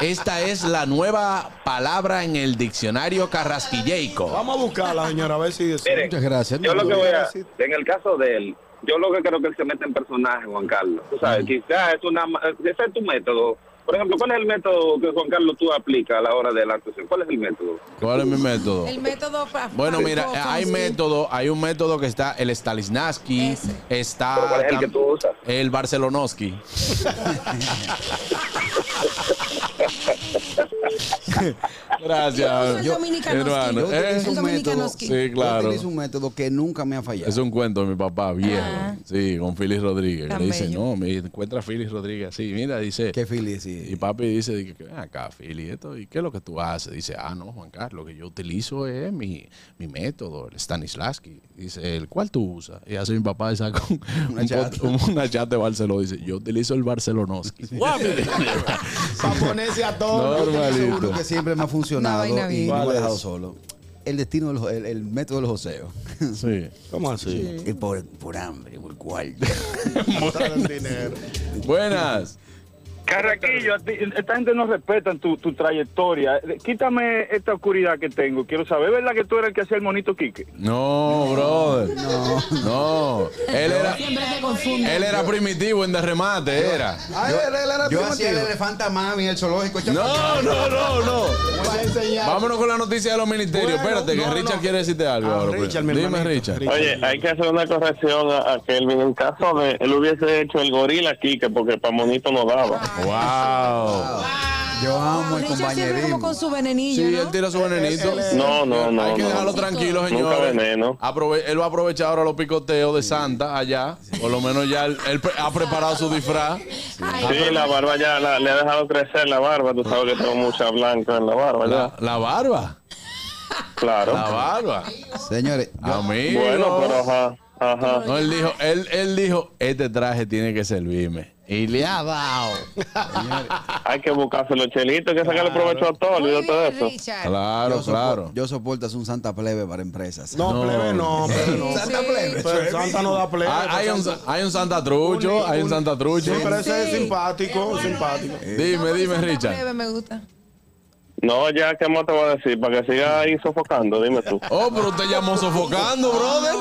[SPEAKER 4] Esta es la nueva palabra en el diccionario carrasquilleico.
[SPEAKER 5] Vamos a buscarla, señora, a ver si es.
[SPEAKER 2] Miren,
[SPEAKER 6] Muchas gracias.
[SPEAKER 2] yo
[SPEAKER 6] No,
[SPEAKER 2] lo que
[SPEAKER 6] no,
[SPEAKER 2] voy a,
[SPEAKER 5] gracias.
[SPEAKER 2] en el caso de él, yo lo que creo que él se mete en personaje, Juan Carlos. Tú
[SPEAKER 6] Mm.
[SPEAKER 2] sabes, quizás es una, ma- ese es tu método. Por ejemplo, ¿cuál es el método que Juan Carlos tú aplicas a la hora de la actuación? ¿Cuál es el método?
[SPEAKER 4] ¿Cuál es mi método?
[SPEAKER 7] el método. pa-
[SPEAKER 4] Bueno,
[SPEAKER 7] pa-
[SPEAKER 4] mira,
[SPEAKER 7] pa-
[SPEAKER 4] eh,
[SPEAKER 7] pa-
[SPEAKER 4] hay
[SPEAKER 7] sí.
[SPEAKER 4] método, hay un método que está el Stalisnaski,
[SPEAKER 7] Ese.
[SPEAKER 4] está
[SPEAKER 2] ¿Pero cuál es el
[SPEAKER 4] tam-
[SPEAKER 2] que tú usas?
[SPEAKER 4] el Barcelonoski.
[SPEAKER 7] Yo uso
[SPEAKER 4] Gracias.
[SPEAKER 7] el
[SPEAKER 4] yo-
[SPEAKER 7] dominicanoski.
[SPEAKER 4] hermano,
[SPEAKER 6] Yo
[SPEAKER 4] ¿eh?
[SPEAKER 6] utilizo
[SPEAKER 7] El
[SPEAKER 6] un método.
[SPEAKER 7] dominicanoski.
[SPEAKER 4] Sí, claro.
[SPEAKER 6] Yo utilizo un método que nunca me ha fallado.
[SPEAKER 4] Es un cuento de mi papá viejo.
[SPEAKER 7] Ah.
[SPEAKER 4] Sí, con Phyllis Rodríguez. Que
[SPEAKER 7] Tan
[SPEAKER 4] le dice,
[SPEAKER 7] bello.
[SPEAKER 4] no, me encuentra a Phyllis Rodríguez así. Mira, dice.
[SPEAKER 6] Qué feliz,
[SPEAKER 4] Y
[SPEAKER 6] sí.
[SPEAKER 4] papi dice, di que, ven acá, Philly, esto, ¿y qué es lo que tú haces? Dice, ah, no, Juan Carlos, lo que yo utilizo es mi, mi método, el Stanislavski. Dice, ¿el cuál tú usas? Y hace mi papá y saca un,
[SPEAKER 6] Una
[SPEAKER 4] un
[SPEAKER 6] chat.
[SPEAKER 4] pot- un- una chat de Barcelona. Dice, yo utilizo el Barcelonoski. Guapi.
[SPEAKER 5] Para ponerse a todo.
[SPEAKER 4] Normalito.
[SPEAKER 6] Uno que siempre me ha
[SPEAKER 7] Una
[SPEAKER 6] funcionado
[SPEAKER 7] vaina
[SPEAKER 6] y
[SPEAKER 7] bien.
[SPEAKER 6] no me ha
[SPEAKER 5] ¿Cuál
[SPEAKER 6] dejado
[SPEAKER 5] es?
[SPEAKER 6] solo. El destino, del jo- el, el método del joseo.
[SPEAKER 4] Sí.
[SPEAKER 5] ¿Cómo así?
[SPEAKER 6] Que Por, por hambre, por cuarto.
[SPEAKER 4] Buenas.
[SPEAKER 12] Carraquillo, a ti- esta gente no respeta tu, tu trayectoria.
[SPEAKER 2] Eh,
[SPEAKER 12] Quítame esta oscuridad que tengo. Quiero saber, ¿verdad que tú eres el que hacía el monito Quique?
[SPEAKER 4] No, brother. No. No. Él era,
[SPEAKER 9] Siempre te confundo.
[SPEAKER 4] él era primitivo en derremate, era.
[SPEAKER 5] Ay, él, él era
[SPEAKER 6] Yo hacía el
[SPEAKER 5] primitivo.
[SPEAKER 6] elefanta mami, el zoológico.
[SPEAKER 4] No, no, no, no.
[SPEAKER 5] Voy a enseñar.
[SPEAKER 4] Vámonos con la noticia de los ministerios.
[SPEAKER 5] Bueno,
[SPEAKER 4] Espérate, que
[SPEAKER 5] no,
[SPEAKER 4] Richard
[SPEAKER 5] no.
[SPEAKER 4] quiere decirte algo.
[SPEAKER 5] Ah,
[SPEAKER 4] ahora, pues.
[SPEAKER 5] Richard, mi
[SPEAKER 4] Dime,
[SPEAKER 5] hermanito.
[SPEAKER 4] Richard.
[SPEAKER 5] Richard.
[SPEAKER 12] Oye, hay que hacer una corrección a, a Kelvin. En caso de él hubiese hecho el gorila Quique, porque para monito no daba.
[SPEAKER 4] Wow.
[SPEAKER 6] Yo amo el
[SPEAKER 7] Richard siempre como
[SPEAKER 6] compañerismo.
[SPEAKER 7] con su venenillo,
[SPEAKER 4] Ah, Sí,
[SPEAKER 7] ¿no?
[SPEAKER 4] él tira
[SPEAKER 5] Eh,
[SPEAKER 4] su venenito.
[SPEAKER 12] No, no, no.
[SPEAKER 4] Hay que
[SPEAKER 12] no.
[SPEAKER 4] dejarlo tranquilo, señor.
[SPEAKER 12] veneno.
[SPEAKER 4] él va a aprovechar ahora los picoteos de Santa allá. Por lo menos ya él, él pre- ha preparado su disfraz.
[SPEAKER 9] Ay,
[SPEAKER 12] Sí, la barba ya la- le ha dejado crecer la barba. Tú sabes que tengo mucha blanca en la barba, ¿ya?
[SPEAKER 4] La, la barba.
[SPEAKER 12] Claro.
[SPEAKER 4] La barba.
[SPEAKER 6] Señores,
[SPEAKER 4] Amigo.
[SPEAKER 12] Bueno, pero ajá. Ajá.
[SPEAKER 4] No, él dijo, él, él dijo, este traje tiene que servirme. Y le ha dado.
[SPEAKER 12] Hay que buscarse los chelitos, hay que sacarle provecho a todo.
[SPEAKER 7] Muy
[SPEAKER 12] Olvídate de
[SPEAKER 7] bien,
[SPEAKER 12] eso.
[SPEAKER 7] Richard.
[SPEAKER 4] Claro,
[SPEAKER 6] yo, sopo-
[SPEAKER 4] claro.
[SPEAKER 6] yo soporto hacer un santa plebe para empresas.
[SPEAKER 5] No, plebe, no, plebe, no.
[SPEAKER 6] Santa
[SPEAKER 7] Sí.
[SPEAKER 6] plebe.
[SPEAKER 5] Pero Santa no da plebe.
[SPEAKER 4] Ah, Hay,
[SPEAKER 5] pero
[SPEAKER 4] un,
[SPEAKER 5] Santa-
[SPEAKER 4] hay un Santa Trucho, hay un Santa Trucho.
[SPEAKER 5] Sí, pero ese es
[SPEAKER 7] Sí.
[SPEAKER 5] simpático, simpático.
[SPEAKER 7] No,
[SPEAKER 4] Dime,
[SPEAKER 7] porque
[SPEAKER 4] dime,
[SPEAKER 7] Santa
[SPEAKER 4] Richard.
[SPEAKER 7] Plebe me gusta.
[SPEAKER 13] No, ya, ¿qué más te voy a decir? Para que siga ahí sofocando, dime tú.
[SPEAKER 4] Oh, pero usted llamó sofocando, brother.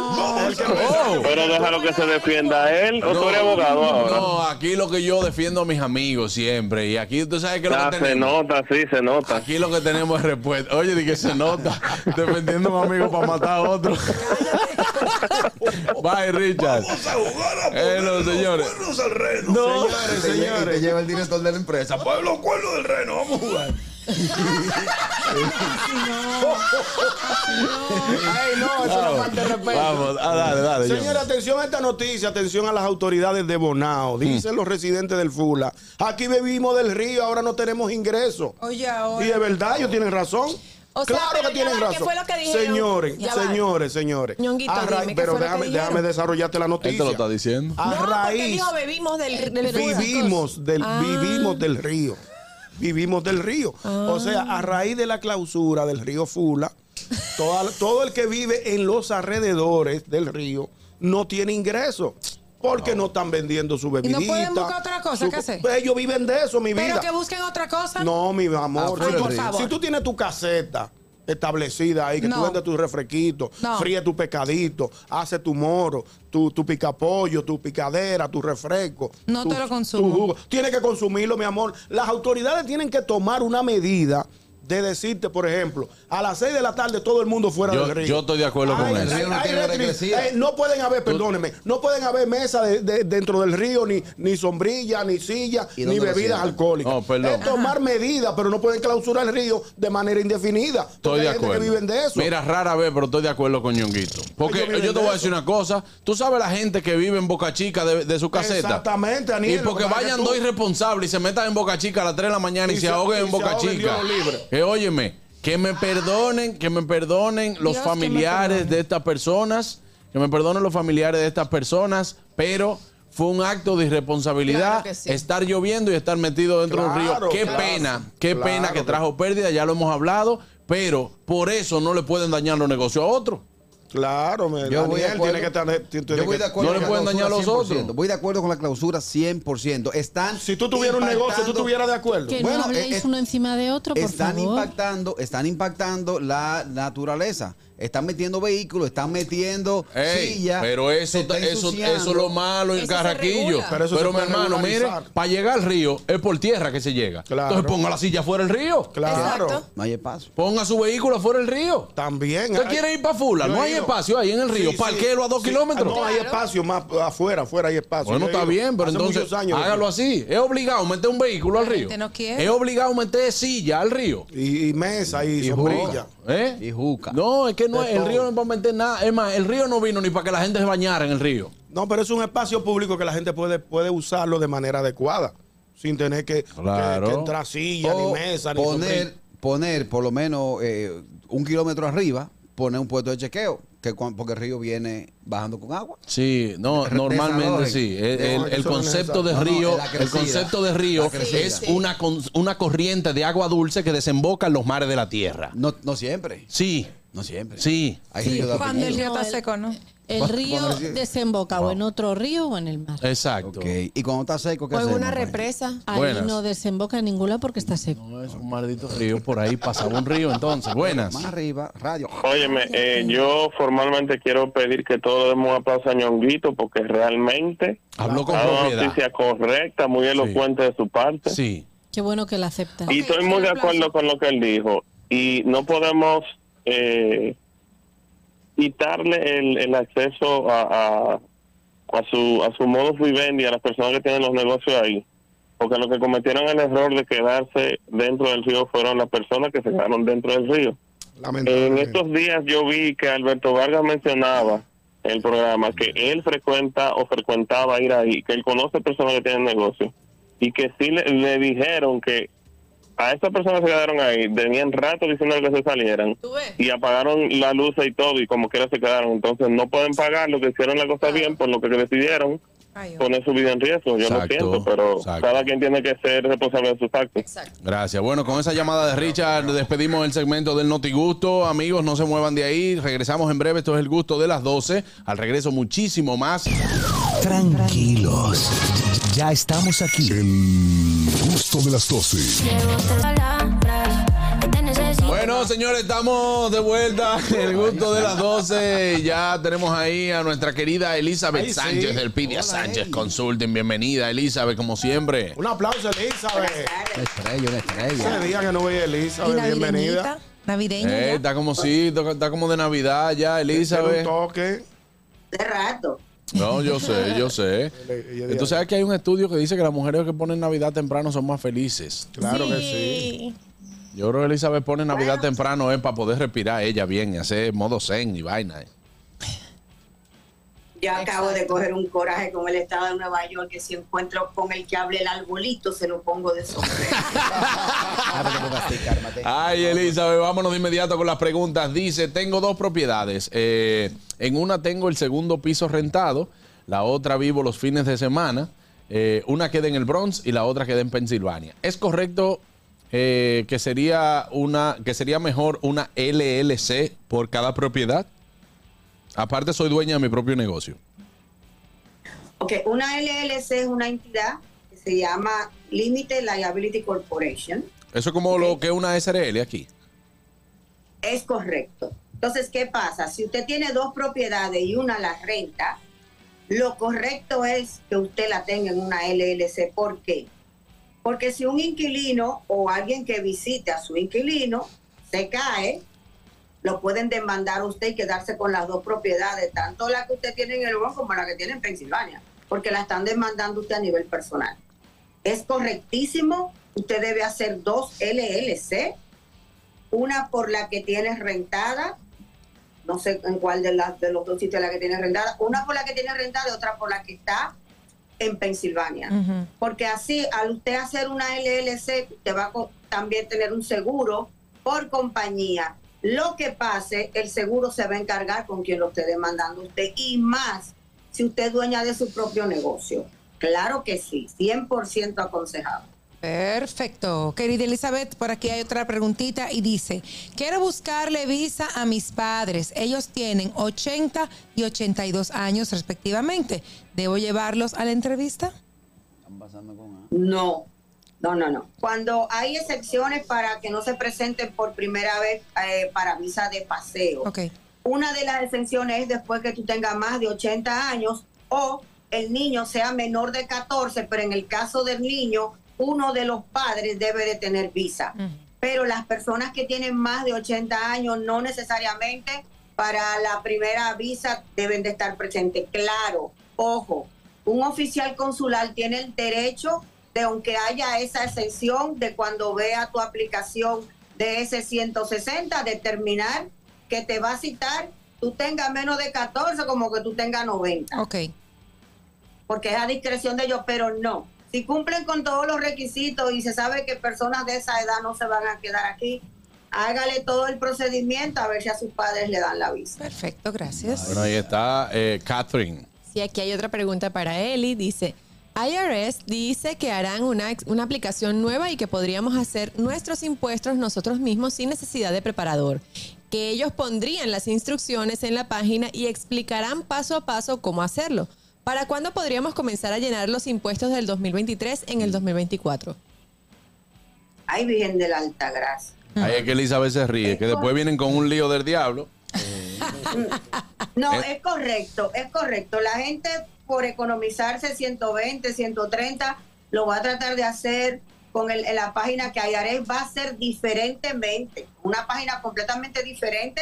[SPEAKER 13] Pero déjalo que se defienda él, o tú eres abogado ahora.
[SPEAKER 4] Oh. No, ah. aquí lo que yo defiendo a mis amigos siempre. Y aquí tú sabes que lo
[SPEAKER 13] Ah,
[SPEAKER 4] que
[SPEAKER 13] se
[SPEAKER 4] tenemos.
[SPEAKER 13] nota, sí, se nota.
[SPEAKER 4] Aquí lo que tenemos es respuesta. Oye, di que se nota. Defendiendo a un amigo para matar a otro. Bye, Richard. Eh, no, señores. No.
[SPEAKER 6] Señores, señores. Te lleva el director de la empresa. Pueblo Cuerno del Reno, vamos a jugar.
[SPEAKER 5] Ay, no, eso es una falta de respeto.
[SPEAKER 4] Vamos, ah, dale, dale,
[SPEAKER 5] Señora, atención a esta noticia, atención a las autoridades de
[SPEAKER 4] Mm.
[SPEAKER 5] Bonao. Dicen los residentes del Fula, aquí vivimos del río, ahora no tenemos ingresos.
[SPEAKER 7] Oye, ahora.
[SPEAKER 5] Y de verdad, ellos tienen razón.
[SPEAKER 7] O sea,
[SPEAKER 5] claro
[SPEAKER 7] pero
[SPEAKER 5] que
[SPEAKER 7] ya
[SPEAKER 5] tienen
[SPEAKER 7] va, ¿qué
[SPEAKER 5] razón.
[SPEAKER 7] fue lo que dijeron?
[SPEAKER 5] Señores,
[SPEAKER 7] Ya va.
[SPEAKER 5] señores, señores.
[SPEAKER 8] Ñonguito,
[SPEAKER 5] A ra-
[SPEAKER 8] dime, ¿qué
[SPEAKER 5] pero
[SPEAKER 8] fue lo que
[SPEAKER 5] déjame,
[SPEAKER 8] dijeron?
[SPEAKER 5] déjame desarrollarte la noticia.
[SPEAKER 4] Él te lo está diciendo.
[SPEAKER 5] A
[SPEAKER 8] Porque
[SPEAKER 5] raíz
[SPEAKER 8] dijo, bebimos del, del
[SPEAKER 5] vivimos del
[SPEAKER 7] Ah.
[SPEAKER 5] vivimos del río vivimos del río o
[SPEAKER 7] Ah.
[SPEAKER 5] sea a raíz de la clausura del río Fula toda- todo el que vive en los alrededores del río no tiene ingreso porque no están vendiendo su
[SPEAKER 7] ¿Y
[SPEAKER 5] bebidita
[SPEAKER 7] no pueden buscar otra cosa?
[SPEAKER 5] su-
[SPEAKER 7] ¿Qué hacer?
[SPEAKER 5] Pues ellos viven de eso mi
[SPEAKER 7] Pero
[SPEAKER 5] vida
[SPEAKER 7] que busquen otra cosa.
[SPEAKER 5] no mi amor
[SPEAKER 7] Ah,
[SPEAKER 5] si,
[SPEAKER 7] por
[SPEAKER 5] tú,
[SPEAKER 7] favor.
[SPEAKER 5] si tú tienes tu caseta establecida ahí que tú
[SPEAKER 7] No.
[SPEAKER 5] vendes tus refresquitos
[SPEAKER 7] No.
[SPEAKER 5] fríes tu pescadito haces tu moro tu, tu picapollo tu picadera tu refresco
[SPEAKER 7] No
[SPEAKER 5] tu-
[SPEAKER 7] te lo consumo.
[SPEAKER 5] tu jugo. Tienes que consumirlo, mi amor. Las autoridades tienen que tomar una medida de decirte, por ejemplo, a las 6 de la tarde todo el mundo fuera
[SPEAKER 4] Yo-
[SPEAKER 5] del río.
[SPEAKER 4] yo estoy de acuerdo con eso.
[SPEAKER 5] hay
[SPEAKER 4] El río no tiene
[SPEAKER 5] restric-
[SPEAKER 4] regresiva.
[SPEAKER 5] eh, no pueden haber, perdónenme, no pueden haber mesas de- de- dentro del río, ni, ni sombrilla, ni silla,
[SPEAKER 6] ¿Y
[SPEAKER 5] ni
[SPEAKER 6] dónde lo
[SPEAKER 5] bebidas
[SPEAKER 6] cierran?
[SPEAKER 5] alcohólicas.
[SPEAKER 4] No, perdón.
[SPEAKER 5] Es tomar medidas, pero no pueden clausurar el río de manera indefinida.
[SPEAKER 4] Estoy
[SPEAKER 5] porque
[SPEAKER 4] de
[SPEAKER 5] hay gente
[SPEAKER 4] acuerdo.
[SPEAKER 5] que viven de eso.
[SPEAKER 4] Mira, rara vez, pero estoy de acuerdo con Ñonguito. Porque
[SPEAKER 5] Ellos
[SPEAKER 4] yo,
[SPEAKER 5] viven
[SPEAKER 4] te
[SPEAKER 5] de
[SPEAKER 4] voy a
[SPEAKER 5] eso.
[SPEAKER 4] decir una cosa. Tú sabes la gente que vive en Boca Chica de, de su caseta.
[SPEAKER 5] Exactamente, Aniel,
[SPEAKER 4] Y porque
[SPEAKER 5] lo que pasa es
[SPEAKER 4] vayan
[SPEAKER 5] que tú-
[SPEAKER 4] dos irresponsables y se metan en Boca Chica a las 3 de la mañana y,
[SPEAKER 5] Y
[SPEAKER 4] se
[SPEAKER 5] se-
[SPEAKER 4] ahoguen
[SPEAKER 5] y
[SPEAKER 4] en
[SPEAKER 5] se
[SPEAKER 4] Boca
[SPEAKER 5] ahoguen,
[SPEAKER 4] Chica.
[SPEAKER 5] Dios libre.
[SPEAKER 4] Que óyeme, que me perdonen, que me perdonen los
[SPEAKER 7] Dios, que me
[SPEAKER 4] familiares
[SPEAKER 7] perdone.
[SPEAKER 4] de estas personas, que me perdonen los familiares de estas personas, pero fue un acto de irresponsabilidad
[SPEAKER 8] Claro que sí.
[SPEAKER 4] estar lloviendo y estar metido dentro del río.
[SPEAKER 5] Claro,
[SPEAKER 4] Qué
[SPEAKER 5] claro,
[SPEAKER 4] pena, qué
[SPEAKER 5] claro
[SPEAKER 4] pena que
[SPEAKER 5] que-
[SPEAKER 4] trajo pérdida, ya lo hemos hablado, pero por eso no le pueden dañar los negocios a otros.
[SPEAKER 5] Claro, me-
[SPEAKER 6] Yo voy de
[SPEAKER 5] Daniel
[SPEAKER 6] acuerdo.
[SPEAKER 5] tiene que estar. tiene
[SPEAKER 6] Yo voy
[SPEAKER 5] que-
[SPEAKER 6] de acuerdo
[SPEAKER 4] No le
[SPEAKER 6] con la
[SPEAKER 4] pueden dañar a los
[SPEAKER 6] clausura 100%.
[SPEAKER 4] otros.
[SPEAKER 6] Voy de acuerdo con la clausura 100%. Están
[SPEAKER 5] Si tú tuvieras un negocio, tú
[SPEAKER 6] impactando-
[SPEAKER 5] estuvieras de acuerdo.
[SPEAKER 9] Que
[SPEAKER 6] Bueno,
[SPEAKER 9] no habléis
[SPEAKER 6] eh, eh,
[SPEAKER 9] uno encima de otro, por
[SPEAKER 6] están
[SPEAKER 9] favor.
[SPEAKER 6] impactando, están impactando la naturaleza. Están metiendo vehículos, están metiendo
[SPEAKER 4] Ey,
[SPEAKER 6] sillas.
[SPEAKER 4] pero
[SPEAKER 6] se
[SPEAKER 4] eso,
[SPEAKER 6] está
[SPEAKER 4] eso,
[SPEAKER 6] ensuciando.
[SPEAKER 4] eso es lo malo en
[SPEAKER 8] Eso se
[SPEAKER 4] Carraquillo.
[SPEAKER 8] regula.
[SPEAKER 4] Pero,
[SPEAKER 5] Pero eso se
[SPEAKER 4] mi
[SPEAKER 5] puede
[SPEAKER 4] hermano, mire,
[SPEAKER 5] regularizar.
[SPEAKER 4] para llegar al río es por tierra que se llega.
[SPEAKER 5] Claro.
[SPEAKER 4] Entonces ponga la silla fuera del río.
[SPEAKER 5] Claro.
[SPEAKER 8] Exacto.
[SPEAKER 6] No hay espacio.
[SPEAKER 4] Ponga su vehículo fuera del río.
[SPEAKER 5] También.
[SPEAKER 4] ¿Usted
[SPEAKER 5] hay-
[SPEAKER 4] quiere ir para Fula?
[SPEAKER 5] Yo
[SPEAKER 4] No
[SPEAKER 5] he
[SPEAKER 4] hay
[SPEAKER 5] ido.
[SPEAKER 4] espacio ahí en el río.
[SPEAKER 5] Sí,
[SPEAKER 4] Parquéelo
[SPEAKER 5] sí,
[SPEAKER 4] a dos
[SPEAKER 5] sí.
[SPEAKER 4] kilómetros.
[SPEAKER 5] No, hay espacio más afuera, afuera hay espacio.
[SPEAKER 4] Bueno,
[SPEAKER 5] Yo he
[SPEAKER 4] está
[SPEAKER 5] ido
[SPEAKER 4] bien, pero
[SPEAKER 5] hace
[SPEAKER 4] entonces
[SPEAKER 5] muchos años.
[SPEAKER 4] hágalo así. Es obligado a meter un vehículo al
[SPEAKER 7] La
[SPEAKER 4] río.
[SPEAKER 7] gente no quiere.
[SPEAKER 4] Es obligado a meter silla al río.
[SPEAKER 5] Y, y mesa y, sombrilla.
[SPEAKER 4] ¿Eh?
[SPEAKER 6] Y juca.
[SPEAKER 4] No, es que no,
[SPEAKER 5] De
[SPEAKER 4] el
[SPEAKER 5] todo.
[SPEAKER 4] río no va a meter nada. Es más, el río no vino ni para que la gente se bañara en el río.
[SPEAKER 5] No, pero es un espacio público que la gente puede, puede usarlo de manera adecuada. Sin tener que,
[SPEAKER 4] Claro. Oh.
[SPEAKER 5] que- que entrar silla, ni
[SPEAKER 6] O
[SPEAKER 5] mesa, ni
[SPEAKER 6] poner,
[SPEAKER 5] sombrilla.
[SPEAKER 6] poner por lo menos eh, un kilómetro arriba, poner un puesto de chequeo, que cuan- porque el río viene bajando con agua.
[SPEAKER 4] Sí, no,
[SPEAKER 6] Re-
[SPEAKER 4] normalmente
[SPEAKER 6] desalojen.
[SPEAKER 4] sí. El, el-
[SPEAKER 5] No,
[SPEAKER 4] el
[SPEAKER 5] eso no es
[SPEAKER 4] concepto de
[SPEAKER 6] No, no,
[SPEAKER 4] río,
[SPEAKER 6] es la
[SPEAKER 4] el
[SPEAKER 6] crecida.
[SPEAKER 4] concepto de río
[SPEAKER 6] La crecida.
[SPEAKER 4] es
[SPEAKER 8] Sí.
[SPEAKER 4] una, con- una corriente de agua dulce que desemboca en los mares de la tierra.
[SPEAKER 6] No, no siempre.
[SPEAKER 4] Sí,
[SPEAKER 6] No siempre.
[SPEAKER 4] sí.
[SPEAKER 6] Hay
[SPEAKER 9] Sí,
[SPEAKER 6] ríos de
[SPEAKER 7] Cuando el
[SPEAKER 6] apellido.
[SPEAKER 7] río
[SPEAKER 9] No,
[SPEAKER 7] está
[SPEAKER 9] el-
[SPEAKER 7] seco, ¿no?
[SPEAKER 9] El río desemboca o en otro río o en el mar.
[SPEAKER 4] Exacto.
[SPEAKER 6] Ok, Y cuando está seco, ¿qué
[SPEAKER 8] O en
[SPEAKER 6] hacemos?
[SPEAKER 8] Pues una
[SPEAKER 6] Rafael?
[SPEAKER 8] represa.
[SPEAKER 9] Ahí
[SPEAKER 4] Buenas.
[SPEAKER 9] no desemboca en ningún lado porque está seco.
[SPEAKER 4] No, es un maldito río, por ahí pasaba un río entonces. Buenas.
[SPEAKER 6] Más arriba, radio.
[SPEAKER 13] Óyeme, eh, yo formalmente quiero pedir que todos demos un aplauso a Ñonguito porque realmente
[SPEAKER 4] Habló con
[SPEAKER 13] ha dado una
[SPEAKER 4] propiedad.
[SPEAKER 13] noticia correcta, muy elocuente de su parte.
[SPEAKER 4] Sí.
[SPEAKER 9] Qué bueno que la acepta.
[SPEAKER 13] Y estoy muy de acuerdo con lo que él dijo. Y no podemos eh, quitarle el, el acceso a, a, a su a su modus vivendi a las personas que tienen los negocios ahí. Porque los que cometieron el error de quedarse dentro del río fueron las personas que se quedaron dentro del río. En
[SPEAKER 5] Lamentablemente.
[SPEAKER 13] estos días yo vi que Alberto Vargas mencionaba en el programa que él frecuenta o frecuentaba ir ahí, que él conoce personas que tienen negocios y que sí le, le dijeron que a esas personas que se quedaron ahí tenían rato diciendo que se salieran
[SPEAKER 8] ¿Tú ves?
[SPEAKER 13] y apagaron la luz y todo y como quiera se quedaron. Entonces no pueden pagar lo que hicieron la cosa bien por lo que decidieron
[SPEAKER 7] Ay, hombre.
[SPEAKER 13] poner su vida en riesgo. Yo
[SPEAKER 4] Exacto,
[SPEAKER 13] lo siento, pero
[SPEAKER 4] exacto.
[SPEAKER 13] cada quien tiene que ser responsable de sus actos.
[SPEAKER 8] Exacto.
[SPEAKER 4] Gracias. Bueno, con esa llamada de Richard despedimos el segmento del Notigusto. Amigos, no se muevan de ahí. Regresamos en breve. Esto es el gusto de las 12. Al regreso, muchísimo más.
[SPEAKER 1] Tranquilos, ya estamos aquí.
[SPEAKER 14] El gusto de las 12.
[SPEAKER 3] Palabras,
[SPEAKER 4] Bueno, señores, estamos de vuelta. El gusto de las 12. Ya tenemos ahí a nuestra querida Elizabeth
[SPEAKER 5] Ay, sí.
[SPEAKER 4] Sánchez del Pidia Sánchez Consulting. Bienvenida, Elizabeth, como siempre.
[SPEAKER 5] Un aplauso, Elizabeth.
[SPEAKER 4] Una estrella, una estrella.
[SPEAKER 5] Ese día que no veía a Elizabeth,
[SPEAKER 7] navideñita,
[SPEAKER 5] bienvenida.
[SPEAKER 7] Navideña.
[SPEAKER 4] Eh,
[SPEAKER 7] ya.
[SPEAKER 4] está como sí, to- está como de Navidad ya, Elizabeth.
[SPEAKER 5] Tiene un toque.
[SPEAKER 14] De rato.
[SPEAKER 4] No, yo sé, yo sé. Entonces, sabes que hay un estudio que dice que las mujeres que ponen Navidad temprano son más felices.
[SPEAKER 5] Claro que
[SPEAKER 9] sí.
[SPEAKER 4] Yo creo que Elizabeth pone Navidad temprano es para poder respirar ella bien y hacer modo zen y vaina. eh.
[SPEAKER 14] Yo acabo de coger un coraje con el estado de Nueva York que si encuentro con el que hable el arbolito, se lo pongo de sombrero.
[SPEAKER 4] Ay, Elizabeth, vámonos de inmediato con las preguntas. Dice, tengo dos propiedades. Eh, en una tengo el segundo piso rentado, la otra vivo los fines de semana. Eh, una queda en el Bronx y la otra queda en Pensilvania. ¿Es correcto eh, que, sería una, que sería mejor una LLC por cada propiedad? Aparte, soy dueña de mi propio negocio.
[SPEAKER 14] Ok, una LLC es una entidad que se llama Limited Liability Corporation.
[SPEAKER 4] Eso es como lo que es una SRL aquí.
[SPEAKER 14] Es correcto. Entonces, ¿qué pasa? Si usted tiene dos propiedades y una la renta, lo correcto es que usted la tenga en una LLC. ¿Por qué? Porque si un inquilino o alguien que visita a su inquilino se cae, lo pueden demandar a usted y quedarse con las dos propiedades, tanto la que usted tiene en el Bronx como la que tiene en Pensilvania, porque la están demandando usted a nivel personal. Es correctísimo, usted debe hacer dos LLC una por la que tienes rentada, no sé en cuál de, las, de los dos sitios la que tienes rentada, una por la que tienes rentada y otra por la que está en Pensilvania.
[SPEAKER 11] Ujú.
[SPEAKER 14] Porque así, al usted hacer una LLC, te va a co- también tener un seguro por compañía. Lo que pase, el seguro se va a encargar con quien lo esté demandando usted y más si usted es dueña de su propio negocio. Claro que sí, 100% aconsejado.
[SPEAKER 7] Perfecto. Querida Elizabeth, por aquí hay otra preguntita y dice, quiero buscarle visa a mis padres. Ellos tienen 80 y 82 años respectivamente. ¿Debo llevarlos a la entrevista?
[SPEAKER 14] No, no, no, no. Cuando hay excepciones para que no se presenten por primera vez eh, para visa de paseo.
[SPEAKER 7] Ok.
[SPEAKER 14] Una de las exenciones es después que tú tengas más de 80 años o el niño sea menor de 14, pero en el caso del niño, uno de los padres debe de tener visa. Pero las personas que tienen más de 80 años no necesariamente para la primera visa deben de estar presentes. Claro, ojo, un oficial consular tiene el derecho de, aunque haya esa exención, de cuando vea tu aplicación de ese 160, determinar que te va a citar, tú tengas menos de 14 como que tú tengas 90.
[SPEAKER 7] Ok.
[SPEAKER 14] Porque es a discreción de ellos, pero no. Si cumplen con todos los requisitos y se sabe que personas de esa edad no se van a quedar aquí, hágale todo el procedimiento a ver si a sus padres le dan la visa.
[SPEAKER 7] Perfecto, gracias.
[SPEAKER 4] Bueno, ahí está eh, Catherine.
[SPEAKER 8] Sí, aquí hay otra pregunta para Eli. Dice, IRS dice que harán una, ex- una aplicación nueva y que podríamos hacer nuestros impuestos nosotros mismos sin necesidad de preparador. Que ellos pondrían las instrucciones en la página y explicarán paso a paso cómo hacerlo. ¿Para cuándo podríamos comenzar a llenar los impuestos del 2023 en el 2024?
[SPEAKER 14] Ay, Virgen de la Alta Gracia.
[SPEAKER 4] Ahí es que Elizabeth se ríe, que después vienen con un lío del diablo.
[SPEAKER 14] No,
[SPEAKER 4] Eh.
[SPEAKER 14] es correcto, es correcto. La gente por economizarse 120, 130, lo va a tratar de hacer con el- la página que IRS va a ser diferentemente, una página completamente diferente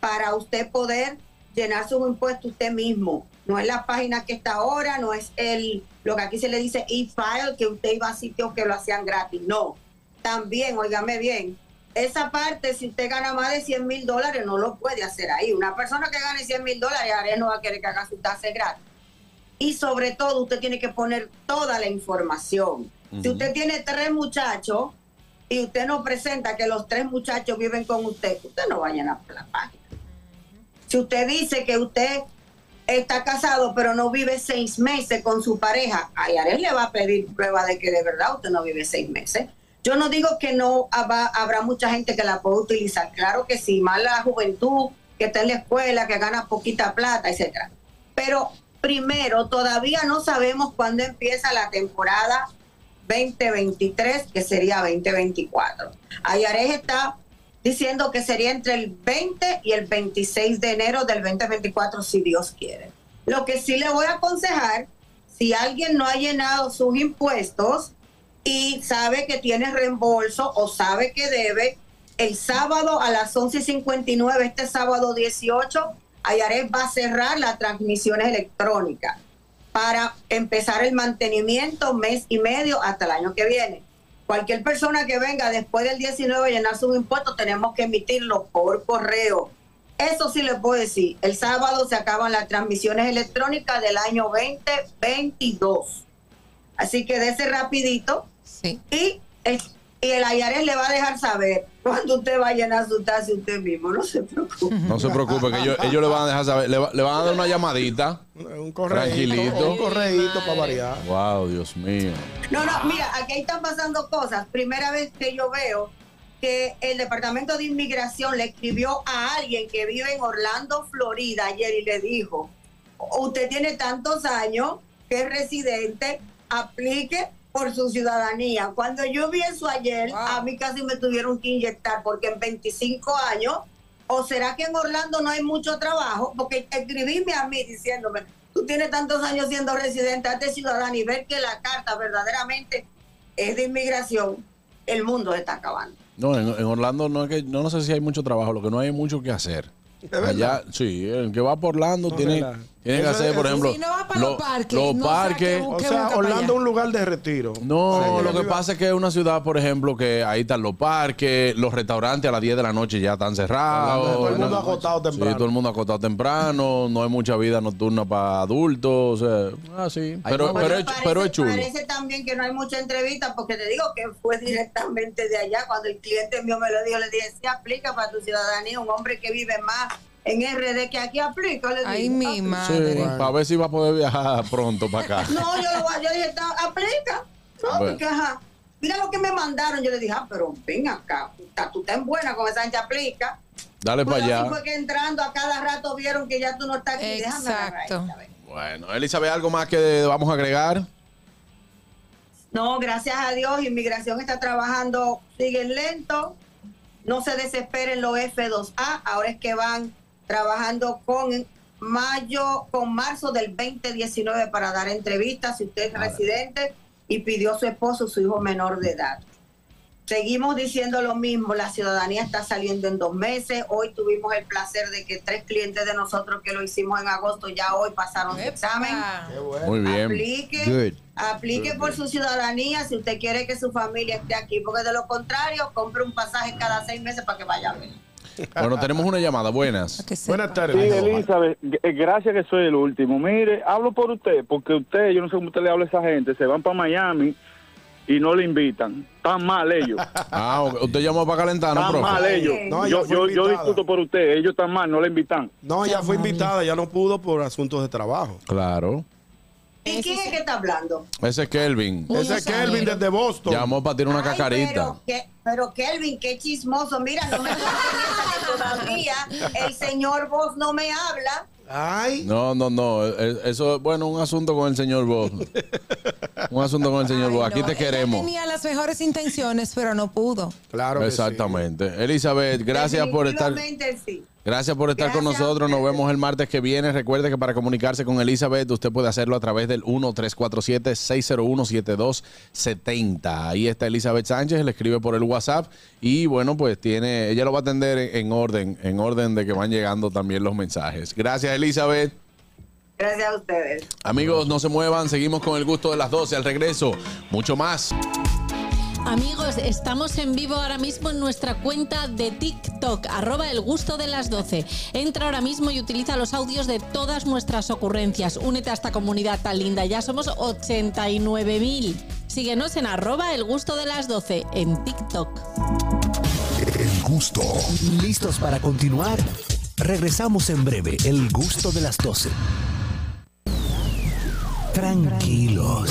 [SPEAKER 14] para usted poder llenar sus impuestos usted mismo. No es la página que está ahora, no es el lo que aquí se le dice e-file, que usted iba a sitios que lo hacían gratis. No, también, óigame bien, esa parte, si usted gana más de 100 mil dólares, no lo puede hacer ahí. Una persona que gane 100 mil dólares, ahora no va a querer que haga su tasa gratis. Y sobre todo, usted tiene que poner toda la información. Si
[SPEAKER 11] Ujú.
[SPEAKER 14] usted tiene tres muchachos y usted nos presenta que los tres muchachos viven con usted, usted no va a llenar la página. Si usted dice que usted está casado pero no vive seis meses con su pareja, Ayares le va a pedir prueba de que de verdad usted no vive seis meses. Yo no digo que no haba- habrá mucha gente que la pueda utilizar, claro que sí, más la juventud que está en la escuela, que gana poquita plata, etcétera. Pero primero, todavía no sabemos cuándo empieza la temporada 2023, que sería 2024. Ayares está diciendo que sería entre el 20 y el 26 de enero del 2024, si Dios quiere. Lo que sí le voy a aconsejar, si alguien no ha llenado sus impuestos y sabe que tiene reembolso o sabe que debe, el sábado a las 11.59, este sábado 18, Ayares va a cerrar las transmisiones electrónicas para empezar el mantenimiento mes y medio hasta el año que viene. Cualquier persona que venga después del 19 a llenar sus impuestos, tenemos que emitirlo por correo. Eso sí les puedo decir. El sábado se acaban las transmisiones electrónicas del año 2022. Así que dése rapidito. Y, el- y el IARES le va a dejar saber cuando usted va a llenar su tasa usted mismo. No se preocupe.
[SPEAKER 4] No se preocupe, que ellos, ellos le van a dejar saber, le, va- le van a dar una llamadita.
[SPEAKER 5] Un
[SPEAKER 4] correo. Tranquilito.
[SPEAKER 5] Un correíto para variar.
[SPEAKER 4] Wow, Dios mío.
[SPEAKER 14] No, no, mira, aquí están pasando cosas. Primera vez que yo veo que el Departamento de Inmigración le escribió a alguien que vive en Orlando, Florida, ayer y le dijo, usted tiene tantos años que es residente, aplique por su ciudadanía. Cuando yo vi eso ayer, a mí casi me tuvieron que inyectar porque en 25 años, o será que en Orlando no hay mucho trabajo, porque escribirme a mí diciéndome, tú tienes tantos años siendo residente, hazte ciudadana y ver que la carta verdaderamente es de inmigración, el mundo se está acabando.
[SPEAKER 4] No, en, en Orlando no es que no, no sé si hay mucho trabajo, lo que no hay es mucho que hacer. Allá, sí, el que va por Orlando tiene,
[SPEAKER 5] relaja.
[SPEAKER 4] tiene que
[SPEAKER 5] Eso
[SPEAKER 4] hacer,
[SPEAKER 5] es-
[SPEAKER 4] por ejemplo,
[SPEAKER 5] Si no va para los parques,
[SPEAKER 4] los
[SPEAKER 5] no
[SPEAKER 4] parques.
[SPEAKER 5] O sea, Orlando es un lugar de retiro.
[SPEAKER 4] No, lo que pasa es que es una ciudad, por ejemplo, que ahí están los parques, los restaurantes a las 10 de la noche ya están cerrados.
[SPEAKER 5] Todo el mundo
[SPEAKER 4] No,
[SPEAKER 5] acotado
[SPEAKER 4] Sí,
[SPEAKER 5] temprano.
[SPEAKER 4] todo el mundo acotado temprano, no hay mucha vida nocturna para adultos. o sea, ah, sí. Pero,
[SPEAKER 14] Bueno,
[SPEAKER 4] pero, es,
[SPEAKER 14] parece-
[SPEAKER 4] pero es chulo.
[SPEAKER 14] Parece también que no hay mucha entrevista, porque te digo que fue directamente de allá. Cuando el cliente mío me lo dijo, le dije, sí, aplica para tu ciudadanía, un hombre que vive más en RD que aquí aplica. Le
[SPEAKER 7] Ay,
[SPEAKER 14] digo,
[SPEAKER 7] mi
[SPEAKER 14] "Ah,
[SPEAKER 7] madre.
[SPEAKER 4] para ver si va a poder viajar pronto para acá.
[SPEAKER 14] No, yo, lo voy a- yo dije, "Está- aplica. No,
[SPEAKER 4] Bueno.
[SPEAKER 14] porque, ajá. Mira lo que me mandaron. Yo le dije, ah, pero ven acá, puta, tú estás en buena con esa gente, aplica.
[SPEAKER 4] Dale para
[SPEAKER 14] Así
[SPEAKER 4] allá.
[SPEAKER 14] fue que entrando a cada rato vieron que ya tú no estás aquí. Déjame agarrar
[SPEAKER 7] Exacto.
[SPEAKER 4] Bueno, Elizabeth, ¿algo más que vamos a agregar?
[SPEAKER 14] No, gracias a Dios, inmigración está trabajando, siguen lento. No se desesperen los F2A, ahora es que van trabajando con mayo, con marzo del 2019 para dar entrevistas si usted es residente y pidió su esposo, su hijo menor de edad. Seguimos diciendo lo mismo, la ciudadanía está saliendo en dos meses. Hoy tuvimos el placer de que tres clientes de nosotros que lo hicimos en agosto ya hoy pasaron su examen.
[SPEAKER 4] Muy bien.
[SPEAKER 14] Aplique, aplique por su ciudadanía si usted quiere que su familia esté aquí, porque de lo contrario, compre un pasaje cada seis meses para que vaya a ver.
[SPEAKER 4] Bueno, tenemos una llamada. Buenas.
[SPEAKER 5] Buenas
[SPEAKER 12] Sí, Elizabeth, g- eh, gracias que soy el último. Mire, hablo por usted, porque usted, yo no sé cómo usted le habla a esa gente, se van para Miami y no le invitan. Están mal ellos.
[SPEAKER 4] Ah, ok. usted llamó para calentarnos,
[SPEAKER 12] Están
[SPEAKER 4] profe.
[SPEAKER 12] mal ellos.
[SPEAKER 5] No, ella
[SPEAKER 12] yo,
[SPEAKER 5] fue
[SPEAKER 12] yo, yo
[SPEAKER 5] invitada.
[SPEAKER 12] discuto por usted, ellos están mal, no le invitan.
[SPEAKER 5] No, ella fue invitada, ya no pudo por asuntos de trabajo.
[SPEAKER 4] Claro.
[SPEAKER 14] ¿Y quién es que está hablando?
[SPEAKER 4] Ese es Kelvin.
[SPEAKER 5] Ese es Kelvin desde Boston.
[SPEAKER 4] Llamó para tirar una
[SPEAKER 14] Ay,
[SPEAKER 4] cacarita.
[SPEAKER 14] Pero, que- pero Kelvin, qué chismoso. Mira, no me cuenten esa que todavía el señor vos no me habla.
[SPEAKER 5] Ay.
[SPEAKER 4] No, no, no. Eh, Eso es, bueno, un asunto con el señor Bo. un asunto con el señor Bo. Aquí te queremos.
[SPEAKER 7] Tenía las mejores intenciones, pero no pudo.
[SPEAKER 5] Claro.
[SPEAKER 4] Exactamente. Elizabeth, gracias por estar.
[SPEAKER 14] Definitivamente sí.
[SPEAKER 4] Gracias por estar con nosotros. Nos vemos el martes que viene. Recuerde que para comunicarse con Elizabeth, usted puede hacerlo a través del 1-347-601-7270. Ahí está Elizabeth Sánchez, le escribe por el WhatsApp. Y bueno, pues tiene, ella lo va a atender en en orden, en orden de que van llegando también los mensajes. Gracias, Elizabeth.
[SPEAKER 14] Gracias a ustedes.
[SPEAKER 4] Amigos, no se muevan. Seguimos con el gusto de las 12. Al regreso, mucho más.
[SPEAKER 9] Amigos, estamos en vivo ahora mismo en nuestra cuenta de TikTok, arroba el gusto de las 12. Entra ahora mismo y utiliza los audios de todas nuestras ocurrencias. Únete a esta comunidad tan linda, ya somos 89.000. Síguenos en arroba el gusto de las 12 en TikTok.
[SPEAKER 1] El gusto. ¿Listos para continuar? Regresamos en breve. El gusto de las 12. Tranquilos.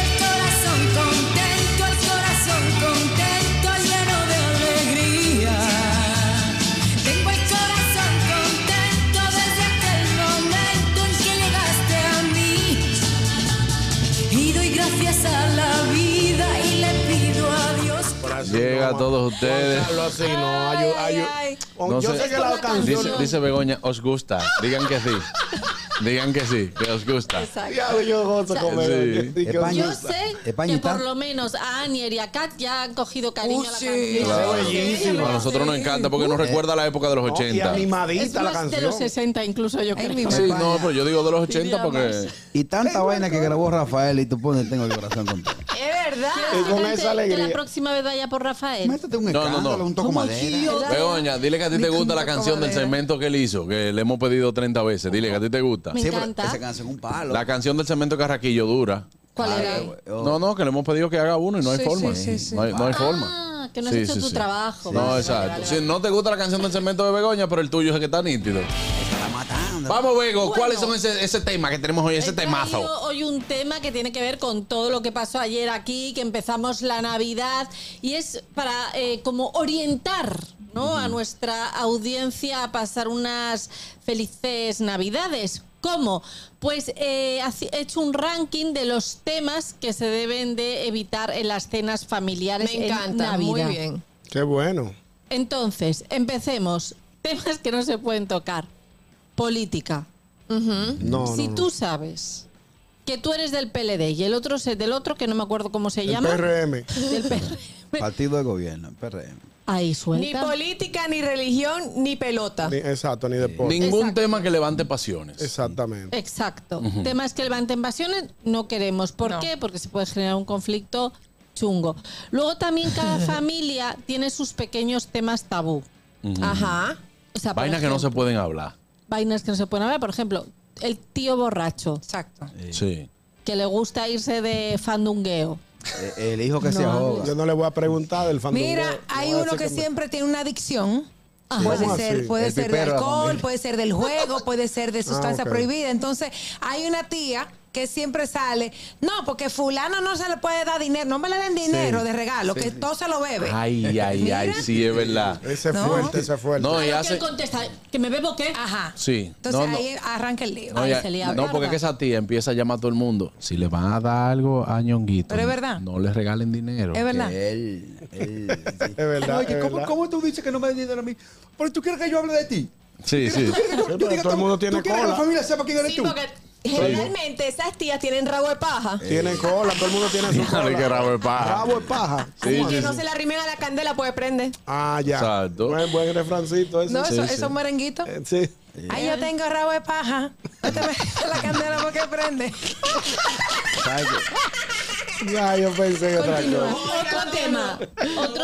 [SPEAKER 3] el corazón contento, el corazón contento, lleno de alegría. Tengo el corazón contento desde aquel momento en que llegaste a mí.
[SPEAKER 15] empieza la vida y le pido a Dios.
[SPEAKER 4] Llega a todos ustedes.
[SPEAKER 5] Juan Carlos, así no, ayu- ayu- Oh,
[SPEAKER 4] No
[SPEAKER 5] Yo
[SPEAKER 4] sé-
[SPEAKER 5] sé que la canción.
[SPEAKER 4] Dice, dice Begoña, os gusta. Digan que sí. Digan que sí, que os gusta.
[SPEAKER 5] Diablo, yo gozo
[SPEAKER 4] Sí.
[SPEAKER 5] con Begoña.
[SPEAKER 4] Sí.
[SPEAKER 5] Sí, que
[SPEAKER 4] España-
[SPEAKER 5] gozo.
[SPEAKER 9] Yo sé que
[SPEAKER 4] Españita.
[SPEAKER 9] por lo menos a Anier y a Kat ya han cogido cariño a Uh, la canción.
[SPEAKER 4] Claro.
[SPEAKER 5] bellísimo.
[SPEAKER 4] A nosotros nos encanta porque nos recuerda la época de los 80.
[SPEAKER 9] es más de los 60 incluso yo creo.
[SPEAKER 4] Sí, no, pero yo digo de los 80 porque.
[SPEAKER 6] Y tanta vaina que grabó Rafael y tú pones, tengo el corazón contigo.
[SPEAKER 9] Es verdad.
[SPEAKER 6] Y con esa
[SPEAKER 9] que la
[SPEAKER 6] alegría.
[SPEAKER 9] próxima vez vaya por Rafael.
[SPEAKER 6] Métete un
[SPEAKER 4] No, no, no.
[SPEAKER 6] un toco madera.
[SPEAKER 4] Begoña, dile que a ti te gusta la canción del segmento que él hizo, que le hemos pedido 30 veces. Dile que a ti te gusta.
[SPEAKER 6] Sí, pero Esa canción es un palo.
[SPEAKER 4] La canción del cemento Carraquillo dura.
[SPEAKER 9] ¿Cuál era?
[SPEAKER 4] No, no, que le hemos pedido que haga uno y no hay
[SPEAKER 9] Sí,
[SPEAKER 4] forma.
[SPEAKER 9] sí, sí, sí.
[SPEAKER 4] No hay, no hay
[SPEAKER 9] Ah,
[SPEAKER 4] forma.
[SPEAKER 9] que no has hecho tu trabajo.
[SPEAKER 4] No,
[SPEAKER 9] Vale, vale,
[SPEAKER 4] exacto.
[SPEAKER 9] vale,
[SPEAKER 4] Si no te gusta la canción del cemento de Begoña, pero el tuyo es el que está nítido. Vamos, Bego, ¿cuáles son ese, ese tema que tenemos hoy? Ese
[SPEAKER 9] traído
[SPEAKER 4] temazo.
[SPEAKER 9] hoy un tema que tiene que ver con todo lo que pasó ayer aquí, que empezamos la Navidad y es para eh, como orientar ¿no? a nuestra audiencia a pasar unas felices Navidades. ¿Cómo? Pues eh, haci- he hecho un ranking de los temas que se deben de evitar en las cenas familiares
[SPEAKER 8] Me
[SPEAKER 9] en
[SPEAKER 8] encanta,
[SPEAKER 9] Navidad.
[SPEAKER 8] muy bien.
[SPEAKER 5] Qué bueno.
[SPEAKER 9] Entonces, empecemos. Temas que no se pueden tocar. Política.
[SPEAKER 5] No,
[SPEAKER 9] si
[SPEAKER 5] no, no.
[SPEAKER 9] tú sabes que tú eres del PLD y el otro es del otro, que no me acuerdo cómo se
[SPEAKER 6] Del
[SPEAKER 9] llama.
[SPEAKER 6] PRM.
[SPEAKER 9] Del PRM.
[SPEAKER 6] Partido de gobierno, el PRM.
[SPEAKER 9] Ahí
[SPEAKER 8] Ni política, ni religión, ni pelota.
[SPEAKER 5] Ni- exacto, ni deporte.
[SPEAKER 4] Ningún tema que levante pasiones.
[SPEAKER 5] Exactamente.
[SPEAKER 9] Exacto.
[SPEAKER 4] Ujú.
[SPEAKER 9] Temas que levanten pasiones no queremos. ¿Por qué? Porque se puede generar un conflicto chungo. Luego también cada familia tiene sus pequeños temas tabú.
[SPEAKER 4] Ujú.
[SPEAKER 9] Ajá. O sea, por
[SPEAKER 4] Vainas que no se
[SPEAKER 9] ejemplo,
[SPEAKER 4] pueden hablar.
[SPEAKER 9] Vainas que no se pueden hablar. Por ejemplo, el tío borracho. Exacto.
[SPEAKER 4] Sí.
[SPEAKER 9] que le gusta irse de fandungueo.
[SPEAKER 6] Eh, El hijo que se
[SPEAKER 9] No,
[SPEAKER 6] ahoga.
[SPEAKER 5] Yo no le voy a preguntar del fandom.
[SPEAKER 7] Mira, hay uno que siempre tiene una adicción.
[SPEAKER 5] Ajá.
[SPEAKER 7] Puede
[SPEAKER 5] ¿Cómo
[SPEAKER 7] ser,
[SPEAKER 5] así?
[SPEAKER 7] puede
[SPEAKER 5] El
[SPEAKER 7] ser de
[SPEAKER 5] pipero de la
[SPEAKER 7] alcohol,
[SPEAKER 5] familia.
[SPEAKER 7] puede ser del juego, puede ser de sustancia
[SPEAKER 5] ok.
[SPEAKER 7] prohibida. Entonces, hay una tía que siempre sale, no, porque fulano no se le puede dar dinero, no me le den dinero de regalo,
[SPEAKER 4] Sí,
[SPEAKER 7] que
[SPEAKER 4] sí.
[SPEAKER 7] todo se lo bebe.
[SPEAKER 4] Ay, ay, ay, sí, es verdad.
[SPEAKER 5] Ese es fuerte, ese es fuerte.
[SPEAKER 4] No, y
[SPEAKER 9] Claro
[SPEAKER 4] hace.
[SPEAKER 9] que él contesta, ¿que me bebo qué? Ajá.
[SPEAKER 4] Sí.
[SPEAKER 7] Entonces
[SPEAKER 4] no, no.
[SPEAKER 7] ahí arranca el lío.
[SPEAKER 4] No,
[SPEAKER 7] Ahí
[SPEAKER 4] ya-
[SPEAKER 7] se lía
[SPEAKER 4] no, porque es que
[SPEAKER 7] parda.
[SPEAKER 4] esa tía empieza a llamar a todo el mundo. Si le van a dar algo a Ñonguito,
[SPEAKER 7] Pero es verdad.
[SPEAKER 4] no le regalen dinero.
[SPEAKER 7] Es verdad.
[SPEAKER 4] Que
[SPEAKER 6] Él, él,
[SPEAKER 5] Es verdad.
[SPEAKER 16] Oye,
[SPEAKER 5] es
[SPEAKER 16] ¿cómo,
[SPEAKER 5] verdad.
[SPEAKER 16] cómo tú dices que no me has dinero a mí? Pero tú quieres que yo hable de ti.
[SPEAKER 4] Sí,
[SPEAKER 16] ¿Tú
[SPEAKER 4] sí.
[SPEAKER 16] quieres que yo- yo
[SPEAKER 5] pero
[SPEAKER 16] diga
[SPEAKER 5] todo el mundo tiene
[SPEAKER 16] ¿Tú quieres que
[SPEAKER 5] cola.
[SPEAKER 16] la familia sepa quién eres
[SPEAKER 8] Sí,
[SPEAKER 16] tú?
[SPEAKER 8] porque generalmente esas tías tienen rabo de paja.
[SPEAKER 6] Eh.
[SPEAKER 5] Tienen cola, todo el mundo tiene su cola.
[SPEAKER 4] Ay, qué rabo de paja.
[SPEAKER 5] Rabo de paja.
[SPEAKER 4] Sí,
[SPEAKER 8] que
[SPEAKER 4] sí,
[SPEAKER 8] no
[SPEAKER 4] sí.
[SPEAKER 8] se la arrimen a la candela, pues prende.
[SPEAKER 5] Ah, ya.
[SPEAKER 4] Exacto.
[SPEAKER 5] Buen, buen refrancito ese.
[SPEAKER 7] No, eso, eso es merenguito.
[SPEAKER 5] Eh, Sí.
[SPEAKER 7] Ay, yo tengo rabo de paja. No te me- la candela porque prende.
[SPEAKER 6] ¿sabes qué?
[SPEAKER 5] Ya, yo pensé que otra cosa.
[SPEAKER 9] Otro tema. Otro,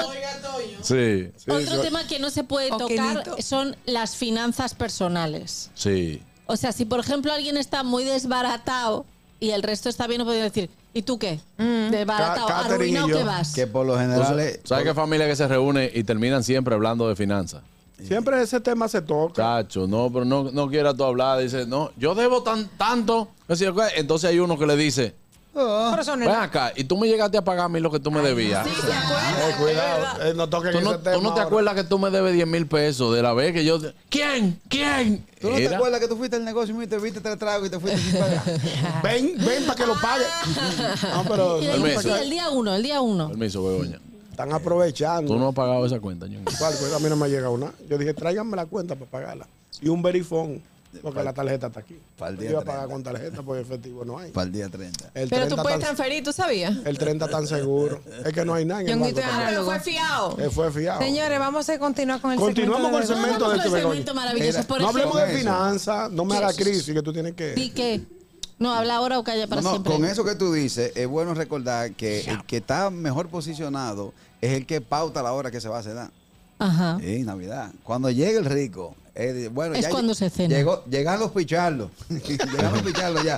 [SPEAKER 4] Sí,
[SPEAKER 9] otro tema que no se puede tocar son las finanzas personales.
[SPEAKER 4] sí.
[SPEAKER 9] O sea, si por ejemplo alguien está muy desbaratado y el resto está bien, no puede decir, ¿y tú qué?
[SPEAKER 7] Mm.
[SPEAKER 9] Desbaratado,
[SPEAKER 5] Ca- Catherine y
[SPEAKER 9] arruinado
[SPEAKER 5] yo.
[SPEAKER 9] que vas.
[SPEAKER 6] Que por lo
[SPEAKER 4] Entonces,
[SPEAKER 6] general es-
[SPEAKER 4] ¿Sabes qué familia que se reúne y terminan siempre hablando de finanzas?
[SPEAKER 5] Siempre ese tema se toca.
[SPEAKER 4] Chacho, no, pero no, no quiera tú hablar. Dice, no, yo debo tan, tanto. No sé qué. Entonces hay uno que le dice,
[SPEAKER 7] Pero son
[SPEAKER 4] ven
[SPEAKER 6] Ah.
[SPEAKER 4] acá, y tú me llegaste a pagar a mí lo que tú me debías.
[SPEAKER 5] Eh, cuidado, eh, no toquen
[SPEAKER 4] Tú no,
[SPEAKER 5] ese
[SPEAKER 4] tú
[SPEAKER 5] tema.
[SPEAKER 4] no te
[SPEAKER 5] ahora.
[SPEAKER 4] acuerdas que tú me debes 10 mil pesos de la vez que yo... te- ¿Quién? ¿Quién?
[SPEAKER 6] ¿Tú no te
[SPEAKER 4] Era.
[SPEAKER 6] acuerdas que tú fuiste al negocio y te viste tres tragos y te fuiste sin pagar?
[SPEAKER 5] Ven, ven para que lo pague. No, pero
[SPEAKER 9] Ah. Y le digo,
[SPEAKER 4] Permiso.
[SPEAKER 9] sí, el día uno, el día uno.
[SPEAKER 4] Permiso, Begoña.
[SPEAKER 5] están aprovechando.
[SPEAKER 4] Tú no has pagado esa cuenta, Ñonguito.
[SPEAKER 5] ¿Cuál? Pues a mí no me ha llegado una. Yo dije, tráiganme la cuenta para pagarla. Y un verifón, porque la tarjeta está aquí.
[SPEAKER 6] Para el
[SPEAKER 5] Yo
[SPEAKER 6] día
[SPEAKER 5] iba a pagar
[SPEAKER 6] 30.
[SPEAKER 5] con tarjeta porque efectivo no hay.
[SPEAKER 6] Para el día 30.
[SPEAKER 5] El
[SPEAKER 8] Pero tú
[SPEAKER 5] 30
[SPEAKER 8] puedes
[SPEAKER 5] tan-
[SPEAKER 8] transferir, ¿tú sabías?
[SPEAKER 5] El 30 tan seguro. Es que no hay nada en el
[SPEAKER 7] Ñonguito
[SPEAKER 5] banco.
[SPEAKER 7] es
[SPEAKER 5] tampoco.
[SPEAKER 8] Pero fue fiado.
[SPEAKER 5] Eh, Fue fiado.
[SPEAKER 7] Señores, vamos a continuar con el
[SPEAKER 5] Continuamos con el segmento
[SPEAKER 9] Vamos
[SPEAKER 5] de
[SPEAKER 9] con el
[SPEAKER 5] este
[SPEAKER 9] segmento maravilloso,
[SPEAKER 5] Mira,
[SPEAKER 9] por
[SPEAKER 5] No hablemos de
[SPEAKER 9] ejemplo.
[SPEAKER 5] finanzas, no me haga
[SPEAKER 9] Sí.
[SPEAKER 5] crisis que tú tienes que...
[SPEAKER 9] Di que. No, habla ahora o calla para
[SPEAKER 6] No, no,
[SPEAKER 9] siempre.
[SPEAKER 6] con eso que tú dices, es bueno recordar que el que está mejor posicionado es el que pauta la hora que se va a cenar.
[SPEAKER 9] Ajá.
[SPEAKER 6] Sí, Navidad. Cuando llega el rico, eh, di- bueno,
[SPEAKER 9] Ah. Es
[SPEAKER 6] ya
[SPEAKER 9] cuando
[SPEAKER 6] lle-
[SPEAKER 9] se cena.
[SPEAKER 6] Llegó, llegan los picharlos. llegan los picharlos ya.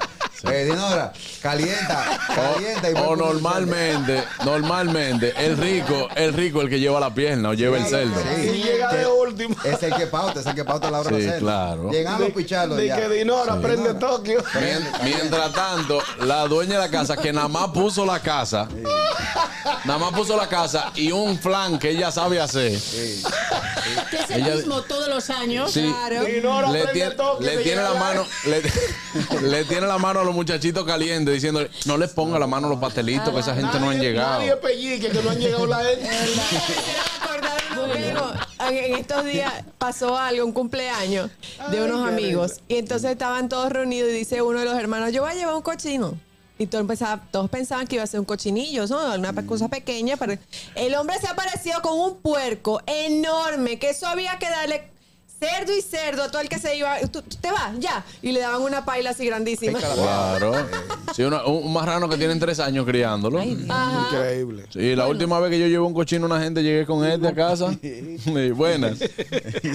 [SPEAKER 6] Eh, Dinora, calienta, calienta. y
[SPEAKER 4] O,
[SPEAKER 6] voy
[SPEAKER 4] o
[SPEAKER 6] con un
[SPEAKER 4] normalmente, normalmente, el rico, el rico el que lleva la pierna o lleva el cerdo.
[SPEAKER 6] Sí,
[SPEAKER 5] Y Ah, llega de
[SPEAKER 6] que
[SPEAKER 5] último.
[SPEAKER 6] Es el que pauta, es el que pauta la hora de
[SPEAKER 4] Sí,
[SPEAKER 6] la cena.
[SPEAKER 4] claro.
[SPEAKER 6] Llegan los picharlos
[SPEAKER 5] De
[SPEAKER 6] ya.
[SPEAKER 5] que Dinora
[SPEAKER 6] Sí.
[SPEAKER 5] prende Tokio.
[SPEAKER 4] Mien- Mientras tanto, la dueña de la casa, que nada más puso la casa, nada más puso la casa y un flan que ella sabe hacer.
[SPEAKER 6] Sí.
[SPEAKER 9] Que es el
[SPEAKER 4] Ella-
[SPEAKER 9] mismo todos los años.
[SPEAKER 4] Sí.
[SPEAKER 9] Claro.
[SPEAKER 5] Dinora
[SPEAKER 4] Le
[SPEAKER 5] prende
[SPEAKER 4] tiene,
[SPEAKER 5] Tokio.
[SPEAKER 4] le
[SPEAKER 5] se
[SPEAKER 4] tiene
[SPEAKER 5] llega
[SPEAKER 4] la
[SPEAKER 5] ya.
[SPEAKER 4] mano, le, le tiene la mano a los los muchachitos calientes diciéndole, no les ponga la mano a los pastelitos, que esa gente no han llegado.
[SPEAKER 17] Nadie pellique que no han llegado la
[SPEAKER 8] Bueno, en estos días pasó algo, un cumpleaños de unos
[SPEAKER 17] Ay, qué
[SPEAKER 8] amigos. Y entonces estaban todos reunidos y dice uno de los hermanos, yo voy a llevar un cochino. Y todo empezaba- todos pensaban que iba a ser un cochinillo, ¿no? Una pe- cosa pequeña. Pero el hombre se ha aparecido con un puerco enorme, que eso había que darle cerdo y cerdo a todo el que se iba. Tú, tú te vas, ya. Y le daban una paila así grandísima.
[SPEAKER 4] Claro. Sí, una- un, un marrano que tienen tres años criándolo.
[SPEAKER 8] Ajá.
[SPEAKER 4] Increíble. Sí, la última vez que yo llevé un cochino a una gente, llegué con él de a casa. Y buenas.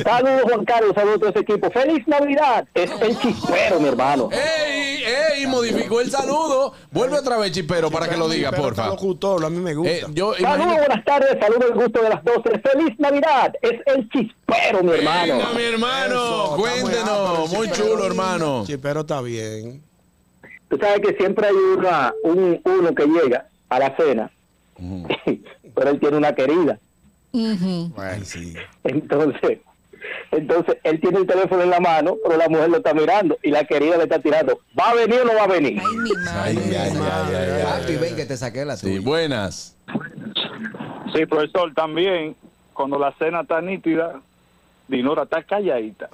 [SPEAKER 18] Saludos, Juan Carlos. Saludos a todo ese equipo. ¡Feliz Navidad! Es el chispero, mi hermano.
[SPEAKER 4] ¡Ey! ¡Ey! Modificó el saludo. Vuelve otra vez, Chipero, para que lo diga, porfa.
[SPEAKER 5] a mí me
[SPEAKER 4] gusta. yo
[SPEAKER 18] Eh, Saludos,
[SPEAKER 4] imagino-
[SPEAKER 18] buenas tardes. Saludos, el gusto de las 12. ¡Feliz Navidad! Es el chispero, mi hermano.
[SPEAKER 4] Venga, mi hermano, cuéntenos. Muy chulo, hermano.
[SPEAKER 5] Chipero está bien.
[SPEAKER 18] Tú sabes que siempre hay una, un, uno que llega a la cena, pero él tiene una querida. Entonces, entonces él tiene el teléfono en la mano, pero la mujer lo está mirando y la querida le está tirando. ¿Va a venir o no va a venir?
[SPEAKER 6] Papi, ven que te saqué la tuya.
[SPEAKER 4] buenas.
[SPEAKER 19] Sí, profesor, también cuando la cena está nítida, Dinora está calladita.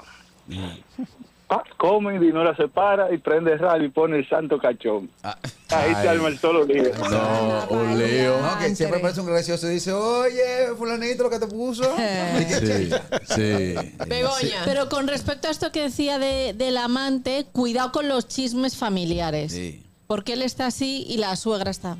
[SPEAKER 19] Pa, come y Dinora se para y prende el radio y pone el santo cachón. Ahí se
[SPEAKER 6] Ay.
[SPEAKER 19] arma el solo lío.
[SPEAKER 4] No, un Ah,
[SPEAKER 6] No, que siempre parece un gracioso y dice, oye, fulanito, lo que te puso.
[SPEAKER 4] Sí, sí.
[SPEAKER 9] Begoña. Pero con respecto a esto que decía de- del amante, cuidado con los chismes familiares. Porque él está así y la suegra está.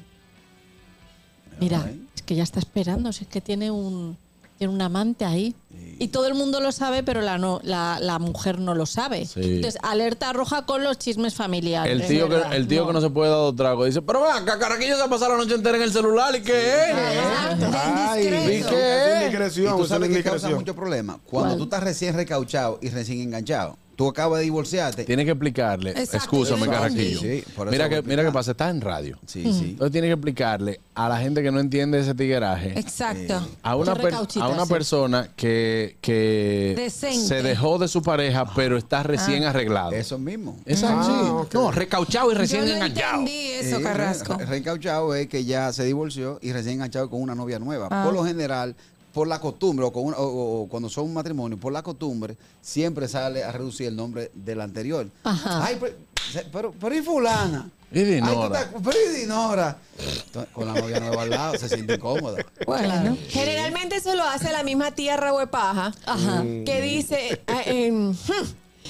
[SPEAKER 9] Mira, es que ya está esperando, si es que tiene un, tiene un amante ahí. Y todo el mundo lo sabe, pero la, no, la, la mujer no lo sabe.
[SPEAKER 4] Sí.
[SPEAKER 9] Entonces, alerta roja con los chismes familiares.
[SPEAKER 4] El tío, que, el tío que no se puede dar dos tragos dice, pero va, cacaraquillo se ha pasado la noche entera en el celular y qué es.
[SPEAKER 6] Ay,
[SPEAKER 4] ¿Y qué es?
[SPEAKER 6] ¿Y tú
[SPEAKER 4] es
[SPEAKER 6] sabes que causa
[SPEAKER 4] indiscreción.
[SPEAKER 6] mucho problema? Cuando
[SPEAKER 4] ¿Cuál?
[SPEAKER 6] tú estás recién recauchado y recién enganchado, tú acabas de divorciarte.
[SPEAKER 4] Tienes que explicarle. Excúsame, Carraquillo. Eh, mira que, mira que pasa, está en radio.
[SPEAKER 6] Sí, sí.
[SPEAKER 4] Entonces tienes que explicarle a la gente que no entiende ese tigueraje.
[SPEAKER 7] Exacto.
[SPEAKER 6] Eh,
[SPEAKER 4] Eh, A una,
[SPEAKER 7] Yo
[SPEAKER 4] per-
[SPEAKER 7] recauchita,
[SPEAKER 4] a una
[SPEAKER 7] sí.
[SPEAKER 4] persona que, que
[SPEAKER 7] Decente.
[SPEAKER 4] se dejó de su pareja, pero está recién
[SPEAKER 7] Ah.
[SPEAKER 4] arreglado.
[SPEAKER 6] Eso mismo.
[SPEAKER 4] Exacto.
[SPEAKER 6] Ah,
[SPEAKER 4] sí. No, recauchado y recién enganchado.
[SPEAKER 6] Eh, re- re- Reencauchado es que ya se divorció y recién enganchado con una novia nueva.
[SPEAKER 4] Ah.
[SPEAKER 6] Por lo general, por la costumbre, o, con una- o- o- o cuando son un matrimonio, por la costumbre, siempre sale a reducir el nombre del anterior. Ay, pero, pero, pero y fulana.
[SPEAKER 4] Y Dinora.
[SPEAKER 6] Ay, tú te- pero y Dinora. Entonces, con la novia nueva al lado, se siente incómoda.
[SPEAKER 8] Claro. Generalmente eso lo hace la misma tía Raúl Paja,
[SPEAKER 6] Mm.
[SPEAKER 8] que dice, ah, em, hmm,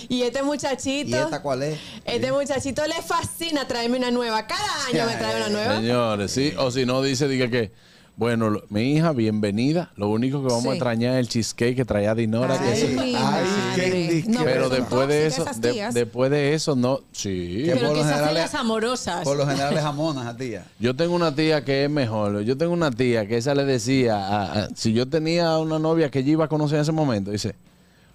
[SPEAKER 8] y este muchachito,
[SPEAKER 6] ¿Y esta cuál
[SPEAKER 10] eh,
[SPEAKER 6] es?
[SPEAKER 8] este muchachito le fascina traerme una nueva, cada año me trae una nueva.
[SPEAKER 4] Señores, sí. O si no, dice, diga que. Bueno, lo- mi hija, bienvenida. Lo único que vamos
[SPEAKER 8] Sí.
[SPEAKER 4] a extrañar es el cheesecake que traía Dinora. que eso-
[SPEAKER 7] mi
[SPEAKER 4] Ay,
[SPEAKER 7] madre.
[SPEAKER 4] qué-
[SPEAKER 7] No,
[SPEAKER 4] pero
[SPEAKER 7] pero son
[SPEAKER 4] después de eso,
[SPEAKER 7] tóxicas esas
[SPEAKER 4] de-
[SPEAKER 7] tías.
[SPEAKER 4] después de eso, no. Sí.
[SPEAKER 9] Pero que se hacen las amorosas.
[SPEAKER 6] Por lo general es amonas a tía.
[SPEAKER 4] Yo tengo una tía que es mejor. Yo tengo una tía que esa le decía, a- a- si yo tenía una novia que ella iba a conocer en ese momento, dice,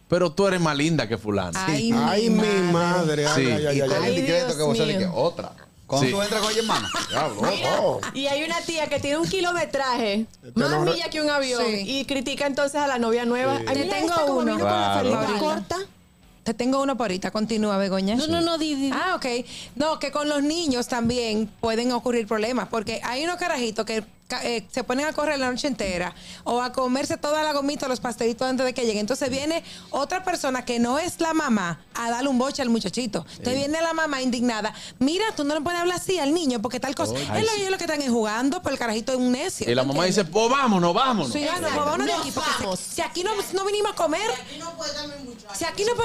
[SPEAKER 4] pero tú eres más linda que fulano.
[SPEAKER 5] Ay, Ay, mi mi madre. madre. Ay, ay, ay,
[SPEAKER 6] Y
[SPEAKER 5] ay,
[SPEAKER 6] con
[SPEAKER 5] ay.
[SPEAKER 6] el
[SPEAKER 5] Ay,
[SPEAKER 6] decreto que
[SPEAKER 5] Dios
[SPEAKER 6] vos sabes que
[SPEAKER 5] mío.
[SPEAKER 6] otra. Cuando
[SPEAKER 4] Sí.
[SPEAKER 6] tú entras con ella, hermana. Diablo, oh.
[SPEAKER 8] Y hay una tía que tiene un kilometraje, más
[SPEAKER 6] no re-
[SPEAKER 8] milla que un avión, y critica entonces a la novia nueva.
[SPEAKER 7] Sí.
[SPEAKER 8] Ay,
[SPEAKER 7] Te
[SPEAKER 8] mira,
[SPEAKER 7] tengo
[SPEAKER 8] esta como
[SPEAKER 7] uno.
[SPEAKER 8] vino con la
[SPEAKER 4] Claro.
[SPEAKER 8] faldita corta.
[SPEAKER 7] Te tengo uno por ahorita, continúa, Begoña.
[SPEAKER 9] No, no, no, di,
[SPEAKER 7] Ah, ok. No, que con los niños también pueden ocurrir problemas, porque hay unos carajitos que ca- eh, se ponen a correr la noche entera o a comerse toda la gomita, los pastelitos antes de que lleguen. Entonces viene otra persona que no es la mamá a darle un boche al muchachito. Te viene la mamá indignada. Mira, tú no le puedes hablar así al niño porque tal cosa.
[SPEAKER 4] Oye.
[SPEAKER 7] Es
[SPEAKER 4] Ay,
[SPEAKER 7] lo
[SPEAKER 4] sí.
[SPEAKER 7] ellos lo que están es jugando, pero el carajito es un necio.
[SPEAKER 4] Y la mamá dice, pues vámonos, vámonos.
[SPEAKER 7] Sí, ya, no, pues vámonos de aquí, porque si- si aquí no, no vinimos a comer, si aquí no puede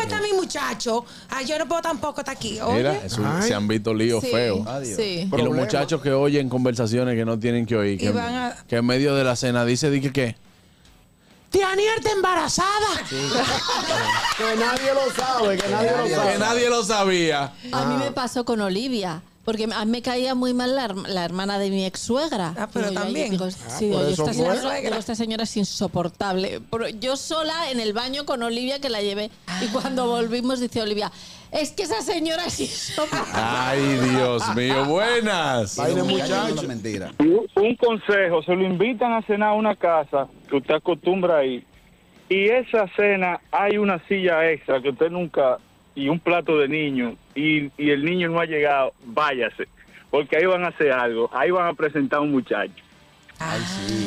[SPEAKER 7] estar mi muchacho, ay, yo no puedo tampoco estar aquí. Oye.
[SPEAKER 4] Mira, es un-
[SPEAKER 7] Ay.
[SPEAKER 4] se han visto líos
[SPEAKER 7] Sí,
[SPEAKER 4] feos.
[SPEAKER 7] Adiós. sí.
[SPEAKER 4] Y los
[SPEAKER 7] Problema.
[SPEAKER 4] muchachos que oyen conversaciones que no tienen que oír. Que,
[SPEAKER 7] Y van a-
[SPEAKER 4] que en medio de la cena dice, di que qué.
[SPEAKER 3] Tía Anier está embarazada.
[SPEAKER 17] Que nadie lo sabe, que nadie lo sabe.
[SPEAKER 4] Que nadie lo sabía.
[SPEAKER 9] A mí me
[SPEAKER 7] Ah.
[SPEAKER 9] pasó con Olivia. Porque a mí me caía muy mal la, her- la hermana de mi ex suegra. Ah,
[SPEAKER 7] pero también.
[SPEAKER 9] Digo,
[SPEAKER 7] Ah,
[SPEAKER 9] sí, digo,
[SPEAKER 7] por
[SPEAKER 9] yo,
[SPEAKER 7] eso
[SPEAKER 9] esta
[SPEAKER 7] fue.
[SPEAKER 9] señora, digo, esta señora es insoportable. Pero yo sola en el baño con Olivia que la llevé. Y
[SPEAKER 7] Ah.
[SPEAKER 9] cuando volvimos dice Olivia, es que esa señora es insoportable.
[SPEAKER 4] Ay, Dios mío, buenas.
[SPEAKER 6] mentira.
[SPEAKER 19] Un un consejo, se lo invitan a cenar a una casa que usted acostumbra a ir. Y esa cena hay una silla extra que usted nunca y un plato de niño y, y el niño no ha llegado, váyase, porque ahí van a hacer algo, ahí van a presentar un muchacho.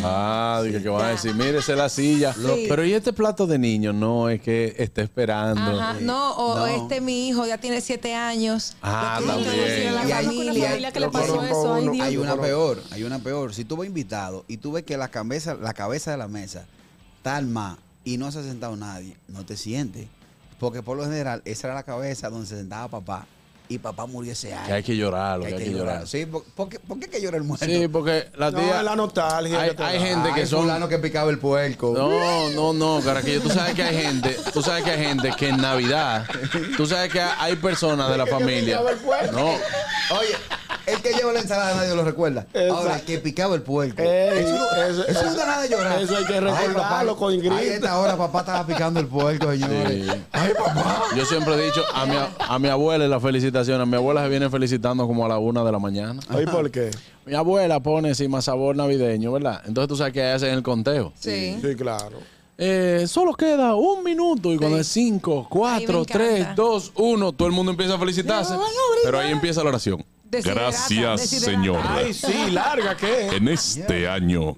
[SPEAKER 4] Ah, dije que van a decir, mírese la silla.
[SPEAKER 7] Sí.
[SPEAKER 4] Pero y este plato de niño, no, es que está esperando.
[SPEAKER 7] Ajá, no, o o este mi hijo ya tiene siete años.
[SPEAKER 4] Ah,
[SPEAKER 7] Lo tiene que decir a la
[SPEAKER 4] también.
[SPEAKER 6] Y hay-
[SPEAKER 7] familia.
[SPEAKER 6] y hay-
[SPEAKER 7] que le pasó eso, ay, Dios.
[SPEAKER 6] Hay una peor, hay una peor. Si tú vas invitado y tú ves que la cabeza, la cabeza de la mesa está al más y no se ha sentado nadie, no te sientes. Porque por lo general, esa era la cabeza donde se sentaba papá. Y papá murió ese año.
[SPEAKER 4] Que hay que llorarlo, que hay que llorar.
[SPEAKER 6] Sí, por, por qué- por qué que llora el muerto?
[SPEAKER 4] Sí, porque la
[SPEAKER 6] No,
[SPEAKER 4] tía.
[SPEAKER 6] la nostalgia
[SPEAKER 4] Hay,
[SPEAKER 6] que te
[SPEAKER 4] hay
[SPEAKER 6] da.
[SPEAKER 4] gente que
[SPEAKER 6] Ay,
[SPEAKER 4] son.
[SPEAKER 6] fulano que picaba el puerco.
[SPEAKER 4] No, no, no, caraquillo. Tú sabes que hay gente. Tú sabes que hay gente que en Navidad. Tú sabes que hay personas de la familia. No.
[SPEAKER 6] Oye, el que lleva la ensalada nadie lo recuerda. Ahora, el que picaba el puerco. eso, no-
[SPEAKER 5] eso-
[SPEAKER 6] eso no da nada de llorar.
[SPEAKER 5] eso hay que
[SPEAKER 6] Ay, papá,
[SPEAKER 5] recordarlo con grito.
[SPEAKER 6] Ay, esta hora papá estaba picando el puerco, señores. Ay, papá.
[SPEAKER 4] Yo siempre he dicho a mi, a mi abuela y las felicitaciones. Mi abuela se viene felicitando como a la una de la mañana.
[SPEAKER 5] ¿Y por qué?
[SPEAKER 4] Mi abuela pone encima sabor navideño, ¿verdad? Entonces tú sabes que hacen el conteo.
[SPEAKER 5] Sí. Sí, claro.
[SPEAKER 4] Eh, solo queda un minuto y cuando es 5,
[SPEAKER 7] Ay, me
[SPEAKER 4] 4,
[SPEAKER 7] encanta.
[SPEAKER 4] 3, 2, 1, todo el mundo empieza a felicitarse.
[SPEAKER 7] No, no,
[SPEAKER 4] pero ahí empieza la oración.
[SPEAKER 7] Deshidrata,
[SPEAKER 20] Gracias,
[SPEAKER 7] deshidrata.
[SPEAKER 20] Señor.
[SPEAKER 7] Ay, sí, larga, ¿qué?
[SPEAKER 20] En este año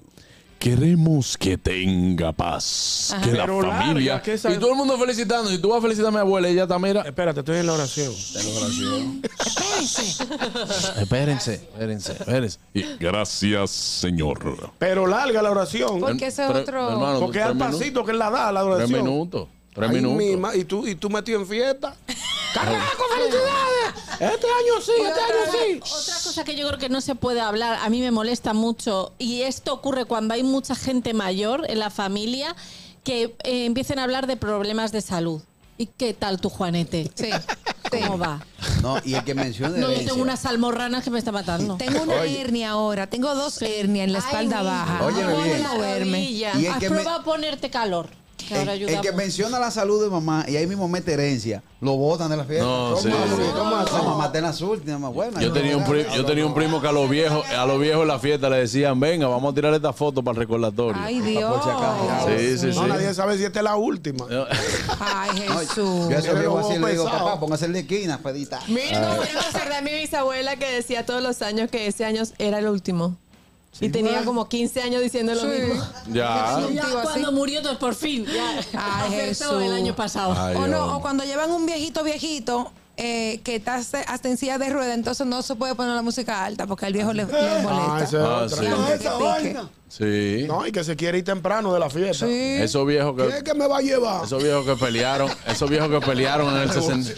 [SPEAKER 20] queremos que tenga paz,
[SPEAKER 4] Ajá.
[SPEAKER 20] que la
[SPEAKER 4] Pero larga,
[SPEAKER 20] familia.
[SPEAKER 4] que esa- Y todo el mundo felicitando. Si tú vas a felicitar a mi abuela, ella está, mira.
[SPEAKER 5] Espérate, estoy en la oración.
[SPEAKER 4] Ah, Espérense, espérense, espérense.
[SPEAKER 20] Y gracias, Señor.
[SPEAKER 5] Pero larga la oración.
[SPEAKER 7] Porque ese es Pero, otro- hermano,
[SPEAKER 5] Porque es
[SPEAKER 7] tres
[SPEAKER 5] al
[SPEAKER 7] minutos.
[SPEAKER 5] pasito que él la da la oración.
[SPEAKER 4] Tres minutos, tres
[SPEAKER 5] Ay,
[SPEAKER 4] minutos.
[SPEAKER 5] mi ma- y tú, y tú metido en fiesta. ¡Carajo, felicidades! Este año sí, este año sí.
[SPEAKER 9] Otra cosa que yo creo que no se puede hablar, a mí me molesta mucho, y esto ocurre cuando hay mucha gente mayor en la familia que eh, empiecen a hablar de problemas de salud. ¿Y qué tal tu Juanete? Sí. ¿Cómo va?
[SPEAKER 6] No, y el que menciona
[SPEAKER 9] No, yo
[SPEAKER 6] herencia.
[SPEAKER 9] tengo una salmorrana que me está matando.
[SPEAKER 7] Tengo una
[SPEAKER 6] Oye.
[SPEAKER 7] hernia ahora, tengo dos hernias en la espalda baja.
[SPEAKER 6] Óyeme
[SPEAKER 7] no puedo
[SPEAKER 6] bien.
[SPEAKER 7] moverme.
[SPEAKER 6] Y el
[SPEAKER 9] Has
[SPEAKER 6] que me-
[SPEAKER 9] probado a ponerte calor. Que
[SPEAKER 6] El,
[SPEAKER 9] ahora
[SPEAKER 6] el
[SPEAKER 9] ayuda
[SPEAKER 6] que
[SPEAKER 9] mucho.
[SPEAKER 6] menciona la salud de mamá y ahí mismo mete herencia, lo botan de la fiesta.
[SPEAKER 4] No,
[SPEAKER 6] ¿Cómo
[SPEAKER 4] sí.
[SPEAKER 6] así? ¿Cómo así? No, mamá está en las últimas, más buena.
[SPEAKER 4] Yo tenía, un pri- yo tenía un primo que a los viejos, a los viejos en la fiesta le decían, venga, vamos a tirar esta foto para el recordatorio.
[SPEAKER 7] Ay, Dios.
[SPEAKER 4] Sí, sí, sí.
[SPEAKER 5] No, nadie Ah, pues, sabe si esta es la última.
[SPEAKER 4] Eh,
[SPEAKER 7] Ay,
[SPEAKER 6] Yo
[SPEAKER 7] Jesús.
[SPEAKER 6] a esos
[SPEAKER 5] Pero
[SPEAKER 6] viejos
[SPEAKER 5] vos
[SPEAKER 6] así le digo,
[SPEAKER 5] pesado.
[SPEAKER 6] papá, póngase en la esquina, pedita.
[SPEAKER 8] Miren cómo yo me acordé a mi bisabuela que decía todos los años que ese año era el último. y tenía como 15 años diciendo lo mismo.
[SPEAKER 4] Ya.
[SPEAKER 9] Ya, cuando murió, entonces, por fin. Ya.
[SPEAKER 7] Ay,
[SPEAKER 9] Acertó
[SPEAKER 7] Jesús.
[SPEAKER 9] el año pasado.
[SPEAKER 4] Ay,
[SPEAKER 7] o
[SPEAKER 4] Dios.
[SPEAKER 7] no, o cuando llevan un viejito viejito eh, que está se- hasta en silla de rueda, entonces no se puede poner la música alta porque al viejo le, le
[SPEAKER 5] esa
[SPEAKER 7] molesta.
[SPEAKER 5] es
[SPEAKER 4] Ah,
[SPEAKER 5] otra.
[SPEAKER 4] sí.
[SPEAKER 5] No,
[SPEAKER 4] Esa
[SPEAKER 5] esa
[SPEAKER 7] vaina.
[SPEAKER 5] pique.
[SPEAKER 4] Sí.
[SPEAKER 5] No, y que se quiere ir temprano de la fiesta.
[SPEAKER 4] Esos viejos
[SPEAKER 5] ¿Quién es
[SPEAKER 4] que
[SPEAKER 5] que me va a llevar?
[SPEAKER 4] esos viejos que pelearon, esos viejos que pelearon en el 60.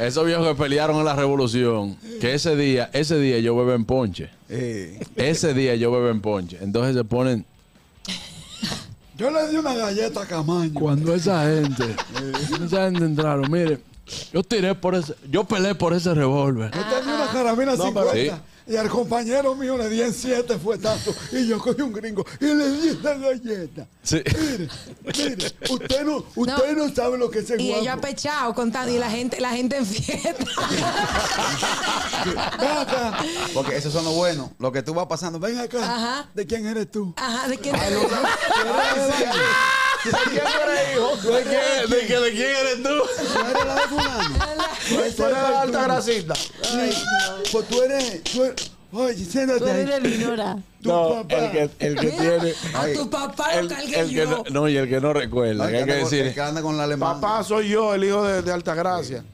[SPEAKER 4] Esos viejos que pelearon en la revolución, que ese día, ese día yo bebo en ponche. Ese día yo bebo en ponche. Entonces se ponen
[SPEAKER 16] Yo le di una galleta a Camaño.
[SPEAKER 4] Cuando esa gente, esa gente entraron, mire, yo tiré por ese, yo peleé por ese revólver.
[SPEAKER 16] Yo
[SPEAKER 10] Ah.
[SPEAKER 16] tenía una carabina
[SPEAKER 4] No, pero-
[SPEAKER 16] 50 y al compañero mío le di en 7 fue tanto. Y yo cogí un gringo y le di esa galleta.
[SPEAKER 4] Sí.
[SPEAKER 16] Mire, mire, usted no, usted no. sabe lo que es el
[SPEAKER 7] Y
[SPEAKER 16] guapo.
[SPEAKER 7] ellos apechados contando, y la gente, la gente en fiesta.
[SPEAKER 6] Porque esos son los buenos, lo que tú vas pasando. Ven acá,
[SPEAKER 7] Ajá.
[SPEAKER 16] ¿de quién eres tú?
[SPEAKER 7] Ajá, ¿de
[SPEAKER 6] Ah,
[SPEAKER 7] quién
[SPEAKER 16] ¿De quién eres hijo?
[SPEAKER 4] ¿De quién, de qué- de quién eres tú?
[SPEAKER 16] ¿Tú eres la de fulano? ¿Tú eres
[SPEAKER 5] Tú eres la de Altagracita.
[SPEAKER 16] Ay, Pues tú eres, tú eres... Oye, siéntate
[SPEAKER 9] Tú eres
[SPEAKER 16] ahí.
[SPEAKER 9] de Minora.
[SPEAKER 16] Tu papá.
[SPEAKER 4] el que, el que tiene.
[SPEAKER 7] A tu papá lo
[SPEAKER 4] el,
[SPEAKER 7] cargué
[SPEAKER 4] el que
[SPEAKER 7] yo.
[SPEAKER 4] no, no, y el que no recuerda, que hay que decir.
[SPEAKER 6] que anda con la alemana.
[SPEAKER 5] Papá, soy yo, el hijo de, de Altagracia.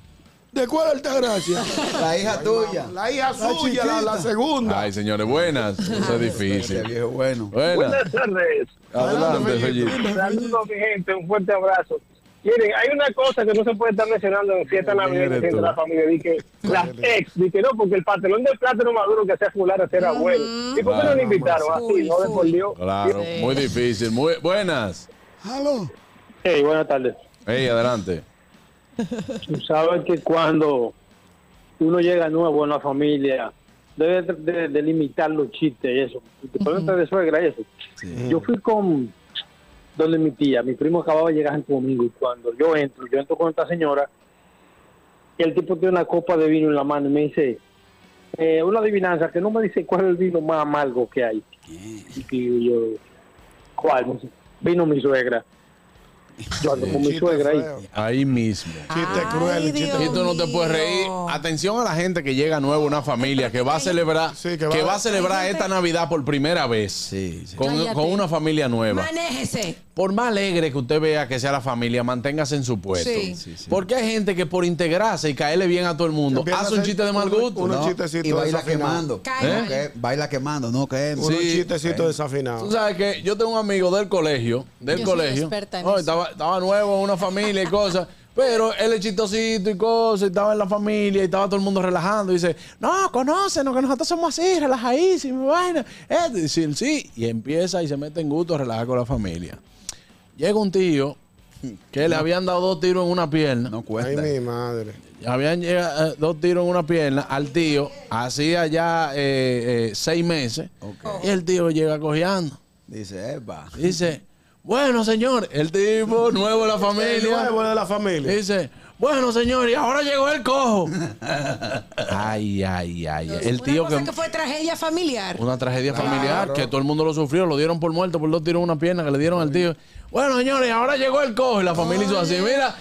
[SPEAKER 5] ¿De cuál Altagracia?
[SPEAKER 6] La hija tuya.
[SPEAKER 5] La hija suya, la, la
[SPEAKER 6] chiquita.
[SPEAKER 5] segunda.
[SPEAKER 4] Ay, señores, buenas. Eso es difícil.
[SPEAKER 6] viejo bueno.
[SPEAKER 4] Buenas.
[SPEAKER 10] Buenas tardes.
[SPEAKER 4] Adelante, Fellito.
[SPEAKER 10] Saludos, mi gente. Un fuerte abrazo. Miren, hay una cosa que no se puede estar mencionando en fiesta navideñas entre la familia. Dice, las ex, dice, no, porque el pastelón de plátano maduro que hacía fulano era abuelo. ¿Y por qué no
[SPEAKER 4] Claro.
[SPEAKER 10] lo invitaron así? No, de por Dios.
[SPEAKER 4] Claro, muy difícil. Muy, buenas.
[SPEAKER 16] Aló.
[SPEAKER 18] Hey, buenas tardes.
[SPEAKER 4] Ey, adelante.
[SPEAKER 18] Tú sabes que cuando uno llega nuevo en la familia, debe de, de- de limitar los chistes y eso. Y te ponen de suegra y eso. Yo fui con donde mi tía, mi primo acababa de llegar conmigo y cuando yo entro, yo entro con esta señora y el tipo tiene una copa de vino en la mano y me dice, eh, una adivinanza que no me dice cuál es el vino más amargo que hay. Y digo yo, ¿cuál? Me dice, Vino mi suegra. Yo ando con mi
[SPEAKER 4] Chiste
[SPEAKER 18] suegra ahí.
[SPEAKER 4] Ahí mismo.
[SPEAKER 5] Chiste cruel, chiste
[SPEAKER 4] Y tú no te puedes reír. Atención a la gente que llega nuevo, una familia que va a celebrar, que va,
[SPEAKER 5] va-
[SPEAKER 4] a celebrar
[SPEAKER 5] Cállate.
[SPEAKER 4] esta Navidad por primera vez con,
[SPEAKER 7] Cállate.
[SPEAKER 4] con una familia nueva.
[SPEAKER 7] Manéjese.
[SPEAKER 4] Por más alegre que usted vea que sea la familia, manténgase en su puesto.
[SPEAKER 7] Sí. Sí,
[SPEAKER 4] Porque hay gente que por integrarse y caerle bien a todo el mundo,
[SPEAKER 6] Empieza
[SPEAKER 4] hace
[SPEAKER 6] a
[SPEAKER 4] un
[SPEAKER 6] hacer
[SPEAKER 4] chiste de mal
[SPEAKER 6] uno-
[SPEAKER 4] gusto.
[SPEAKER 6] unos No, chistecitos ¿Eh? y baila desafinados. quemando. Cállate. Que baila quemando, no que
[SPEAKER 4] Unos chistecitos
[SPEAKER 5] desafinados.
[SPEAKER 4] Tú sabes que yo tengo un amigo del colegio, del
[SPEAKER 6] Yo soy
[SPEAKER 4] colegio.
[SPEAKER 6] experta en
[SPEAKER 4] No,
[SPEAKER 6] eso.
[SPEAKER 4] estaba, estaba nuevo en una familia y cosas. Pero él es chistosito y cosas, y estaba en la familia y estaba todo el mundo relajando. Y dice, no, conócenos, que nosotros somos así, relajadísimos, vaina. Esto, y sí, sí, y empieza y se mete en gusto a relajar con la familia. Llega un tío que le habían dado dos tiros en una pierna. No
[SPEAKER 5] Ay, mi madre.
[SPEAKER 4] Habían llegado eh, dos tiros en una pierna al tío, hacía ya eh, eh, seis meses, y el tío llega cojeando.
[SPEAKER 6] Dice, epa.
[SPEAKER 4] Dice, bueno, señor, el tipo nuevo de la familia.
[SPEAKER 5] El nuevo de la familia.
[SPEAKER 4] Dice, bueno, señor, y ahora llegó el cojo. ay, ay, ay. ay. El tío
[SPEAKER 7] Una cosa
[SPEAKER 4] que...
[SPEAKER 7] que fue tragedia familiar.
[SPEAKER 4] Una tragedia
[SPEAKER 7] Claro.
[SPEAKER 4] familiar que todo el mundo lo sufrió, lo dieron por muerto por dos tiros en una pierna que le dieron al tío. Bueno, señores, ahora llegó el cojo y la familia hizo así, mira.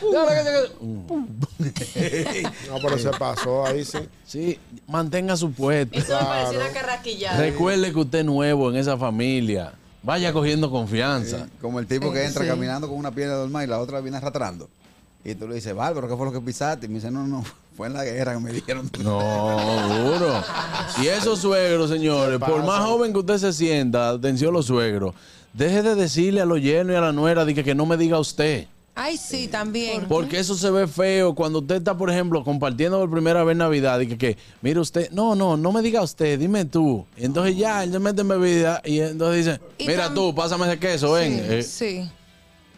[SPEAKER 5] No, pero se pasó ahí, sí.
[SPEAKER 4] Sí, mantenga su puesto.
[SPEAKER 8] Eso me pareció una carraquillada.
[SPEAKER 4] Recuerde que usted es nuevo en esa familia. Vaya cogiendo confianza.
[SPEAKER 6] Como el tipo que
[SPEAKER 4] Sí,
[SPEAKER 6] entra
[SPEAKER 4] Eh, sí.
[SPEAKER 6] caminando con una pierna normal y la otra viene arrastrando. Y tú le dices, Bárbaro, ¿qué fue lo que pisaste? Y me dice, no, no, fue en la guerra que me dieron.
[SPEAKER 4] No, duro. Y esos suegros, señores, por más joven que usted se sienta, atención los suegros, deje de decirle a los yernos y a la nuera de que, que no me diga usted.
[SPEAKER 7] Ay, sí, también.
[SPEAKER 4] Porque eso se ve feo cuando usted está, por ejemplo, compartiendo por primera vez Navidad y que, que mire usted, no, no, no me diga usted, dime tú. Entonces ya, él se mete en bebida y entonces dice, mira tú, pásame ese queso, ven. Eh,
[SPEAKER 7] Sí.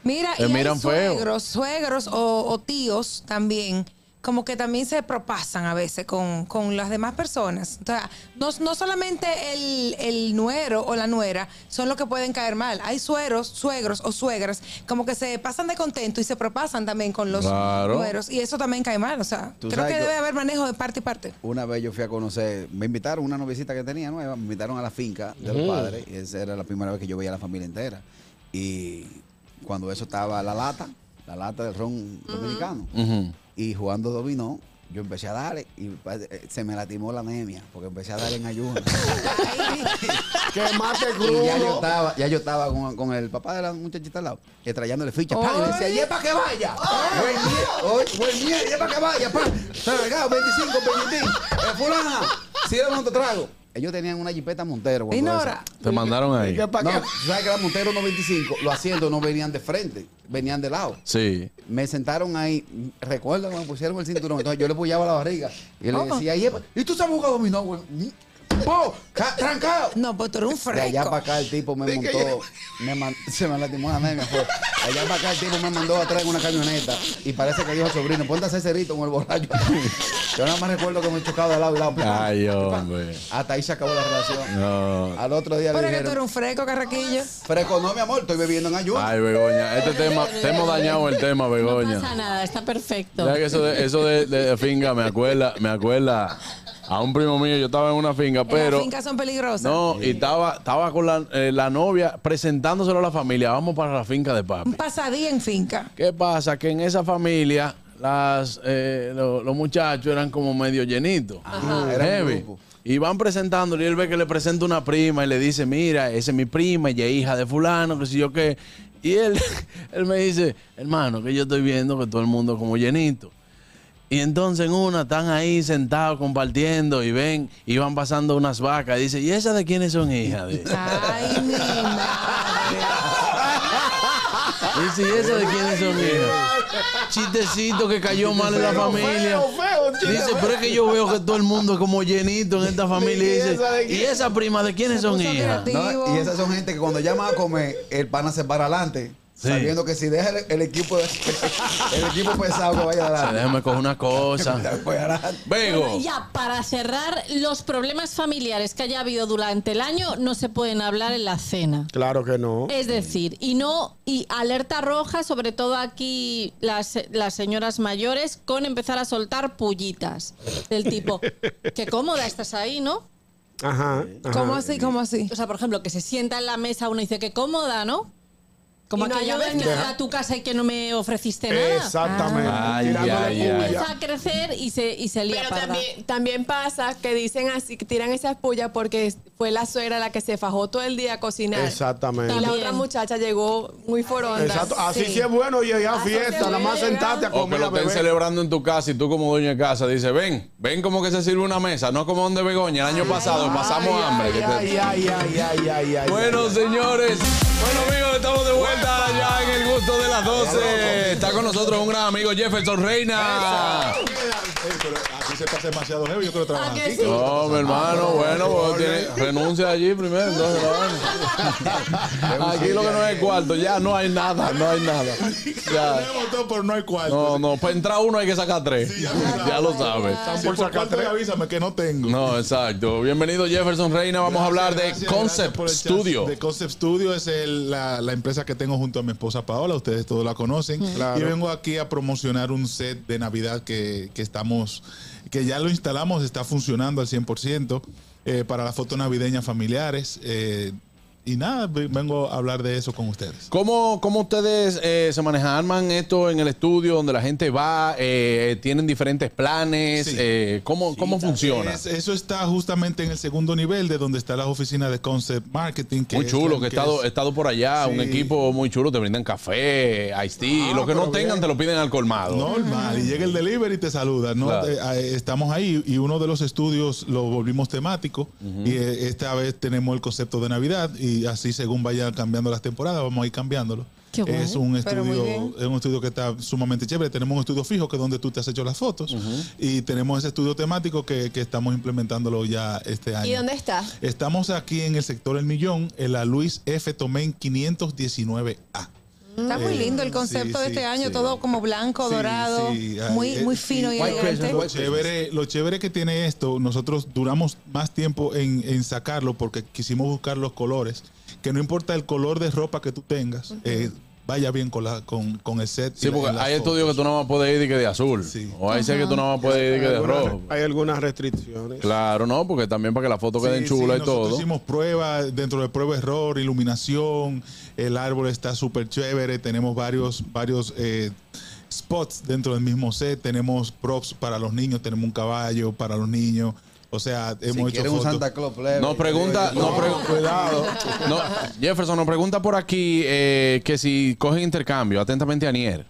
[SPEAKER 7] Mira,
[SPEAKER 4] Te
[SPEAKER 7] y hay
[SPEAKER 4] miran feo.
[SPEAKER 7] suegros, suegros o, o tíos también, como que también se propasan a veces con, con las demás personas. O sea, no, no solamente el, el nuero o la nuera son los que pueden caer mal. Hay sueros, suegros o suegras, como que se pasan de contento y se propasan también con los
[SPEAKER 6] Claro.
[SPEAKER 7] nueros. Y eso también cae mal. O sea,
[SPEAKER 6] Tú
[SPEAKER 7] creo
[SPEAKER 6] sabes,
[SPEAKER 7] que
[SPEAKER 6] yo-
[SPEAKER 7] debe haber manejo de parte y parte.
[SPEAKER 6] Una vez yo fui a conocer, me invitaron una noviecita que tenía nueva, me invitaron a la finca de los
[SPEAKER 7] Ujú.
[SPEAKER 6] padres. y esa era la primera vez que yo veía a la familia entera. Y cuando eso estaba la lata, la lata del ron dominicano.
[SPEAKER 4] ujú.
[SPEAKER 6] Y jugando dominó, yo empecé a darle y pa- eh, se me latimó la anemia, porque empecé a darle en ayuno.
[SPEAKER 17] Que mate
[SPEAKER 6] Y ya yo
[SPEAKER 17] crudo.
[SPEAKER 6] estaba, ya yo estaba con, con el papá de la muchachita al lado, eh, trayéndole fichas. pa, y le decía,
[SPEAKER 17] Ay.
[SPEAKER 6] "Y es para que vaya. Buen día, hoy, buen día, y es para que vaya, pa. Tragado, 25, 25. Eh, fulana, sírvame otro trago. Ellos tenían una jipeta Montero. cuando
[SPEAKER 4] Vino
[SPEAKER 6] eso.
[SPEAKER 4] ahora. Eh, Te mandaron ahí.
[SPEAKER 6] No, tú ¿Sabes que la Montero 95? Los asientos no venían de frente, venían de lado.
[SPEAKER 4] Sí.
[SPEAKER 6] Me sentaron ahí, recuerdo cuando me pusieron el cinturón, entonces yo le apoyaba la barriga y le
[SPEAKER 7] Ojo.
[SPEAKER 6] decía, "Y es pa- ¿y tú sabes jugar dominó, güey? ¡Po! ca- ¡Trancado!
[SPEAKER 7] No, pues tú eres un
[SPEAKER 6] De allá
[SPEAKER 7] fresco.
[SPEAKER 6] para acá el tipo me
[SPEAKER 7] De que
[SPEAKER 6] montó, me man- se me latimó la anemia, fue. De allá para acá el tipo me mandó atrás en una camioneta y parece que dijo al sobrino, ponte a hacer cerito con el borracho. Yo nada más recuerdo que me chocaba de lado y lado. pi, pa,
[SPEAKER 4] Ay,
[SPEAKER 6] pi, pa.
[SPEAKER 4] hombre.
[SPEAKER 6] Hasta ahí se acabó la relación.
[SPEAKER 4] No.
[SPEAKER 6] Al otro día
[SPEAKER 7] Pero que tú
[SPEAKER 6] le
[SPEAKER 7] eres
[SPEAKER 6] dijeron,
[SPEAKER 7] un fresco, carraquillo.
[SPEAKER 6] fresco no, mi amor, estoy bebiendo en ayuno.
[SPEAKER 4] Ay, Begoña, este tema, te hemos dañado el tema, Begoña.
[SPEAKER 9] No pasa Ah, nada, está perfecto.
[SPEAKER 4] Ya que eso de, eso de, de finga me acuerda, me acuerda a un primo mío, yo estaba en una finga,
[SPEAKER 7] Las
[SPEAKER 4] pero
[SPEAKER 7] fincas son peligrosas.
[SPEAKER 4] no, y estaba, estaba con la, eh, la novia presentándoselo a la familia, vamos para la finca de papi.
[SPEAKER 7] Un pasadía en finca.
[SPEAKER 4] ¿Qué pasa? Que en esa familia las, eh, lo- los muchachos eran como medio llenitos.
[SPEAKER 6] Ajá. Ah, Era un
[SPEAKER 4] Heavy.
[SPEAKER 6] grupo.
[SPEAKER 4] Y van presentándole y él ve que le presenta una prima y le dice, mira, esa es mi prima, ella es hija de fulano, que si yo qué. Y él, él me dice, hermano, que yo estoy viendo que todo el mundo es como llenito. Y entonces en una están ahí sentados compartiendo y ven y van pasando unas vacas. Y dice, ¿y esas de quiénes son hijas de?
[SPEAKER 7] Ay, mi
[SPEAKER 4] Dice, ¿y esas de quiénes son hijas? Chistecito que cayó mal en la
[SPEAKER 3] Feo,
[SPEAKER 4] familia.
[SPEAKER 3] feo, feo, chiste
[SPEAKER 4] Dice,
[SPEAKER 3] feo.
[SPEAKER 4] pero es que yo veo que todo el mundo es como llenito en esta familia. Y dice,
[SPEAKER 6] esa de
[SPEAKER 4] ¿y esa prima de quiénes son hijas?
[SPEAKER 6] No, y esas son gente que cuando llama a comer, el pana se para adelante. Sabiendo que si deja el, el equipo el equipo pesado que vaya
[SPEAKER 4] Ah,
[SPEAKER 6] adelante.
[SPEAKER 4] Déjame coger una cosa. Vego.
[SPEAKER 9] Ya, para cerrar, los problemas familiares que haya habido durante el año no se pueden hablar en la cena.
[SPEAKER 5] Claro que no.
[SPEAKER 9] Es decir, y no, y alerta roja, sobre todo aquí las, las señoras mayores, con empezar a soltar pullitas. Del tipo, qué cómoda estás ahí, ¿no?
[SPEAKER 5] Ajá. ajá.
[SPEAKER 9] ¿Cómo así?
[SPEAKER 7] así?
[SPEAKER 9] O sea, por ejemplo, que se sienta en la mesa uno y dice, qué cómoda, ¿no? Como
[SPEAKER 8] Y no
[SPEAKER 9] aquella vez
[SPEAKER 8] ayudan
[SPEAKER 9] que
[SPEAKER 8] nada.
[SPEAKER 9] fui a tu casa y que no me ofreciste nada.
[SPEAKER 5] Exactamente.
[SPEAKER 4] Ah. Ay,
[SPEAKER 5] tirándole
[SPEAKER 4] ay,
[SPEAKER 5] puya.
[SPEAKER 4] ay.
[SPEAKER 9] Empieza a crecer y se, y se lía
[SPEAKER 8] Pero
[SPEAKER 9] parda.
[SPEAKER 8] también, también pasa que dicen así, que tiran esas pullas porque fue la suegra la que se fajó todo el día a cocinar.
[SPEAKER 5] Exactamente.
[SPEAKER 8] Y la otra muchacha llegó muy foronda.
[SPEAKER 5] Exacto. Así sí es bueno llegar a
[SPEAKER 8] Así
[SPEAKER 5] fiesta,
[SPEAKER 8] se
[SPEAKER 5] nada más
[SPEAKER 8] juega.
[SPEAKER 5] sentarte a
[SPEAKER 4] O que
[SPEAKER 5] comer.
[SPEAKER 4] lo
[SPEAKER 5] a
[SPEAKER 4] estén
[SPEAKER 5] beber.
[SPEAKER 4] celebrando en tu casa y tú como dueño de casa dices, ven, ven como que se sirve una mesa, no como donde Begoña, el año pasado pasamos hambre. que te-
[SPEAKER 5] Ay, ay, ay, ay, ay, ay.
[SPEAKER 4] Bueno, señores. Bueno, amigos, estamos de vuelta ya en el gusto de las 12. Está con nosotros un gran amigo Jefferson Reina.
[SPEAKER 16] Ey, pero aquí se pasa demasiado heavy, yo quiero trabajar aquí.
[SPEAKER 4] No, mi hermano, bueno, pues tiene- renuncia allí primero, entonces no. Aquí lo que no es cuarto, ya no hay nada, no hay nada. Ya.
[SPEAKER 16] Tenemos todo, pero no hay cuarto.
[SPEAKER 4] No, no, para entrar uno hay que sacar tres. Ya lo sabes.
[SPEAKER 16] Si por cuarto, avísame que no tengo.
[SPEAKER 4] No, exacto. Bienvenido Jefferson Reina, vamos a hablar de
[SPEAKER 16] Gracias, gracias
[SPEAKER 4] Concept
[SPEAKER 16] por el chance.
[SPEAKER 4] Studio.
[SPEAKER 16] De Concept Studio es el- la, la empresa que tengo junto a mi esposa Paola, ustedes todos la conocen.
[SPEAKER 5] Mm. Claro.
[SPEAKER 16] Y vengo aquí a promocionar un set de Navidad que, que estamos, que ya lo instalamos, está funcionando al 100% eh, para las fotos navideñas familiares. eh, y nada, ve- vengo a hablar de eso con ustedes.
[SPEAKER 4] ¿Cómo, cómo ustedes eh, se manejan esto en el estudio donde la gente va? eh, ¿Tienen diferentes planes? eh, ¿Cómo, cómo funciona?
[SPEAKER 16] Es- eso está justamente en el segundo nivel de donde está la oficina de Concept Marketing.
[SPEAKER 4] muy
[SPEAKER 16] es
[SPEAKER 4] chulo,
[SPEAKER 16] la-
[SPEAKER 4] que he estado,
[SPEAKER 16] es-
[SPEAKER 4] he estado por allá, un
[SPEAKER 16] Sí.
[SPEAKER 4] equipo muy chulo, te brindan café, ice tea,
[SPEAKER 16] Ah,
[SPEAKER 4] lo que no
[SPEAKER 16] pero
[SPEAKER 4] tengan
[SPEAKER 16] bien.
[SPEAKER 4] te lo piden al colmado.
[SPEAKER 16] Normal, y llega el delivery y te saluda. ¿no?
[SPEAKER 4] Claro.
[SPEAKER 16] Eh, eh, estamos ahí y uno de los estudios lo volvimos temático y eh, esta vez tenemos el concepto de Navidad y así según vayan cambiando las temporadas vamos a ir cambiándolo.
[SPEAKER 5] Qué guay.
[SPEAKER 16] Es un
[SPEAKER 5] Pero muy
[SPEAKER 16] estudio, es un estudio que está sumamente chévere. Tenemos un estudio fijo que es donde tú te has hecho las fotos y tenemos ese estudio temático que, que estamos implementándolo ya este año.
[SPEAKER 8] ¿Y dónde está?
[SPEAKER 16] Estamos aquí en el sector El Millón, en la Luis F. Tomén 519A.
[SPEAKER 7] Está muy
[SPEAKER 16] Eh,
[SPEAKER 7] lindo el concepto
[SPEAKER 16] sí,
[SPEAKER 7] de este
[SPEAKER 16] sí,
[SPEAKER 7] año,
[SPEAKER 16] sí.
[SPEAKER 7] todo como blanco,
[SPEAKER 16] Sí,
[SPEAKER 7] dorado,
[SPEAKER 16] sí, ay,
[SPEAKER 7] muy,
[SPEAKER 16] eh,
[SPEAKER 7] muy fino y
[SPEAKER 16] sí.
[SPEAKER 7] elegante.
[SPEAKER 16] Lo chévere, lo chévere que tiene esto, nosotros duramos más tiempo en, en sacarlo porque quisimos buscar los colores. Que no importa el color de ropa que tú tengas, eh, vaya bien con, la, con, con el pues. set.
[SPEAKER 4] Sí,
[SPEAKER 16] y la-
[SPEAKER 4] porque
[SPEAKER 16] y las
[SPEAKER 4] hay
[SPEAKER 16] fotos.
[SPEAKER 4] estudios que tú no vas a poder ir y que de azul. O hay sitios que tú no vas a poder ir y que
[SPEAKER 5] Hay
[SPEAKER 4] de
[SPEAKER 5] algunas-
[SPEAKER 4] rojo.
[SPEAKER 5] Hay algunas restricciones.
[SPEAKER 4] Claro, no, porque también para que las fotos queden
[SPEAKER 16] Sí,
[SPEAKER 4] chulas
[SPEAKER 16] sí,
[SPEAKER 4] y
[SPEAKER 16] nosotros
[SPEAKER 4] todo.
[SPEAKER 16] hicimos pruebas, dentro de prueba error, iluminación, el árbol está súper chévere, tenemos varios, varios eh, spots dentro del mismo set, tenemos props para los niños, tenemos un caballo para los niños, o sea, hemos hecho
[SPEAKER 6] quieren un
[SPEAKER 16] fotos.
[SPEAKER 6] Santa Claus, plebe.
[SPEAKER 4] Nos pregunta, nos pregu-
[SPEAKER 16] Cuidado.
[SPEAKER 4] No, Jefferson nos pregunta por aquí eh, que si cogen intercambio, atentamente Anier.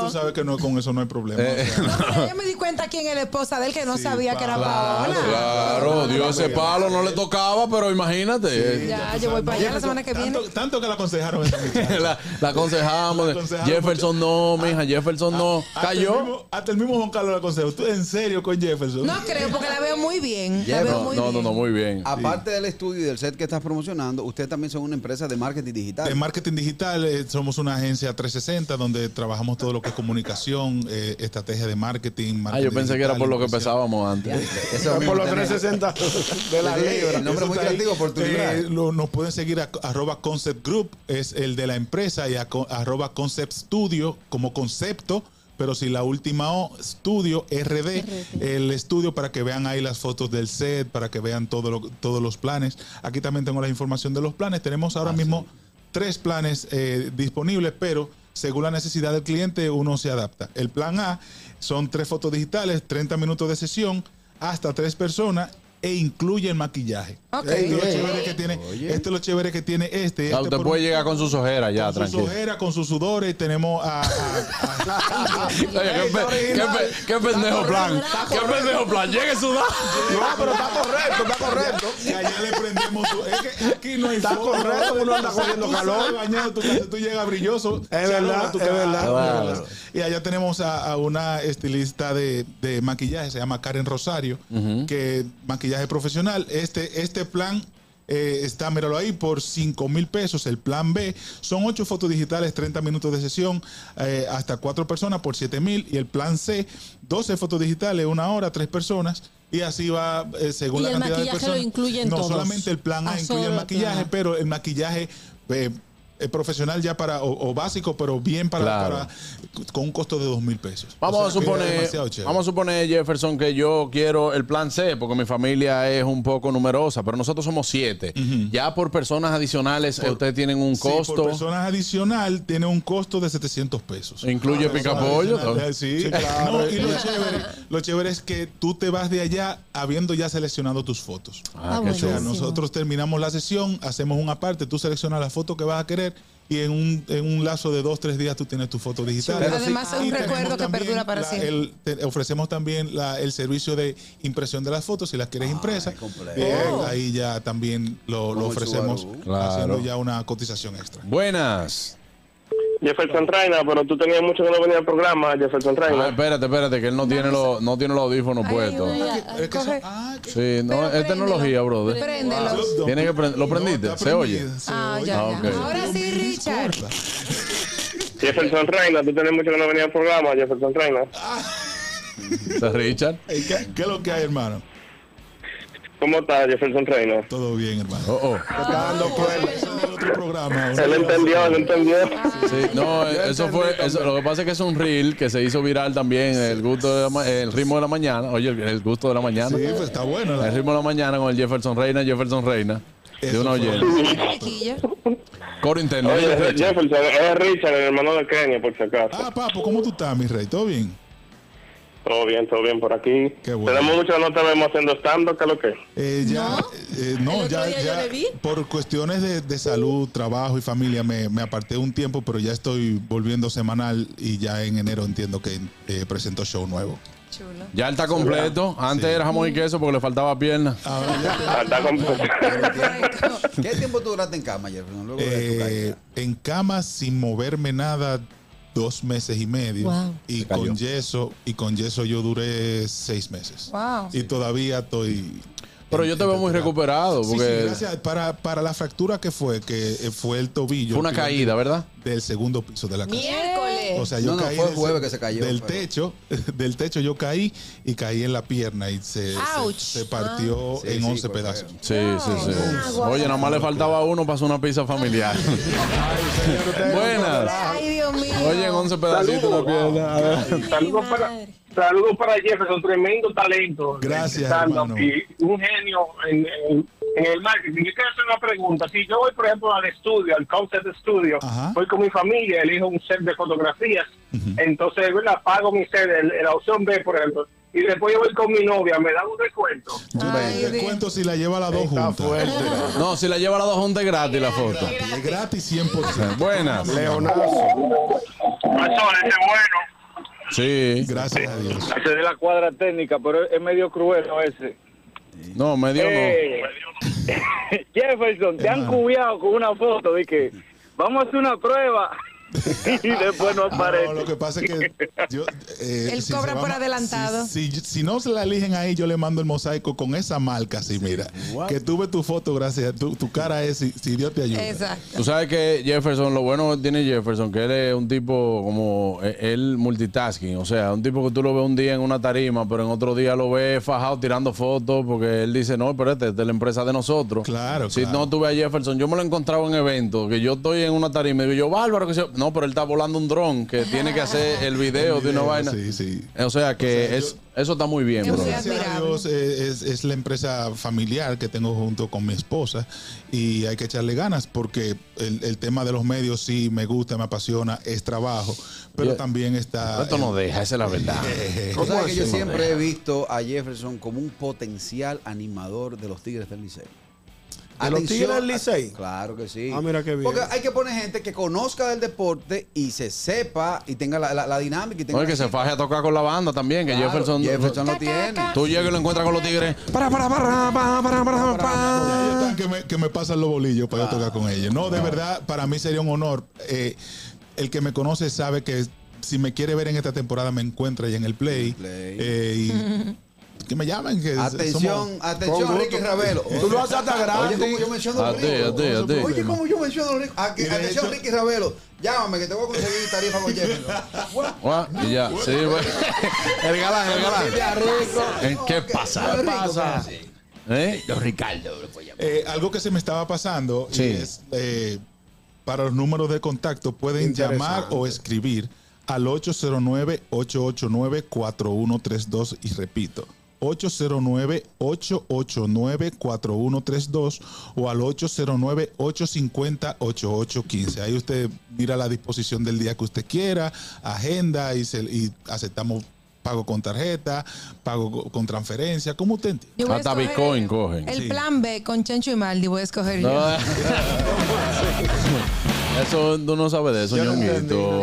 [SPEAKER 16] Tú sabes que no, con eso no hay problema. o sea.
[SPEAKER 7] Yo me di cuenta quién era la esposa de él, que no sabía que era Paola.
[SPEAKER 4] Claro, Dios ese palo no le tocaba, pero imagínate. eh,
[SPEAKER 7] Ya, yo voy para allá la semana que viene.
[SPEAKER 16] Tanto que la aconsejaron esa muchacha.
[SPEAKER 4] la, la aconsejamos. de, Jefferson no, mija, Jefferson no.
[SPEAKER 16] Hasta el
[SPEAKER 4] Cayó.
[SPEAKER 16] Ah, mismo- Hasta el mismo Juan Carlos la aconsejó. ¿Tú en serio con Jefferson?
[SPEAKER 7] No creo, porque la veo muy bien. La
[SPEAKER 6] Jefferson.
[SPEAKER 7] veo muy bien.
[SPEAKER 4] muy bien.
[SPEAKER 6] Aparte del estudio y del set que estás promocionando, ustedes también son una empresa de marketing digital.
[SPEAKER 16] De marketing digital eh, somos una agencia 360 donde trabajamos todo lo que es comunicación, eh, estrategia de marketing.
[SPEAKER 4] Ah, yo pensé que era por lo que empezábamos antes.
[SPEAKER 16] Eso
[SPEAKER 5] Por los 360 de la libra.
[SPEAKER 16] El nombre muy creativo,
[SPEAKER 5] oportunidad.
[SPEAKER 16] Eh, nos pueden seguir a arroba concept group, es el de la empresa, y a co- arroba concept studio como concepto, pero si la última O, studio RD, el estudio para que vean ahí las fotos del set, para que vean todo lo- todos los planes. Aquí también tengo la información de los planes. Tenemos
[SPEAKER 4] Ah,
[SPEAKER 16] ahora mismo tres planes eh, disponibles, pero según la necesidad del cliente uno se adapta. El plan A son tres fotos digitales, 30 minutos de sesión, hasta tres personas e incluye el maquillaje.
[SPEAKER 5] Ok.
[SPEAKER 16] Esto es lo
[SPEAKER 5] Ey.
[SPEAKER 16] chévere que tiene, esto es lo chévere que tiene este.
[SPEAKER 4] Ah,
[SPEAKER 16] este
[SPEAKER 4] usted
[SPEAKER 16] por
[SPEAKER 4] puede
[SPEAKER 16] un-
[SPEAKER 4] llegar con sus ojeras
[SPEAKER 16] con
[SPEAKER 4] ya,
[SPEAKER 16] sus
[SPEAKER 4] Ah, tranquilo.
[SPEAKER 16] ojeras, con sus sudores, tenemos a... a- a-
[SPEAKER 4] Oye, qué, pe- qué pe- qué pendejo plan. Qué pendejo plan. Llegue sudado.
[SPEAKER 5] No, pero está correcto, está correcto.
[SPEAKER 16] Que allá le prendemos su- Es que aquí no hay
[SPEAKER 5] Está
[SPEAKER 16] forma.
[SPEAKER 5] correcto, uno anda cogiendo
[SPEAKER 16] Tú sales
[SPEAKER 5] calor.
[SPEAKER 16] bañado, tú, tú llegas brilloso. Es
[SPEAKER 5] verdad, es verdad, es verdad.
[SPEAKER 16] Y allá tenemos a, a una estilista de, de maquillaje, se llama Karen Rosario, que maquillaje profesional. Este, este plan... eh, está, míralo ahí, por 5 mil pesos. El plan B son 8 fotos digitales, 30 minutos de sesión, eh, hasta 4 personas por 7 mil. Y el plan C, 12 fotos digitales, una hora, 3 personas. Y así va eh, según
[SPEAKER 9] ¿Y
[SPEAKER 16] la
[SPEAKER 9] el
[SPEAKER 16] cantidad de
[SPEAKER 9] maquillaje lo
[SPEAKER 16] personas.
[SPEAKER 9] incluye en
[SPEAKER 16] No
[SPEAKER 9] todos?
[SPEAKER 16] solamente el plan A
[SPEAKER 9] Ah,
[SPEAKER 16] incluye el
[SPEAKER 9] solo el
[SPEAKER 16] maquillaje,
[SPEAKER 9] plan A.
[SPEAKER 16] pero el maquillaje eh, eh, profesional ya para, o, o básico, pero bien para,
[SPEAKER 4] Claro.
[SPEAKER 16] para- con un costo de dos mil pesos.
[SPEAKER 4] Vamos
[SPEAKER 16] O
[SPEAKER 4] a
[SPEAKER 16] sea, que es
[SPEAKER 4] suponer,
[SPEAKER 16] demasiado chévere.
[SPEAKER 4] vamos a suponer Jefferson que yo quiero el plan C porque mi familia es un poco numerosa, pero nosotros somos siete. Ya por personas adicionales eh, ustedes tienen un
[SPEAKER 16] Sí, por
[SPEAKER 4] costo.
[SPEAKER 16] personas adicional tiene un costo de 700 pesos.
[SPEAKER 4] Incluye
[SPEAKER 16] Por personas
[SPEAKER 4] picapollo,
[SPEAKER 16] adicionales,
[SPEAKER 4] ¿no?
[SPEAKER 16] Sí,
[SPEAKER 4] Sí, claro.
[SPEAKER 16] No, y lo chévere, lo chévere es que tú te vas de allá habiendo ya seleccionado tus fotos.
[SPEAKER 4] Ah,
[SPEAKER 16] o
[SPEAKER 4] qué
[SPEAKER 16] sea,
[SPEAKER 4] buenísimo.
[SPEAKER 16] nosotros terminamos la sesión, hacemos una parte, tú seleccionas la foto que vas a querer y en un, en un lazo de dos, tres días tú tienes tu foto digital.
[SPEAKER 7] Pero Además,
[SPEAKER 16] sí,
[SPEAKER 7] es un
[SPEAKER 16] y tenemos
[SPEAKER 7] recuerdo que
[SPEAKER 16] también
[SPEAKER 7] perdura para
[SPEAKER 16] la-
[SPEAKER 7] siempre.
[SPEAKER 16] el- te- ofrecemos también la- el servicio de impresión de las fotos si las quieres impresas. Bien,
[SPEAKER 4] Oh.
[SPEAKER 16] ahí ya también lo, lo
[SPEAKER 4] Como el
[SPEAKER 16] ofrecemos
[SPEAKER 4] Subaru.
[SPEAKER 16] haciendo
[SPEAKER 4] Claro.
[SPEAKER 16] ya una cotización extra.
[SPEAKER 4] Buenas.
[SPEAKER 13] Jefferson Reina, pero tú tenías mucho que no venía al programa, Jefferson
[SPEAKER 4] Ah,
[SPEAKER 13] Reina.
[SPEAKER 4] espérate, espérate, que él no tiene los, no tiene los audífonos puestos.
[SPEAKER 7] Ah,
[SPEAKER 4] Sí, no, es tecnología, brother.
[SPEAKER 7] préndelos.
[SPEAKER 4] Tiene que prend- ¿Lo prendiste? ¿Se oye?
[SPEAKER 7] Ah, ya,
[SPEAKER 4] Ah,
[SPEAKER 7] ya.
[SPEAKER 4] ok.
[SPEAKER 7] Ahora sí, Richard.
[SPEAKER 13] Jefferson Reina, tú tenías mucho que no venía al programa, Jefferson Reina.
[SPEAKER 4] Richard?
[SPEAKER 16] Ey, ¿Qué, qué es lo que hay, hermano?
[SPEAKER 13] ¿Cómo estás, Ah, Jefferson Reina?
[SPEAKER 16] Todo bien, hermano.
[SPEAKER 4] Oh,
[SPEAKER 9] Ah,
[SPEAKER 16] Otro programa.
[SPEAKER 13] Él entendió, él entendió.
[SPEAKER 4] Sí, no, eh, eso fue. Eso, lo que pasa es que es un reel que se hizo viral también. El gusto de la ma- el ritmo de la mañana. Oye, el, el gusto de la mañana.
[SPEAKER 16] Sí, pues está bueno. la-
[SPEAKER 4] El ritmo de la mañana con el Jefferson Reina, Jefferson Reina. De una oyente. Coro interno.
[SPEAKER 13] Oye,
[SPEAKER 4] Oye,
[SPEAKER 13] es
[SPEAKER 4] Richard.
[SPEAKER 13] Jefferson, es Richard, el hermano de Kenia, por si acaso.
[SPEAKER 16] Ah, papo, ¿cómo tú estás, mi rey? ¿Todo bien?
[SPEAKER 13] Todo bien, todo bien por aquí. Tenemos mucho que no te vemos haciendo stand-up, ¿qué es lo que?
[SPEAKER 16] Eh, ya, eh, no, ya, ya por cuestiones de, de salud, trabajo y familia me, me aparté un tiempo, pero ya estoy volviendo semanal y ya en enero entiendo que eh, presento show nuevo.
[SPEAKER 4] Ya él está completo. Antes era jamón y queso porque le faltaba pierna.
[SPEAKER 16] Ah,
[SPEAKER 13] está completo.
[SPEAKER 6] ¿Qué tiempo tú duraste en cama, Jefferson? Luego de tu caída.
[SPEAKER 16] Eh, en cama sin moverme nada dos meses y medio
[SPEAKER 6] Wow.
[SPEAKER 16] y
[SPEAKER 6] Se cayó.
[SPEAKER 16] con yeso y con yeso yo duré seis meses
[SPEAKER 7] Wow.
[SPEAKER 16] y todavía estoy
[SPEAKER 4] Pero yo te veo muy recuperado.
[SPEAKER 16] Sí, sí,
[SPEAKER 4] Porque
[SPEAKER 16] gracias. Para, para la fractura que fue, que eh, fue el tobillo.
[SPEAKER 4] Fue una
[SPEAKER 16] el primer-
[SPEAKER 4] caída, ¿verdad?
[SPEAKER 16] Del segundo piso de la casa.
[SPEAKER 8] Miércoles.
[SPEAKER 16] O sea, yo
[SPEAKER 6] No, no,
[SPEAKER 16] caí
[SPEAKER 6] fue
[SPEAKER 16] del-
[SPEAKER 6] jueves que se cayó,
[SPEAKER 16] Del
[SPEAKER 6] pero-
[SPEAKER 16] techo, del techo yo caí y caí en la pierna y se, se-
[SPEAKER 4] Ouch.
[SPEAKER 16] se
[SPEAKER 6] Ah.
[SPEAKER 16] partió en 11 pedazos.
[SPEAKER 4] Sí, sí, sí. Oye, nada más le faltaba uno para hacer una pizza familiar. Buenas.
[SPEAKER 7] Ay, Dios mío.
[SPEAKER 4] Oye, en 11 pedacitos de pierna. Adelante.
[SPEAKER 21] Saludos para, saludos para Jefferson, tremendo talento.
[SPEAKER 16] Gracias,
[SPEAKER 21] Stand-up
[SPEAKER 16] hermano.
[SPEAKER 21] Y un genio en, en- en el marketing. Yo quiero hacer una pregunta. Si yo voy, por ejemplo, al estudio, al concept estudio, voy con mi familia, elijo un set de fotografías, entonces ¿verdad? pago mi set, el- la opción B, por ejemplo, y después yo voy con mi novia, me da un descuento.
[SPEAKER 16] Te cuento si la lleva a las dos juntas.
[SPEAKER 4] No, si la lleva a las dos juntas es gratis la foto.
[SPEAKER 16] Es gratis 100%.
[SPEAKER 4] Buenas. Sí.
[SPEAKER 16] Gracias a Dios.
[SPEAKER 22] Ese de la cuadra técnica, pero es medio cruel ¿no? ese.
[SPEAKER 4] No, medio no.
[SPEAKER 22] Eh, Jefferson, te han cubiado con una foto de que vamos a hacer una prueba y después no aparece.
[SPEAKER 16] No, lo que pasa es que yo, eh,
[SPEAKER 7] Él
[SPEAKER 16] se
[SPEAKER 7] cobra
[SPEAKER 16] va
[SPEAKER 7] por
[SPEAKER 16] ma-
[SPEAKER 7] adelantado.
[SPEAKER 16] Si, si- si no se la eligen ahí, yo le mando el mosaico con esa marca así, mira. Que tuve tu foto, gracias. Tu, tu cara es si, si Dios te ayuda.
[SPEAKER 7] Exacto.
[SPEAKER 4] Tú sabes que Jefferson, lo bueno que tiene Jefferson, que él es un tipo como eh, él multitasking, o sea, un tipo que tú lo ves un día en una tarima, pero en otro día lo ves fajado tirando fotos, porque él dice, no, pero este, esta es de la empresa de nosotros. Claro. Si no tuve a Jefferson, yo me lo he encontrado en eventos, que yo estoy en una tarima y digo, yo, bárbaro, que se-". no, pero él está volando un dron, que tiene que hacer el video, de una
[SPEAKER 16] video,
[SPEAKER 4] vaina.
[SPEAKER 16] sí, sí.
[SPEAKER 4] O sea, que es, eso está muy bien, bro.
[SPEAKER 16] Gracias a Dios, eh, es, es la empresa familiar que tengo junto con mi esposa y hay que echarle ganas porque el, el tema de los medios sí me gusta, me apasiona, es trabajo, pero
[SPEAKER 4] Yo-
[SPEAKER 16] también está...
[SPEAKER 4] Esto no deja, esa es la verdad.
[SPEAKER 6] Tú sabes que yo
[SPEAKER 4] Eso no
[SPEAKER 6] siempre
[SPEAKER 4] deja.
[SPEAKER 6] he visto a Jefferson como un potencial animador de los Tigres del Licey.
[SPEAKER 5] ¿De los
[SPEAKER 6] Atención,
[SPEAKER 5] Tigres del
[SPEAKER 6] a-
[SPEAKER 5] Licey?
[SPEAKER 6] Claro que sí.
[SPEAKER 5] Ah, mira qué bien.
[SPEAKER 6] Porque hay que poner gente que conozca del deporte y se sepa y tenga la, la- la dinámica y tenga
[SPEAKER 4] Oye, que
[SPEAKER 6] la
[SPEAKER 4] se faje a tocar con la banda también, que
[SPEAKER 6] Claro,
[SPEAKER 4] Jefferson,
[SPEAKER 6] Jefferson lo tiene.
[SPEAKER 4] Tú llegas y lo encuentras con los tigres.
[SPEAKER 6] Para, para, para, para, para, para,
[SPEAKER 16] Ya están que me, que me pasan los bolillos para yo tocar con ellos. No, de verdad, para mí sería un honor. Eh, el que me conoce sabe que si me quiere ver en esta temporada me encuentra ahí en el play. Eh, y que me llamen. Que
[SPEAKER 6] Atención, atención, Ricky Ravelo.
[SPEAKER 16] Tú lo haces hasta
[SPEAKER 6] Oye,
[SPEAKER 16] gratis.
[SPEAKER 6] como yo menciono a los
[SPEAKER 16] A ti,
[SPEAKER 6] ricos.
[SPEAKER 16] a ti, a ti.
[SPEAKER 6] Oye, como yo menciono a los ricos. Aquí, atención, Ricky Ravelo. Llámame que te voy a conseguir tarifa con Jefferson.
[SPEAKER 4] Guau, y ya. Sí, bueno. El galán, el
[SPEAKER 6] Ya,
[SPEAKER 4] galán.
[SPEAKER 6] rico.
[SPEAKER 4] Eh, ¿Qué pasa?
[SPEAKER 6] ¿Qué pasa?
[SPEAKER 4] ¿Eh?
[SPEAKER 16] Eh, algo que se me estaba pasando y es eh, para los números de contacto pueden llamar
[SPEAKER 5] Interesante.
[SPEAKER 16] o escribir al 809-889-4132 y repito. 809-889-4132 o al 809-850-8815. Ahí usted mira la disposición del día que usted quiera, agenda y, se- y aceptamos pago con tarjeta, pago co- con transferencia, como usted entiende.
[SPEAKER 7] Yo voy a Hasta escoger Bitcoin cogen. El
[SPEAKER 16] Sí.
[SPEAKER 7] plan B con Chencho y Maldi voy a escoger yo.
[SPEAKER 4] No. Eso tú no sabes de eso, ñonguito.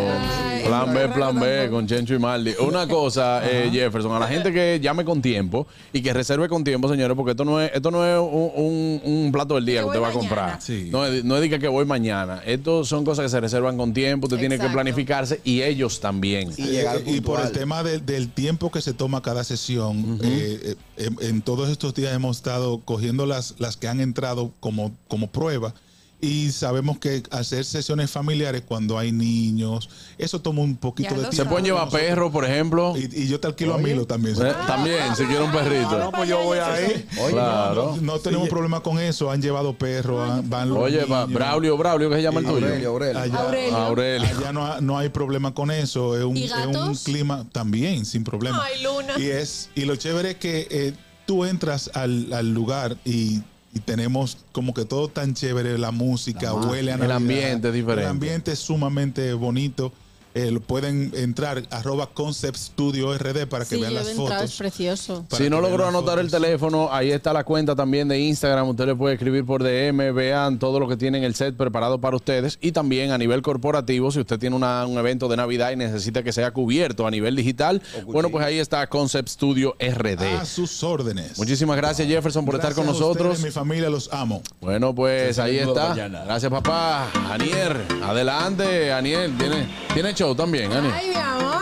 [SPEAKER 4] Plan B, plan B, con Chencho y Maldi. Una cosa, eh, Jefferson, a la gente que llame con tiempo y que reserve con tiempo, señores, porque esto no es, esto no es un, un- un plato del día que usted va a comprar. No, es- no es diga que voy mañana. Esto son cosas que se reservan con tiempo, usted tiene que
[SPEAKER 16] Exacto.
[SPEAKER 4] planificarse y ellos también.
[SPEAKER 16] Eh, Y por el tema del- del tiempo que se toma cada sesión, eh, eh, en, en todos estos días hemos estado cogiendo las, las que han entrado como, como prueba. Y sabemos que hacer sesiones familiares cuando hay niños, eso toma un poquito
[SPEAKER 4] Ya
[SPEAKER 16] de
[SPEAKER 4] lo
[SPEAKER 16] tiempo.
[SPEAKER 4] Se pueden llevar perros, por ejemplo.
[SPEAKER 16] Y, y yo te alquilo a Milo también.
[SPEAKER 4] Eh, también, si quiere un perrito.
[SPEAKER 16] Ah, no, pues yo voy ahí.
[SPEAKER 4] Oye, Claro.
[SPEAKER 16] No, no tenemos problema con eso. Han llevado perros, han- van los
[SPEAKER 4] Oye, va-
[SPEAKER 16] niños.
[SPEAKER 4] Braulio, Braulio, ¿qué se llama el tuyo?
[SPEAKER 16] Aurelio, Aurelio. Allá,
[SPEAKER 4] Aurelio. Aurelio.
[SPEAKER 16] allá no, ha- no hay problema con eso. Es un,
[SPEAKER 8] ¿Y
[SPEAKER 16] es un
[SPEAKER 8] gatos?
[SPEAKER 16] clima también, sin problema.
[SPEAKER 8] Ay, Luna.
[SPEAKER 16] Y, es, y lo chévere es que eh, tú entras al, al lugar y, y tenemos como que todo tan chévere, la música, huele a
[SPEAKER 4] el
[SPEAKER 16] Navidad.
[SPEAKER 4] ambiente es diferente.
[SPEAKER 16] El ambiente es sumamente bonito. Eh, lo pueden entrar arroba Concept Studio RD para que
[SPEAKER 9] Sí,
[SPEAKER 16] vean
[SPEAKER 9] yo
[SPEAKER 16] las
[SPEAKER 9] he entrado, es
[SPEAKER 16] fotos.
[SPEAKER 9] precioso.
[SPEAKER 16] para
[SPEAKER 4] Si no
[SPEAKER 16] que vean
[SPEAKER 4] logró
[SPEAKER 16] las
[SPEAKER 4] anotar el teléfono, ahí está la cuenta también de Instagram. Usted le puede escribir por DM, vean todo lo que tienen el set preparado para ustedes. Y también a nivel corporativo, si usted tiene una- un evento de Navidad y necesita que sea cubierto a nivel digital, bueno, pues ahí está Concept Studio RD.
[SPEAKER 16] A sus órdenes.
[SPEAKER 4] Muchísimas gracias, Jefferson, por estar
[SPEAKER 16] Gracias
[SPEAKER 4] con
[SPEAKER 16] a ustedes,
[SPEAKER 4] nosotros.
[SPEAKER 16] mi familia los amo.
[SPEAKER 4] Bueno, pues
[SPEAKER 16] Se
[SPEAKER 4] ahí
[SPEAKER 16] saluda
[SPEAKER 4] está.
[SPEAKER 16] mañana.
[SPEAKER 4] Gracias, papá. Aniel, adelante, Aniel. Tiene, tiene show también, Aniel.
[SPEAKER 7] Ay, mi amor.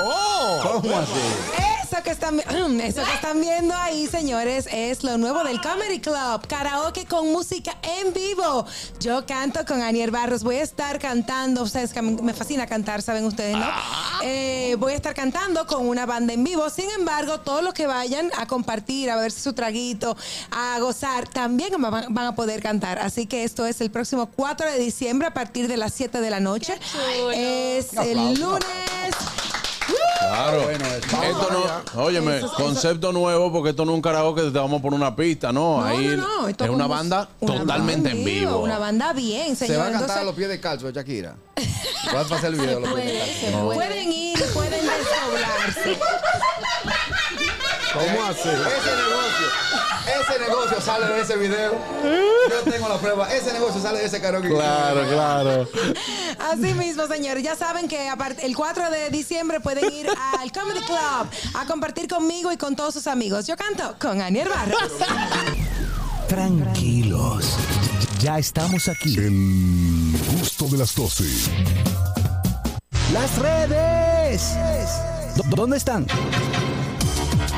[SPEAKER 16] Oh.
[SPEAKER 4] ¿Cómo así?
[SPEAKER 7] Eso que, están, eso que están viendo ahí, señores, es lo nuevo del Comedy Club. Karaoke con música en vivo. Yo canto con Aniel Barros. Voy a estar cantando. Ustedes que a mí me fascina cantar, saben ustedes, ¿no?
[SPEAKER 6] Ah.
[SPEAKER 7] Eh, voy a estar cantando con una banda en vivo. Sin embargo, todos los que vayan a compartir, a verse su traguito, a gozar, también van, van a poder cantar. Así que esto es el próximo 4 de diciembre a partir de las 7 de la noche. Es
[SPEAKER 6] Un aplauso,
[SPEAKER 7] el
[SPEAKER 6] un aplauso.
[SPEAKER 7] lunes.
[SPEAKER 4] Claro.
[SPEAKER 6] Bueno, eso.
[SPEAKER 4] esto no, óyeme, concepto nuevo porque esto no es un karaoke te vamos por una pista, no,
[SPEAKER 7] No,
[SPEAKER 4] ahí
[SPEAKER 7] no, no, esto
[SPEAKER 4] es
[SPEAKER 7] con
[SPEAKER 4] una
[SPEAKER 7] mus-
[SPEAKER 4] banda
[SPEAKER 7] una
[SPEAKER 4] totalmente
[SPEAKER 7] banda
[SPEAKER 4] en vivo.
[SPEAKER 7] Una banda bien,
[SPEAKER 6] Se
[SPEAKER 7] señor.
[SPEAKER 6] va a cantar
[SPEAKER 7] Entonces,
[SPEAKER 6] a los pies de calcio de Shakira. Vas a pasar el video. de los pies de calcio.
[SPEAKER 7] No. Pueden ir y pueden desdoblarse.
[SPEAKER 6] ¿Cómo hace? Ese negocio, ese negocio sale de ese video. Yo tengo la prueba. Ese negocio sale de ese karaoke.
[SPEAKER 4] Claro, claro.
[SPEAKER 7] Así mismo, señores. Ya saben que a part- el 4 de diciembre pueden ir al Comedy Club a compartir conmigo y con todos sus amigos. Yo canto con Aniel Barros.
[SPEAKER 1] Tranquilos. Ya estamos aquí. El gusto de las 12. Las redes. ¿Dó- ¿Dónde están?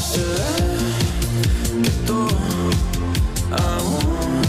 [SPEAKER 3] Se ve que tú aún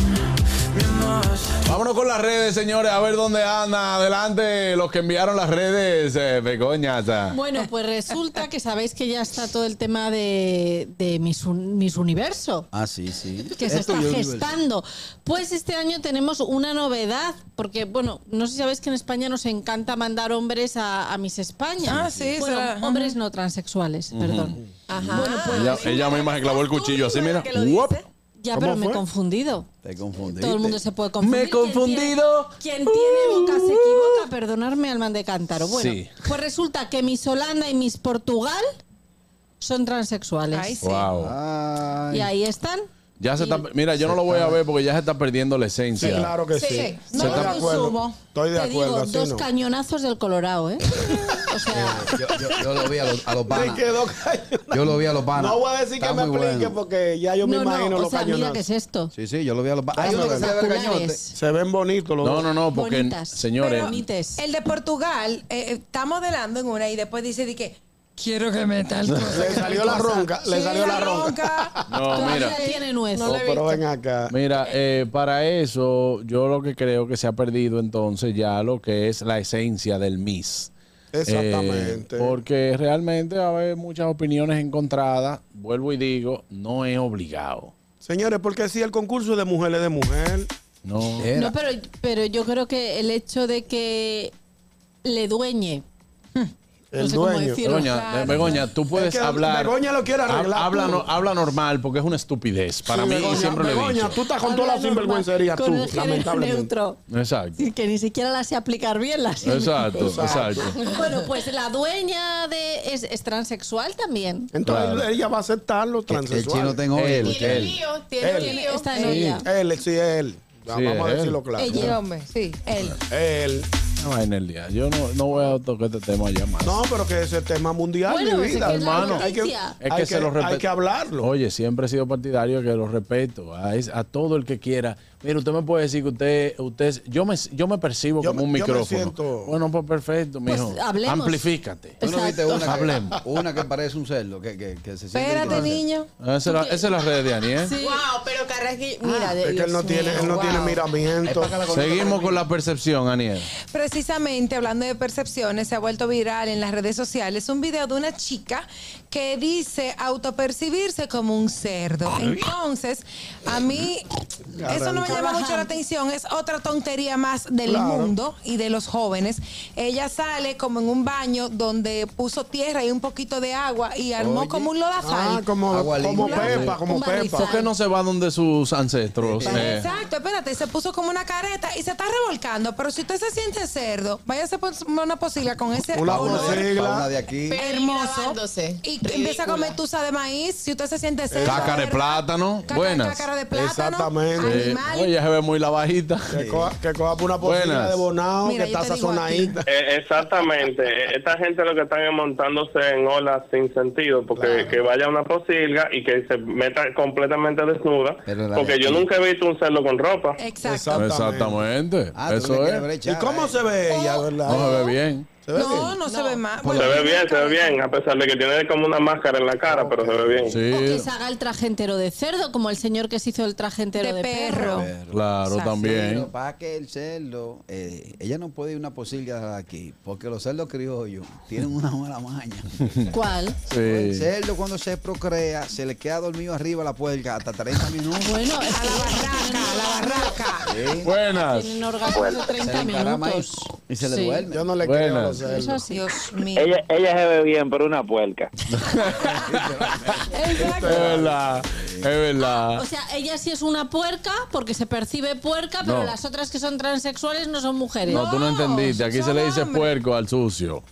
[SPEAKER 3] me amas.
[SPEAKER 4] Vámonos con las redes, señores, a ver dónde anda. Adelante, los que enviaron las redes, eh, Begoña. ta.
[SPEAKER 9] Bueno, pues resulta que sabéis que ya está todo el tema de, de mis, un- mis universo.
[SPEAKER 6] Ah, sí, sí.
[SPEAKER 9] que se
[SPEAKER 6] Esto
[SPEAKER 9] está
[SPEAKER 6] yo digo,
[SPEAKER 9] gestando. Pues este año tenemos una novedad, porque, bueno, no sé si sabéis que en España nos encanta mandar hombres a, a Miss España.
[SPEAKER 7] Ah, sí,
[SPEAKER 9] Bueno,
[SPEAKER 7] será.
[SPEAKER 9] hombres no transexuales, perdón. Bueno, pues,
[SPEAKER 4] Ella, ella misma se clavó el cuchillo así, mira. Uop.
[SPEAKER 9] ya,
[SPEAKER 4] ¿Cómo
[SPEAKER 9] pero me he
[SPEAKER 4] fue?
[SPEAKER 9] confundido.
[SPEAKER 6] Te confundiste.
[SPEAKER 9] Todo el mundo se puede confundir.
[SPEAKER 4] Me he
[SPEAKER 9] Quien
[SPEAKER 4] confundido. Uh.
[SPEAKER 9] tiene- Quien tiene boca se equivoca, perdonarme alma de cántaro. Bueno,
[SPEAKER 4] Sí.
[SPEAKER 9] pues resulta que mis Holanda y mis Portugal son transexuales.
[SPEAKER 4] Wow.
[SPEAKER 9] Y ahí están.
[SPEAKER 4] Ya se está, mira, yo no lo voy a ver porque ya se está perdiendo la esencia.
[SPEAKER 5] Sí, claro que sí.
[SPEAKER 9] Sí.
[SPEAKER 5] Se
[SPEAKER 9] No
[SPEAKER 5] está-
[SPEAKER 9] lo
[SPEAKER 5] de acuerdo.
[SPEAKER 9] consumo.
[SPEAKER 5] Estoy de
[SPEAKER 9] Te digo,
[SPEAKER 5] acuerdo. pues, así
[SPEAKER 9] dos
[SPEAKER 5] no.
[SPEAKER 9] cañonazos del Colorado, ¿eh?
[SPEAKER 6] Yo, yo, yo lo vi a los, a los
[SPEAKER 5] Se
[SPEAKER 6] panas.
[SPEAKER 5] quedó
[SPEAKER 6] Yo lo vi a los panas.
[SPEAKER 5] No voy a decir
[SPEAKER 6] Está
[SPEAKER 5] que me
[SPEAKER 6] muy
[SPEAKER 5] aplique
[SPEAKER 6] bueno.
[SPEAKER 5] porque ya yo me
[SPEAKER 9] No, no,
[SPEAKER 5] imagino
[SPEAKER 9] o
[SPEAKER 5] los
[SPEAKER 9] sea, mira
[SPEAKER 5] cañonazos.
[SPEAKER 9] qué es esto.
[SPEAKER 6] Sí, sí, yo lo vi a los panas. Hay uno que se le ve el
[SPEAKER 9] Espectaculares.
[SPEAKER 6] cañote.
[SPEAKER 5] Se ven bonitos los
[SPEAKER 4] No, no, no, porque
[SPEAKER 9] Bonitas.
[SPEAKER 4] señores,
[SPEAKER 9] Pero-
[SPEAKER 7] El de Portugal eh, eh, está modelando en una y después dice de que Quiero que me tal cosa.
[SPEAKER 5] Le salió la ronca, le salió la ronca.
[SPEAKER 4] No, mira.
[SPEAKER 9] Tiene nuez.
[SPEAKER 5] Oh, pero ven acá.
[SPEAKER 4] Mira, eh, para eso yo lo que creo que se ha perdido entonces ya lo que es la esencia del Miss.
[SPEAKER 5] Exactamente.
[SPEAKER 4] Eh, porque realmente va a haber muchas opiniones encontradas. Vuelvo y digo, no es obligado.
[SPEAKER 5] Señores, porque si el concurso es de mujeres de mujer.
[SPEAKER 4] No.
[SPEAKER 9] No, pero, pero yo creo que el hecho de que le dueñe.
[SPEAKER 5] El
[SPEAKER 9] no sé cómo
[SPEAKER 5] dueño.
[SPEAKER 9] decirlo.
[SPEAKER 4] Begoña,
[SPEAKER 9] Claro.
[SPEAKER 4] eh, Begoña, tú puedes
[SPEAKER 5] que
[SPEAKER 4] hablar.
[SPEAKER 5] Begoña lo quiere arreglar,
[SPEAKER 4] Hab- Habla,
[SPEAKER 5] tú.
[SPEAKER 4] no- habla normal porque es una estupidez. Para
[SPEAKER 5] Sí,
[SPEAKER 4] mí,
[SPEAKER 5] Begoña,
[SPEAKER 4] y siempre lo he
[SPEAKER 5] Begoña,
[SPEAKER 4] dicho.
[SPEAKER 5] tú estás con toda la
[SPEAKER 9] Habla
[SPEAKER 5] sinvergüencería,
[SPEAKER 9] normal,
[SPEAKER 5] tú,
[SPEAKER 9] con el género
[SPEAKER 5] lamentablemente.
[SPEAKER 9] neutro.
[SPEAKER 4] Exacto.
[SPEAKER 9] Sí, que ni siquiera la sé aplicar bien la
[SPEAKER 4] Exacto, exacto.
[SPEAKER 9] Bueno, pues la dueña de es, es transexual también.
[SPEAKER 5] Entonces
[SPEAKER 4] Claro.
[SPEAKER 5] él- ella va a aceptar los transexuales.
[SPEAKER 6] chino tengo Él,
[SPEAKER 4] él, Tiene él.
[SPEAKER 9] lío, tiene
[SPEAKER 5] Él.
[SPEAKER 9] lío. Está en
[SPEAKER 5] Sí.
[SPEAKER 9] olla.
[SPEAKER 5] Él, sí, él. Ya,
[SPEAKER 4] Sí,
[SPEAKER 5] vamos a
[SPEAKER 4] él.
[SPEAKER 5] decirlo claro.
[SPEAKER 7] Ella, hombre, sí, él.
[SPEAKER 5] Él.
[SPEAKER 4] No hay en el día. Yo no, no voy a tocar este tema ya más.
[SPEAKER 5] No, pero que ese tema mundial,
[SPEAKER 9] Bueno,
[SPEAKER 5] mi
[SPEAKER 9] es
[SPEAKER 5] vida,
[SPEAKER 9] que es la
[SPEAKER 5] hermano.
[SPEAKER 9] noticia.
[SPEAKER 5] Hay que,
[SPEAKER 4] Es
[SPEAKER 5] hay
[SPEAKER 4] que, se lo
[SPEAKER 5] hay
[SPEAKER 4] respeto.
[SPEAKER 5] que hablarlo.
[SPEAKER 4] Oye, siempre he sido partidario que lo respeto a, es- a todo el que quiera. Mira, usted me puede decir que usted, usted es- yo me, yo me percibo
[SPEAKER 6] Yo
[SPEAKER 4] como un
[SPEAKER 6] me- yo me
[SPEAKER 4] micrófono.
[SPEAKER 6] siento-
[SPEAKER 4] Bueno, pues perfecto,
[SPEAKER 6] Pues,
[SPEAKER 4] mijo.
[SPEAKER 6] hablemos.
[SPEAKER 4] Amplifícate.
[SPEAKER 6] Tú no viste una
[SPEAKER 4] Hablemos.
[SPEAKER 6] que, una que parece un cerdo, que, que, que se siente.
[SPEAKER 7] Espérate, niño. Ah,
[SPEAKER 4] Esa es, la, esa es la red de Ani, ¿eh?
[SPEAKER 8] Wow, pero Carrasqui, mira, de
[SPEAKER 5] Ah, es que él no tiene, él no tiene miramiento.
[SPEAKER 4] Seguimos con la percepción, Aniel.
[SPEAKER 7] Precisamente hablando de percepciones, se ha vuelto viral en las redes sociales un video de una chica que dice autopercibirse como un cerdo. Entonces, a mí eso no me llama mucho la atención, es otra tontería más del
[SPEAKER 5] Claro.
[SPEAKER 7] mundo y de los jóvenes. Ella sale como en un baño donde puso tierra y un poquito de agua y armó
[SPEAKER 6] Oye.
[SPEAKER 7] como un lodazal.
[SPEAKER 5] Ah, como, como Pepa, como
[SPEAKER 7] Un
[SPEAKER 5] Pepa.
[SPEAKER 7] barrizal.
[SPEAKER 4] ¿Por qué no se va donde sus ancestros? eh?
[SPEAKER 7] Exacto, espérate, se puso como una careta y se está revolcando. Pero si usted se siente cerdo, váyase por una posilla con ese
[SPEAKER 5] Una
[SPEAKER 7] olor
[SPEAKER 5] pocilga.
[SPEAKER 6] Una de aquí.
[SPEAKER 7] hermoso y que empieza a comer tusa de maíz. Si usted se siente cerdo,
[SPEAKER 4] Cácara de plátano.
[SPEAKER 7] Cácara-
[SPEAKER 4] Buenas.
[SPEAKER 7] cácara de plátano,
[SPEAKER 5] Exactamente.
[SPEAKER 4] Eh,
[SPEAKER 7] animal.
[SPEAKER 4] oye, se ve muy la bajita.
[SPEAKER 5] Que coja, que coja por una porcina
[SPEAKER 4] Buenas.
[SPEAKER 5] de bonao
[SPEAKER 7] Mira,
[SPEAKER 5] que
[SPEAKER 7] yo
[SPEAKER 5] está
[SPEAKER 7] te digo a ti.
[SPEAKER 5] sazonadita.
[SPEAKER 13] Eh, exactamente. Eh, Esta gente lo que están es montándose en olas sin sentido, porque que vaya una posilga y que se meta completamente desnuda,
[SPEAKER 6] la
[SPEAKER 13] porque
[SPEAKER 6] de
[SPEAKER 13] yo
[SPEAKER 6] aquí.
[SPEAKER 13] nunca he visto un cerdo con ropa.
[SPEAKER 7] Exacto.
[SPEAKER 4] Exactamente.
[SPEAKER 6] Ah, tú le
[SPEAKER 4] Eso
[SPEAKER 6] quieres
[SPEAKER 4] es.
[SPEAKER 5] ¿Y
[SPEAKER 6] brechar,
[SPEAKER 5] cómo
[SPEAKER 6] eh.
[SPEAKER 5] se ve ella, verdad?
[SPEAKER 4] No se ve bien.
[SPEAKER 5] ¿Se ve
[SPEAKER 7] No,
[SPEAKER 5] bien?
[SPEAKER 7] no se ve más.
[SPEAKER 13] Se ve bien, se ve bien, a pesar de que tiene como una máscara en la cara, pero se ve bien.
[SPEAKER 9] O que
[SPEAKER 4] Sí,
[SPEAKER 9] se haga el traje entero de cerdo, como el señor que se hizo el traje entero
[SPEAKER 7] De
[SPEAKER 9] de, perro.
[SPEAKER 7] perro.
[SPEAKER 4] claro,
[SPEAKER 7] Exacto.
[SPEAKER 4] también.
[SPEAKER 6] Pero para que el cerdo, eh, ella no puede ir una posilga de aquí, porque los cerdos criollos tienen una mala maña.
[SPEAKER 9] ¿Cuál?
[SPEAKER 6] El
[SPEAKER 4] Sí.
[SPEAKER 6] cerdo cuando se procrea, se le queda dormido arriba la puerca hasta 30 minutos.
[SPEAKER 9] Bueno, es
[SPEAKER 7] A la barraca, a la barraca.
[SPEAKER 6] ¿sí?
[SPEAKER 4] Buenas.
[SPEAKER 9] tienen orgasmos de
[SPEAKER 6] Se
[SPEAKER 9] 30
[SPEAKER 6] le encarama y,
[SPEAKER 9] minutos.
[SPEAKER 6] y se le
[SPEAKER 9] Sí.
[SPEAKER 6] duerme.
[SPEAKER 5] Yo no le
[SPEAKER 4] Buenas.
[SPEAKER 5] creo a los cerdos.
[SPEAKER 9] Eso sí.
[SPEAKER 7] Dios mío.
[SPEAKER 22] Ella, ella se ve bien, pero una puerca.
[SPEAKER 4] Es verdad. Es verdad.
[SPEAKER 9] O sea, ella sí es una puerca porque se percibe puerca, pero
[SPEAKER 4] No.
[SPEAKER 9] las otras que son transexuales no son mujeres.
[SPEAKER 4] No, tú no entendiste. Aquí se le dice puerco al sucio.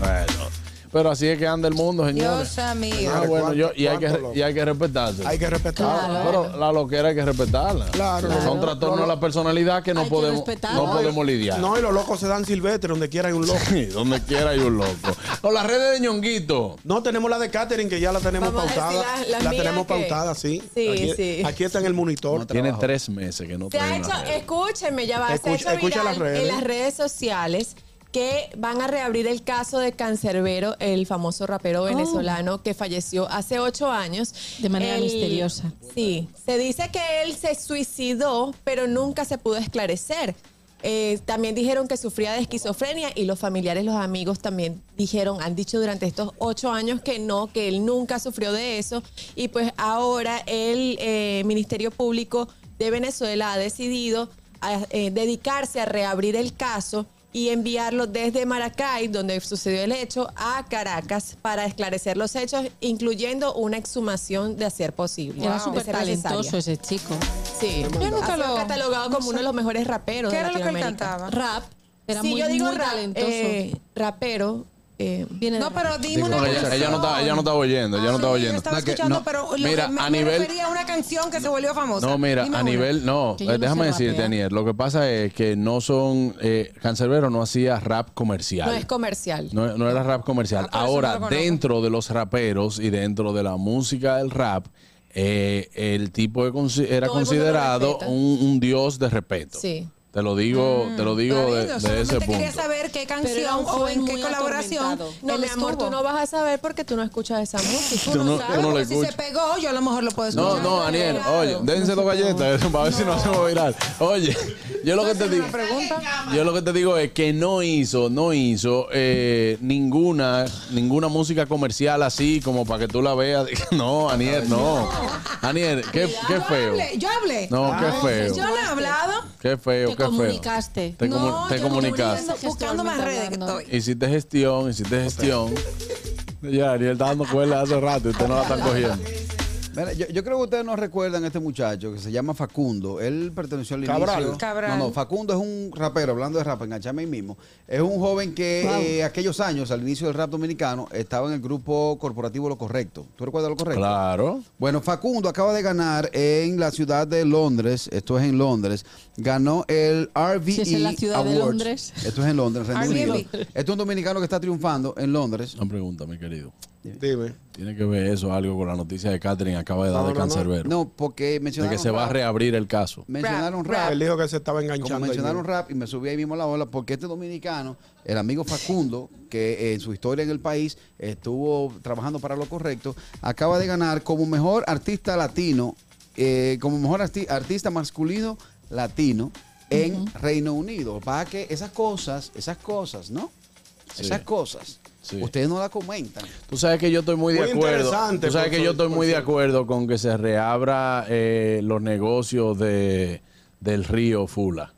[SPEAKER 4] Bueno. Pero así es que anda el mundo, señores.
[SPEAKER 7] Dios mío.
[SPEAKER 4] Ah, bueno, yo, y, hay que,
[SPEAKER 5] ¿Cuánto,
[SPEAKER 4] y hay que respetarse.
[SPEAKER 5] Hay que respetarlo.
[SPEAKER 4] Pero la loquera hay que respetarla.
[SPEAKER 5] Claro.
[SPEAKER 4] Son trastornos a la personalidad que no
[SPEAKER 9] Hay que
[SPEAKER 4] podemos,
[SPEAKER 9] respetarla.
[SPEAKER 4] no podemos lidiar.
[SPEAKER 5] No, y los locos se dan silvestre donde quiera hay un loco.
[SPEAKER 4] Sí, donde quiera hay un loco. O las redes de ñonguito.
[SPEAKER 5] No, tenemos la de Catherine, que ya la tenemos
[SPEAKER 8] Vamos a decir
[SPEAKER 5] pautada.
[SPEAKER 8] la- la
[SPEAKER 5] la
[SPEAKER 8] mía
[SPEAKER 5] tenemos
[SPEAKER 8] que-
[SPEAKER 5] pautada, sí.
[SPEAKER 8] Sí,
[SPEAKER 5] aquí,
[SPEAKER 8] sí.
[SPEAKER 5] aquí está en el monitor.
[SPEAKER 4] Tiene tres meses que no
[SPEAKER 8] Se ha
[SPEAKER 4] trae
[SPEAKER 8] hecho,
[SPEAKER 4] una red.
[SPEAKER 8] escúchenme, ya va, se ha
[SPEAKER 5] Escucha-
[SPEAKER 8] hecho
[SPEAKER 5] escucha
[SPEAKER 8] viral
[SPEAKER 5] las redes.
[SPEAKER 8] en las redes sociales que van a reabrir el caso de Cancerbero, el famoso rapero venezolano que falleció hace ocho años.
[SPEAKER 9] De manera
[SPEAKER 8] Él-
[SPEAKER 9] misteriosa.
[SPEAKER 8] Sí, se dice que él se suicidó, pero nunca se pudo esclarecer. Eh, también dijeron que sufría de esquizofrenia y los familiares, los amigos también dijeron, han dicho durante estos ocho años que no, que él nunca sufrió de eso. Y pues ahora el eh, Ministerio Público de Venezuela ha decidido a, eh, dedicarse a reabrir el caso y enviarlo desde Maracay, donde sucedió el hecho, a Caracas para esclarecer los hechos, incluyendo una exhumación de hacer posible.
[SPEAKER 9] Era
[SPEAKER 8] de
[SPEAKER 9] súper
[SPEAKER 8] ser necesaria.
[SPEAKER 9] talentoso ese chico.
[SPEAKER 8] Sí.
[SPEAKER 7] Yo nunca
[SPEAKER 8] Ha sido
[SPEAKER 7] lo-
[SPEAKER 8] catalogado como uno de los mejores raperos.
[SPEAKER 7] ¿Qué
[SPEAKER 8] de
[SPEAKER 7] era lo que él
[SPEAKER 8] Latinoamérica.
[SPEAKER 7] cantaba?
[SPEAKER 9] Rap. Era
[SPEAKER 8] Sí,
[SPEAKER 9] muy,
[SPEAKER 8] yo digo
[SPEAKER 9] muy
[SPEAKER 8] rap,
[SPEAKER 9] talentoso.
[SPEAKER 8] eh, rapero. eh,
[SPEAKER 9] Viene de
[SPEAKER 7] No,
[SPEAKER 9] rap.
[SPEAKER 7] pero dime una Ah,
[SPEAKER 4] No, ella, ella no estaba, ella no estaba oyendo, ella no estaba
[SPEAKER 7] Sí, yo
[SPEAKER 4] oyendo.
[SPEAKER 7] estaba
[SPEAKER 4] No, que-
[SPEAKER 7] escuchando,
[SPEAKER 4] no.
[SPEAKER 7] pero lo
[SPEAKER 4] mira,
[SPEAKER 7] que me,
[SPEAKER 4] a
[SPEAKER 7] me
[SPEAKER 4] nivel,
[SPEAKER 7] refería a una canción que se volvió famosa.
[SPEAKER 4] no, mira,
[SPEAKER 7] Dime
[SPEAKER 4] a
[SPEAKER 7] una.
[SPEAKER 4] nivel, no,
[SPEAKER 9] Que yo
[SPEAKER 4] eh,
[SPEAKER 9] no
[SPEAKER 4] déjame
[SPEAKER 9] sé
[SPEAKER 4] decirte,
[SPEAKER 9] rapear.
[SPEAKER 4] Aniel, lo que pasa es que no son, eh, Cancerbero no hacía rap comercial.
[SPEAKER 8] no es comercial.
[SPEAKER 4] No, no era rap comercial.
[SPEAKER 7] Ah, por eso no
[SPEAKER 4] Ahora,
[SPEAKER 7] lo conozco.
[SPEAKER 4] dentro de los raperos y dentro de la música del rap, eh, el tipo de consi- era
[SPEAKER 8] Todo el mundo lo
[SPEAKER 4] considerado
[SPEAKER 8] respeta.
[SPEAKER 4] un, un dios de respeto.
[SPEAKER 8] Sí.
[SPEAKER 4] Te lo digo, te lo digo de,
[SPEAKER 7] Yo
[SPEAKER 4] de
[SPEAKER 7] solamente
[SPEAKER 4] ese
[SPEAKER 7] quería
[SPEAKER 4] punto.
[SPEAKER 7] saber qué
[SPEAKER 8] Pero
[SPEAKER 7] canción
[SPEAKER 8] aún
[SPEAKER 7] o
[SPEAKER 8] fue
[SPEAKER 7] en qué
[SPEAKER 8] muy
[SPEAKER 7] colaboración.
[SPEAKER 8] atormentado. No,
[SPEAKER 7] él
[SPEAKER 8] mi amor,
[SPEAKER 7] estuvo.
[SPEAKER 8] tú no vas a saber porque tú no escuchas esa música.
[SPEAKER 4] Tú no- tú no la
[SPEAKER 7] Porque si se
[SPEAKER 4] escuchas.
[SPEAKER 7] pegó, yo a lo mejor lo puedo
[SPEAKER 4] No,
[SPEAKER 7] escuchar.
[SPEAKER 4] no, Aniel, oye, dense dos galletas para ver si nos hacemos viral. Oye, yo lo que te digo,
[SPEAKER 7] pregunta?
[SPEAKER 4] yo lo que te digo es que no hizo, no hizo eh, ninguna, ninguna música comercial así como para que tú la veas. No, Aniel, no. Aniel, qué, qué feo.
[SPEAKER 7] Yo hablé.
[SPEAKER 4] No, qué feo.
[SPEAKER 7] Yo no he hablado.
[SPEAKER 4] Qué feo, qué feo. Te, comu-
[SPEAKER 7] No,
[SPEAKER 4] te
[SPEAKER 7] yo no estoy
[SPEAKER 4] comunicaste.
[SPEAKER 7] buscando- Buscando más redes que estoy.
[SPEAKER 4] Hiciste gestión, hiciste gestión. Ya, Aniel está dando cuerda hace rato y usted no la están cogiendo.
[SPEAKER 6] Mira, yo, yo creo que ustedes no recuerdan a este muchacho que se llama Facundo. Él perteneció al
[SPEAKER 4] Cabral.
[SPEAKER 6] inicio.
[SPEAKER 4] Cabral.
[SPEAKER 6] No, no, Facundo es un rapero, hablando de rap, enganchame ahí mismo. Es un joven que
[SPEAKER 4] Wow.
[SPEAKER 6] eh, aquellos años, al inicio del rap dominicano, estaba en el grupo corporativo Lo Correcto. ¿Tú recuerdas Lo Correcto?
[SPEAKER 4] Claro.
[SPEAKER 6] Bueno, Facundo acaba de ganar en la ciudad de Londres, esto es en Londres, ganó el RVE
[SPEAKER 9] Si es en la ciudad de
[SPEAKER 6] Awards.
[SPEAKER 9] Londres. E.
[SPEAKER 6] Esto es en Londres, Reino
[SPEAKER 9] RVE.
[SPEAKER 6] Unido. Esto es un dominicano que está triunfando en Londres.
[SPEAKER 4] Una pregunta, mi querido. Tiene que ver eso algo con la noticia de Catherine acaba de dar de cancerbero.
[SPEAKER 6] No, porque
[SPEAKER 4] de
[SPEAKER 6] mencionaron
[SPEAKER 4] que se va a
[SPEAKER 6] rap.
[SPEAKER 4] reabrir el caso.
[SPEAKER 6] Mencionaron
[SPEAKER 5] Rap,
[SPEAKER 6] rap.
[SPEAKER 5] rap. Él dijo que se estaba enganchando
[SPEAKER 6] Como mencionaron
[SPEAKER 5] allí.
[SPEAKER 6] rap y me subí ahí mismo a la ola porque este dominicano, el amigo Facundo, que eh, en su historia en el país estuvo trabajando para lo correcto, acaba de ganar como mejor artista latino, eh, como mejor arti- artista masculino latino en Reino Unido. Para que esas cosas, esas cosas, ¿no?
[SPEAKER 4] Sí.
[SPEAKER 6] Esas cosas,
[SPEAKER 4] Sí.
[SPEAKER 6] ustedes no la comentan.
[SPEAKER 4] Tú sabes que yo estoy muy de
[SPEAKER 6] Muy
[SPEAKER 4] acuerdo.
[SPEAKER 6] interesante,
[SPEAKER 4] Tú sabes
[SPEAKER 6] por
[SPEAKER 4] que yo
[SPEAKER 6] cierto,
[SPEAKER 4] estoy
[SPEAKER 6] por
[SPEAKER 4] muy de
[SPEAKER 6] cierto.
[SPEAKER 4] acuerdo con que se reabra eh, los negocios de, del río Fula.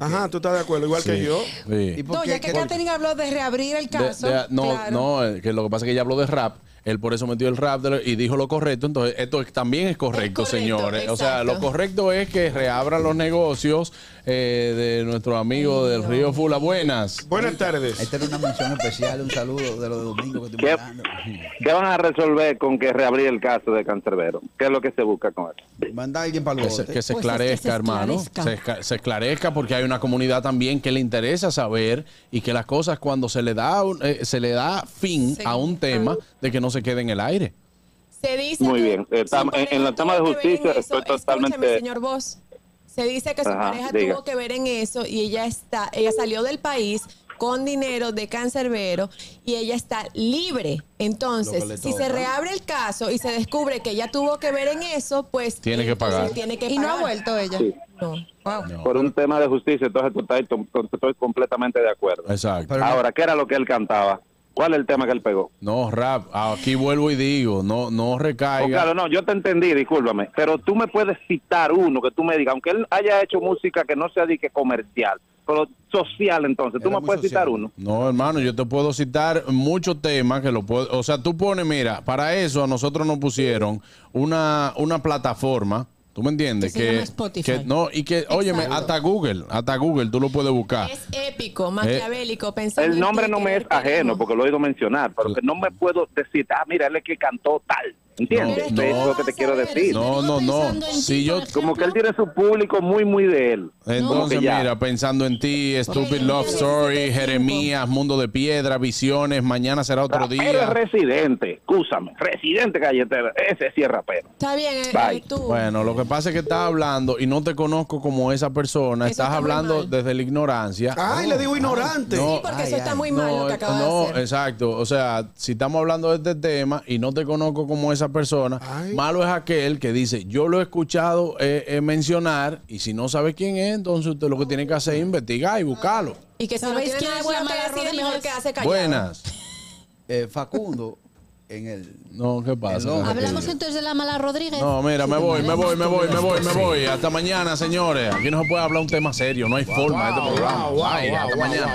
[SPEAKER 5] Ajá, tú estás de acuerdo, igual que
[SPEAKER 4] Sí,
[SPEAKER 5] yo.
[SPEAKER 4] sí.
[SPEAKER 7] No, ya que Katherine habló de reabrir el
[SPEAKER 4] De-
[SPEAKER 7] caso.
[SPEAKER 4] de- no,
[SPEAKER 7] claro.
[SPEAKER 4] no, eh, que lo que pasa es que ella habló de rap. Él por eso metió el rap de lo- y dijo lo correcto. Entonces, esto es- también es correcto, señores. O sea,
[SPEAKER 20] exacto.
[SPEAKER 4] lo correcto es que reabran los negocios eh, de nuestro amigo del río Fula. Buenas.
[SPEAKER 5] Buenas tardes.
[SPEAKER 6] Esta era una mención especial, un saludo de los de domingo que estoy
[SPEAKER 2] ¿Qué,
[SPEAKER 6] mandando.
[SPEAKER 2] qué van a resolver con que reabrir el caso de Cancerbero? ¿Qué es lo que se busca con eso?
[SPEAKER 6] Manda a alguien para el
[SPEAKER 4] Que se,
[SPEAKER 6] bote.
[SPEAKER 4] Pues que
[SPEAKER 8] Pues
[SPEAKER 4] se esclarezca, hermano. Se, esca- se esclarezca porque hay una comunidad también que le interesa saber y que las cosas cuando se le da un- eh, se le da fin
[SPEAKER 8] Sí.
[SPEAKER 4] a un tema de que no se quede en el aire.
[SPEAKER 8] Se dice
[SPEAKER 2] Muy
[SPEAKER 8] que-
[SPEAKER 2] bien. Eh, tam- en, en la tema de justicia estoy
[SPEAKER 8] Escúchame,
[SPEAKER 2] totalmente...
[SPEAKER 8] señor Vos. Se dice que su
[SPEAKER 2] Ajá,
[SPEAKER 8] pareja
[SPEAKER 2] diga.
[SPEAKER 8] tuvo que ver en eso y ella está, ella salió del país con dinero de cancerbero y ella está libre. Entonces,
[SPEAKER 4] Lo que le
[SPEAKER 8] si se
[SPEAKER 4] toca.
[SPEAKER 8] reabre el caso y se descubre que ella tuvo que ver en eso, pues
[SPEAKER 4] Tiene que
[SPEAKER 8] entonces
[SPEAKER 4] pagar.
[SPEAKER 8] tiene que
[SPEAKER 7] Y no ha
[SPEAKER 8] pagar.
[SPEAKER 7] vuelto ella.
[SPEAKER 2] Sí. Por un tema de justicia, entonces total, to- to- estoy completamente de acuerdo.
[SPEAKER 4] Exacto.
[SPEAKER 2] Ahora, ¿qué era lo que él cantaba? ¿Cuál es el tema que él pegó?
[SPEAKER 4] No, rap, aquí vuelvo y digo, no, no
[SPEAKER 2] Oh,
[SPEAKER 4] recaiga.
[SPEAKER 2] claro, no, yo te entendí, discúlpame, pero tú me puedes citar uno que tú me digas, aunque él haya hecho música que no sea de que comercial, pero social entonces, tú me puedes citar uno.
[SPEAKER 4] No, hermano, yo te puedo citar muchos temas que lo puedo. O sea, tú pones, mira, para eso a nosotros nos pusieron una, una plataforma. ¿Tú me entiendes?
[SPEAKER 8] Que se llama Spotify.
[SPEAKER 4] que- no, y que, óyeme, hasta Google, hasta Google tú lo puedes buscar.
[SPEAKER 8] Es
[SPEAKER 4] Eh,
[SPEAKER 8] épico, maquiavélico, pensando
[SPEAKER 2] El
[SPEAKER 8] en
[SPEAKER 2] nombre
[SPEAKER 8] ti,
[SPEAKER 2] no me es
[SPEAKER 8] querer-
[SPEAKER 2] ajeno porque lo he oído mencionar, pero que no me puedo decir, ah, mira, él es que cantó tal. ¿Entiendes?
[SPEAKER 4] No,
[SPEAKER 2] es
[SPEAKER 4] no.
[SPEAKER 2] lo que te quiero decir.
[SPEAKER 4] No, no, no. Si yo,
[SPEAKER 2] Como que él tiene su público muy, muy de él. Como
[SPEAKER 4] Entonces,
[SPEAKER 2] que ya.
[SPEAKER 4] mira, pensando en ti, Stupid Love Story, Jeremías, Mundo de Piedra, Visiones, Mañana será otro
[SPEAKER 2] Rapero es
[SPEAKER 4] día.
[SPEAKER 2] residente, escúchame, residente galletero, ese sí es rapero.
[SPEAKER 8] Está bien, eh,
[SPEAKER 2] Bye.
[SPEAKER 8] eh, tú.
[SPEAKER 4] Bueno, lo que pasa es que estás hablando y no te conozco como esa persona.
[SPEAKER 8] Eso
[SPEAKER 4] estás
[SPEAKER 8] está muy
[SPEAKER 4] hablando
[SPEAKER 8] mal.
[SPEAKER 4] desde la ignorancia.
[SPEAKER 5] Ay, le digo ignorante.
[SPEAKER 4] No,
[SPEAKER 8] Sí, porque eso está muy mal lo que
[SPEAKER 4] eh,
[SPEAKER 8] acabas
[SPEAKER 4] no,
[SPEAKER 8] de hacer.
[SPEAKER 4] exacto. O sea, si estamos hablando de este tema y no te conozco como esa persona, malo es aquel que dice, yo lo he escuchado eh, eh, mencionar y si no sabe quién es, entonces usted lo que tiene que hacer es investigar y buscarlo.
[SPEAKER 8] Y que si no
[SPEAKER 9] ¿Sabéis
[SPEAKER 8] tiene
[SPEAKER 9] quién
[SPEAKER 8] nada
[SPEAKER 9] es
[SPEAKER 8] bueno que
[SPEAKER 9] Xiomara
[SPEAKER 8] decir, es
[SPEAKER 9] Rodríguez?
[SPEAKER 8] mejor quedarse callado.
[SPEAKER 4] Buenas.
[SPEAKER 6] Eh, Facundo, en el...
[SPEAKER 4] No, ¿qué pasa?
[SPEAKER 9] Hablamos entonces de la mala Rodríguez.
[SPEAKER 4] No, mira, me voy, me voy, me voy, me voy, me voy. Hasta mañana, señores. Aquí no se puede hablar un tema serio, no hay forma de este programa. Bye, hasta mañana.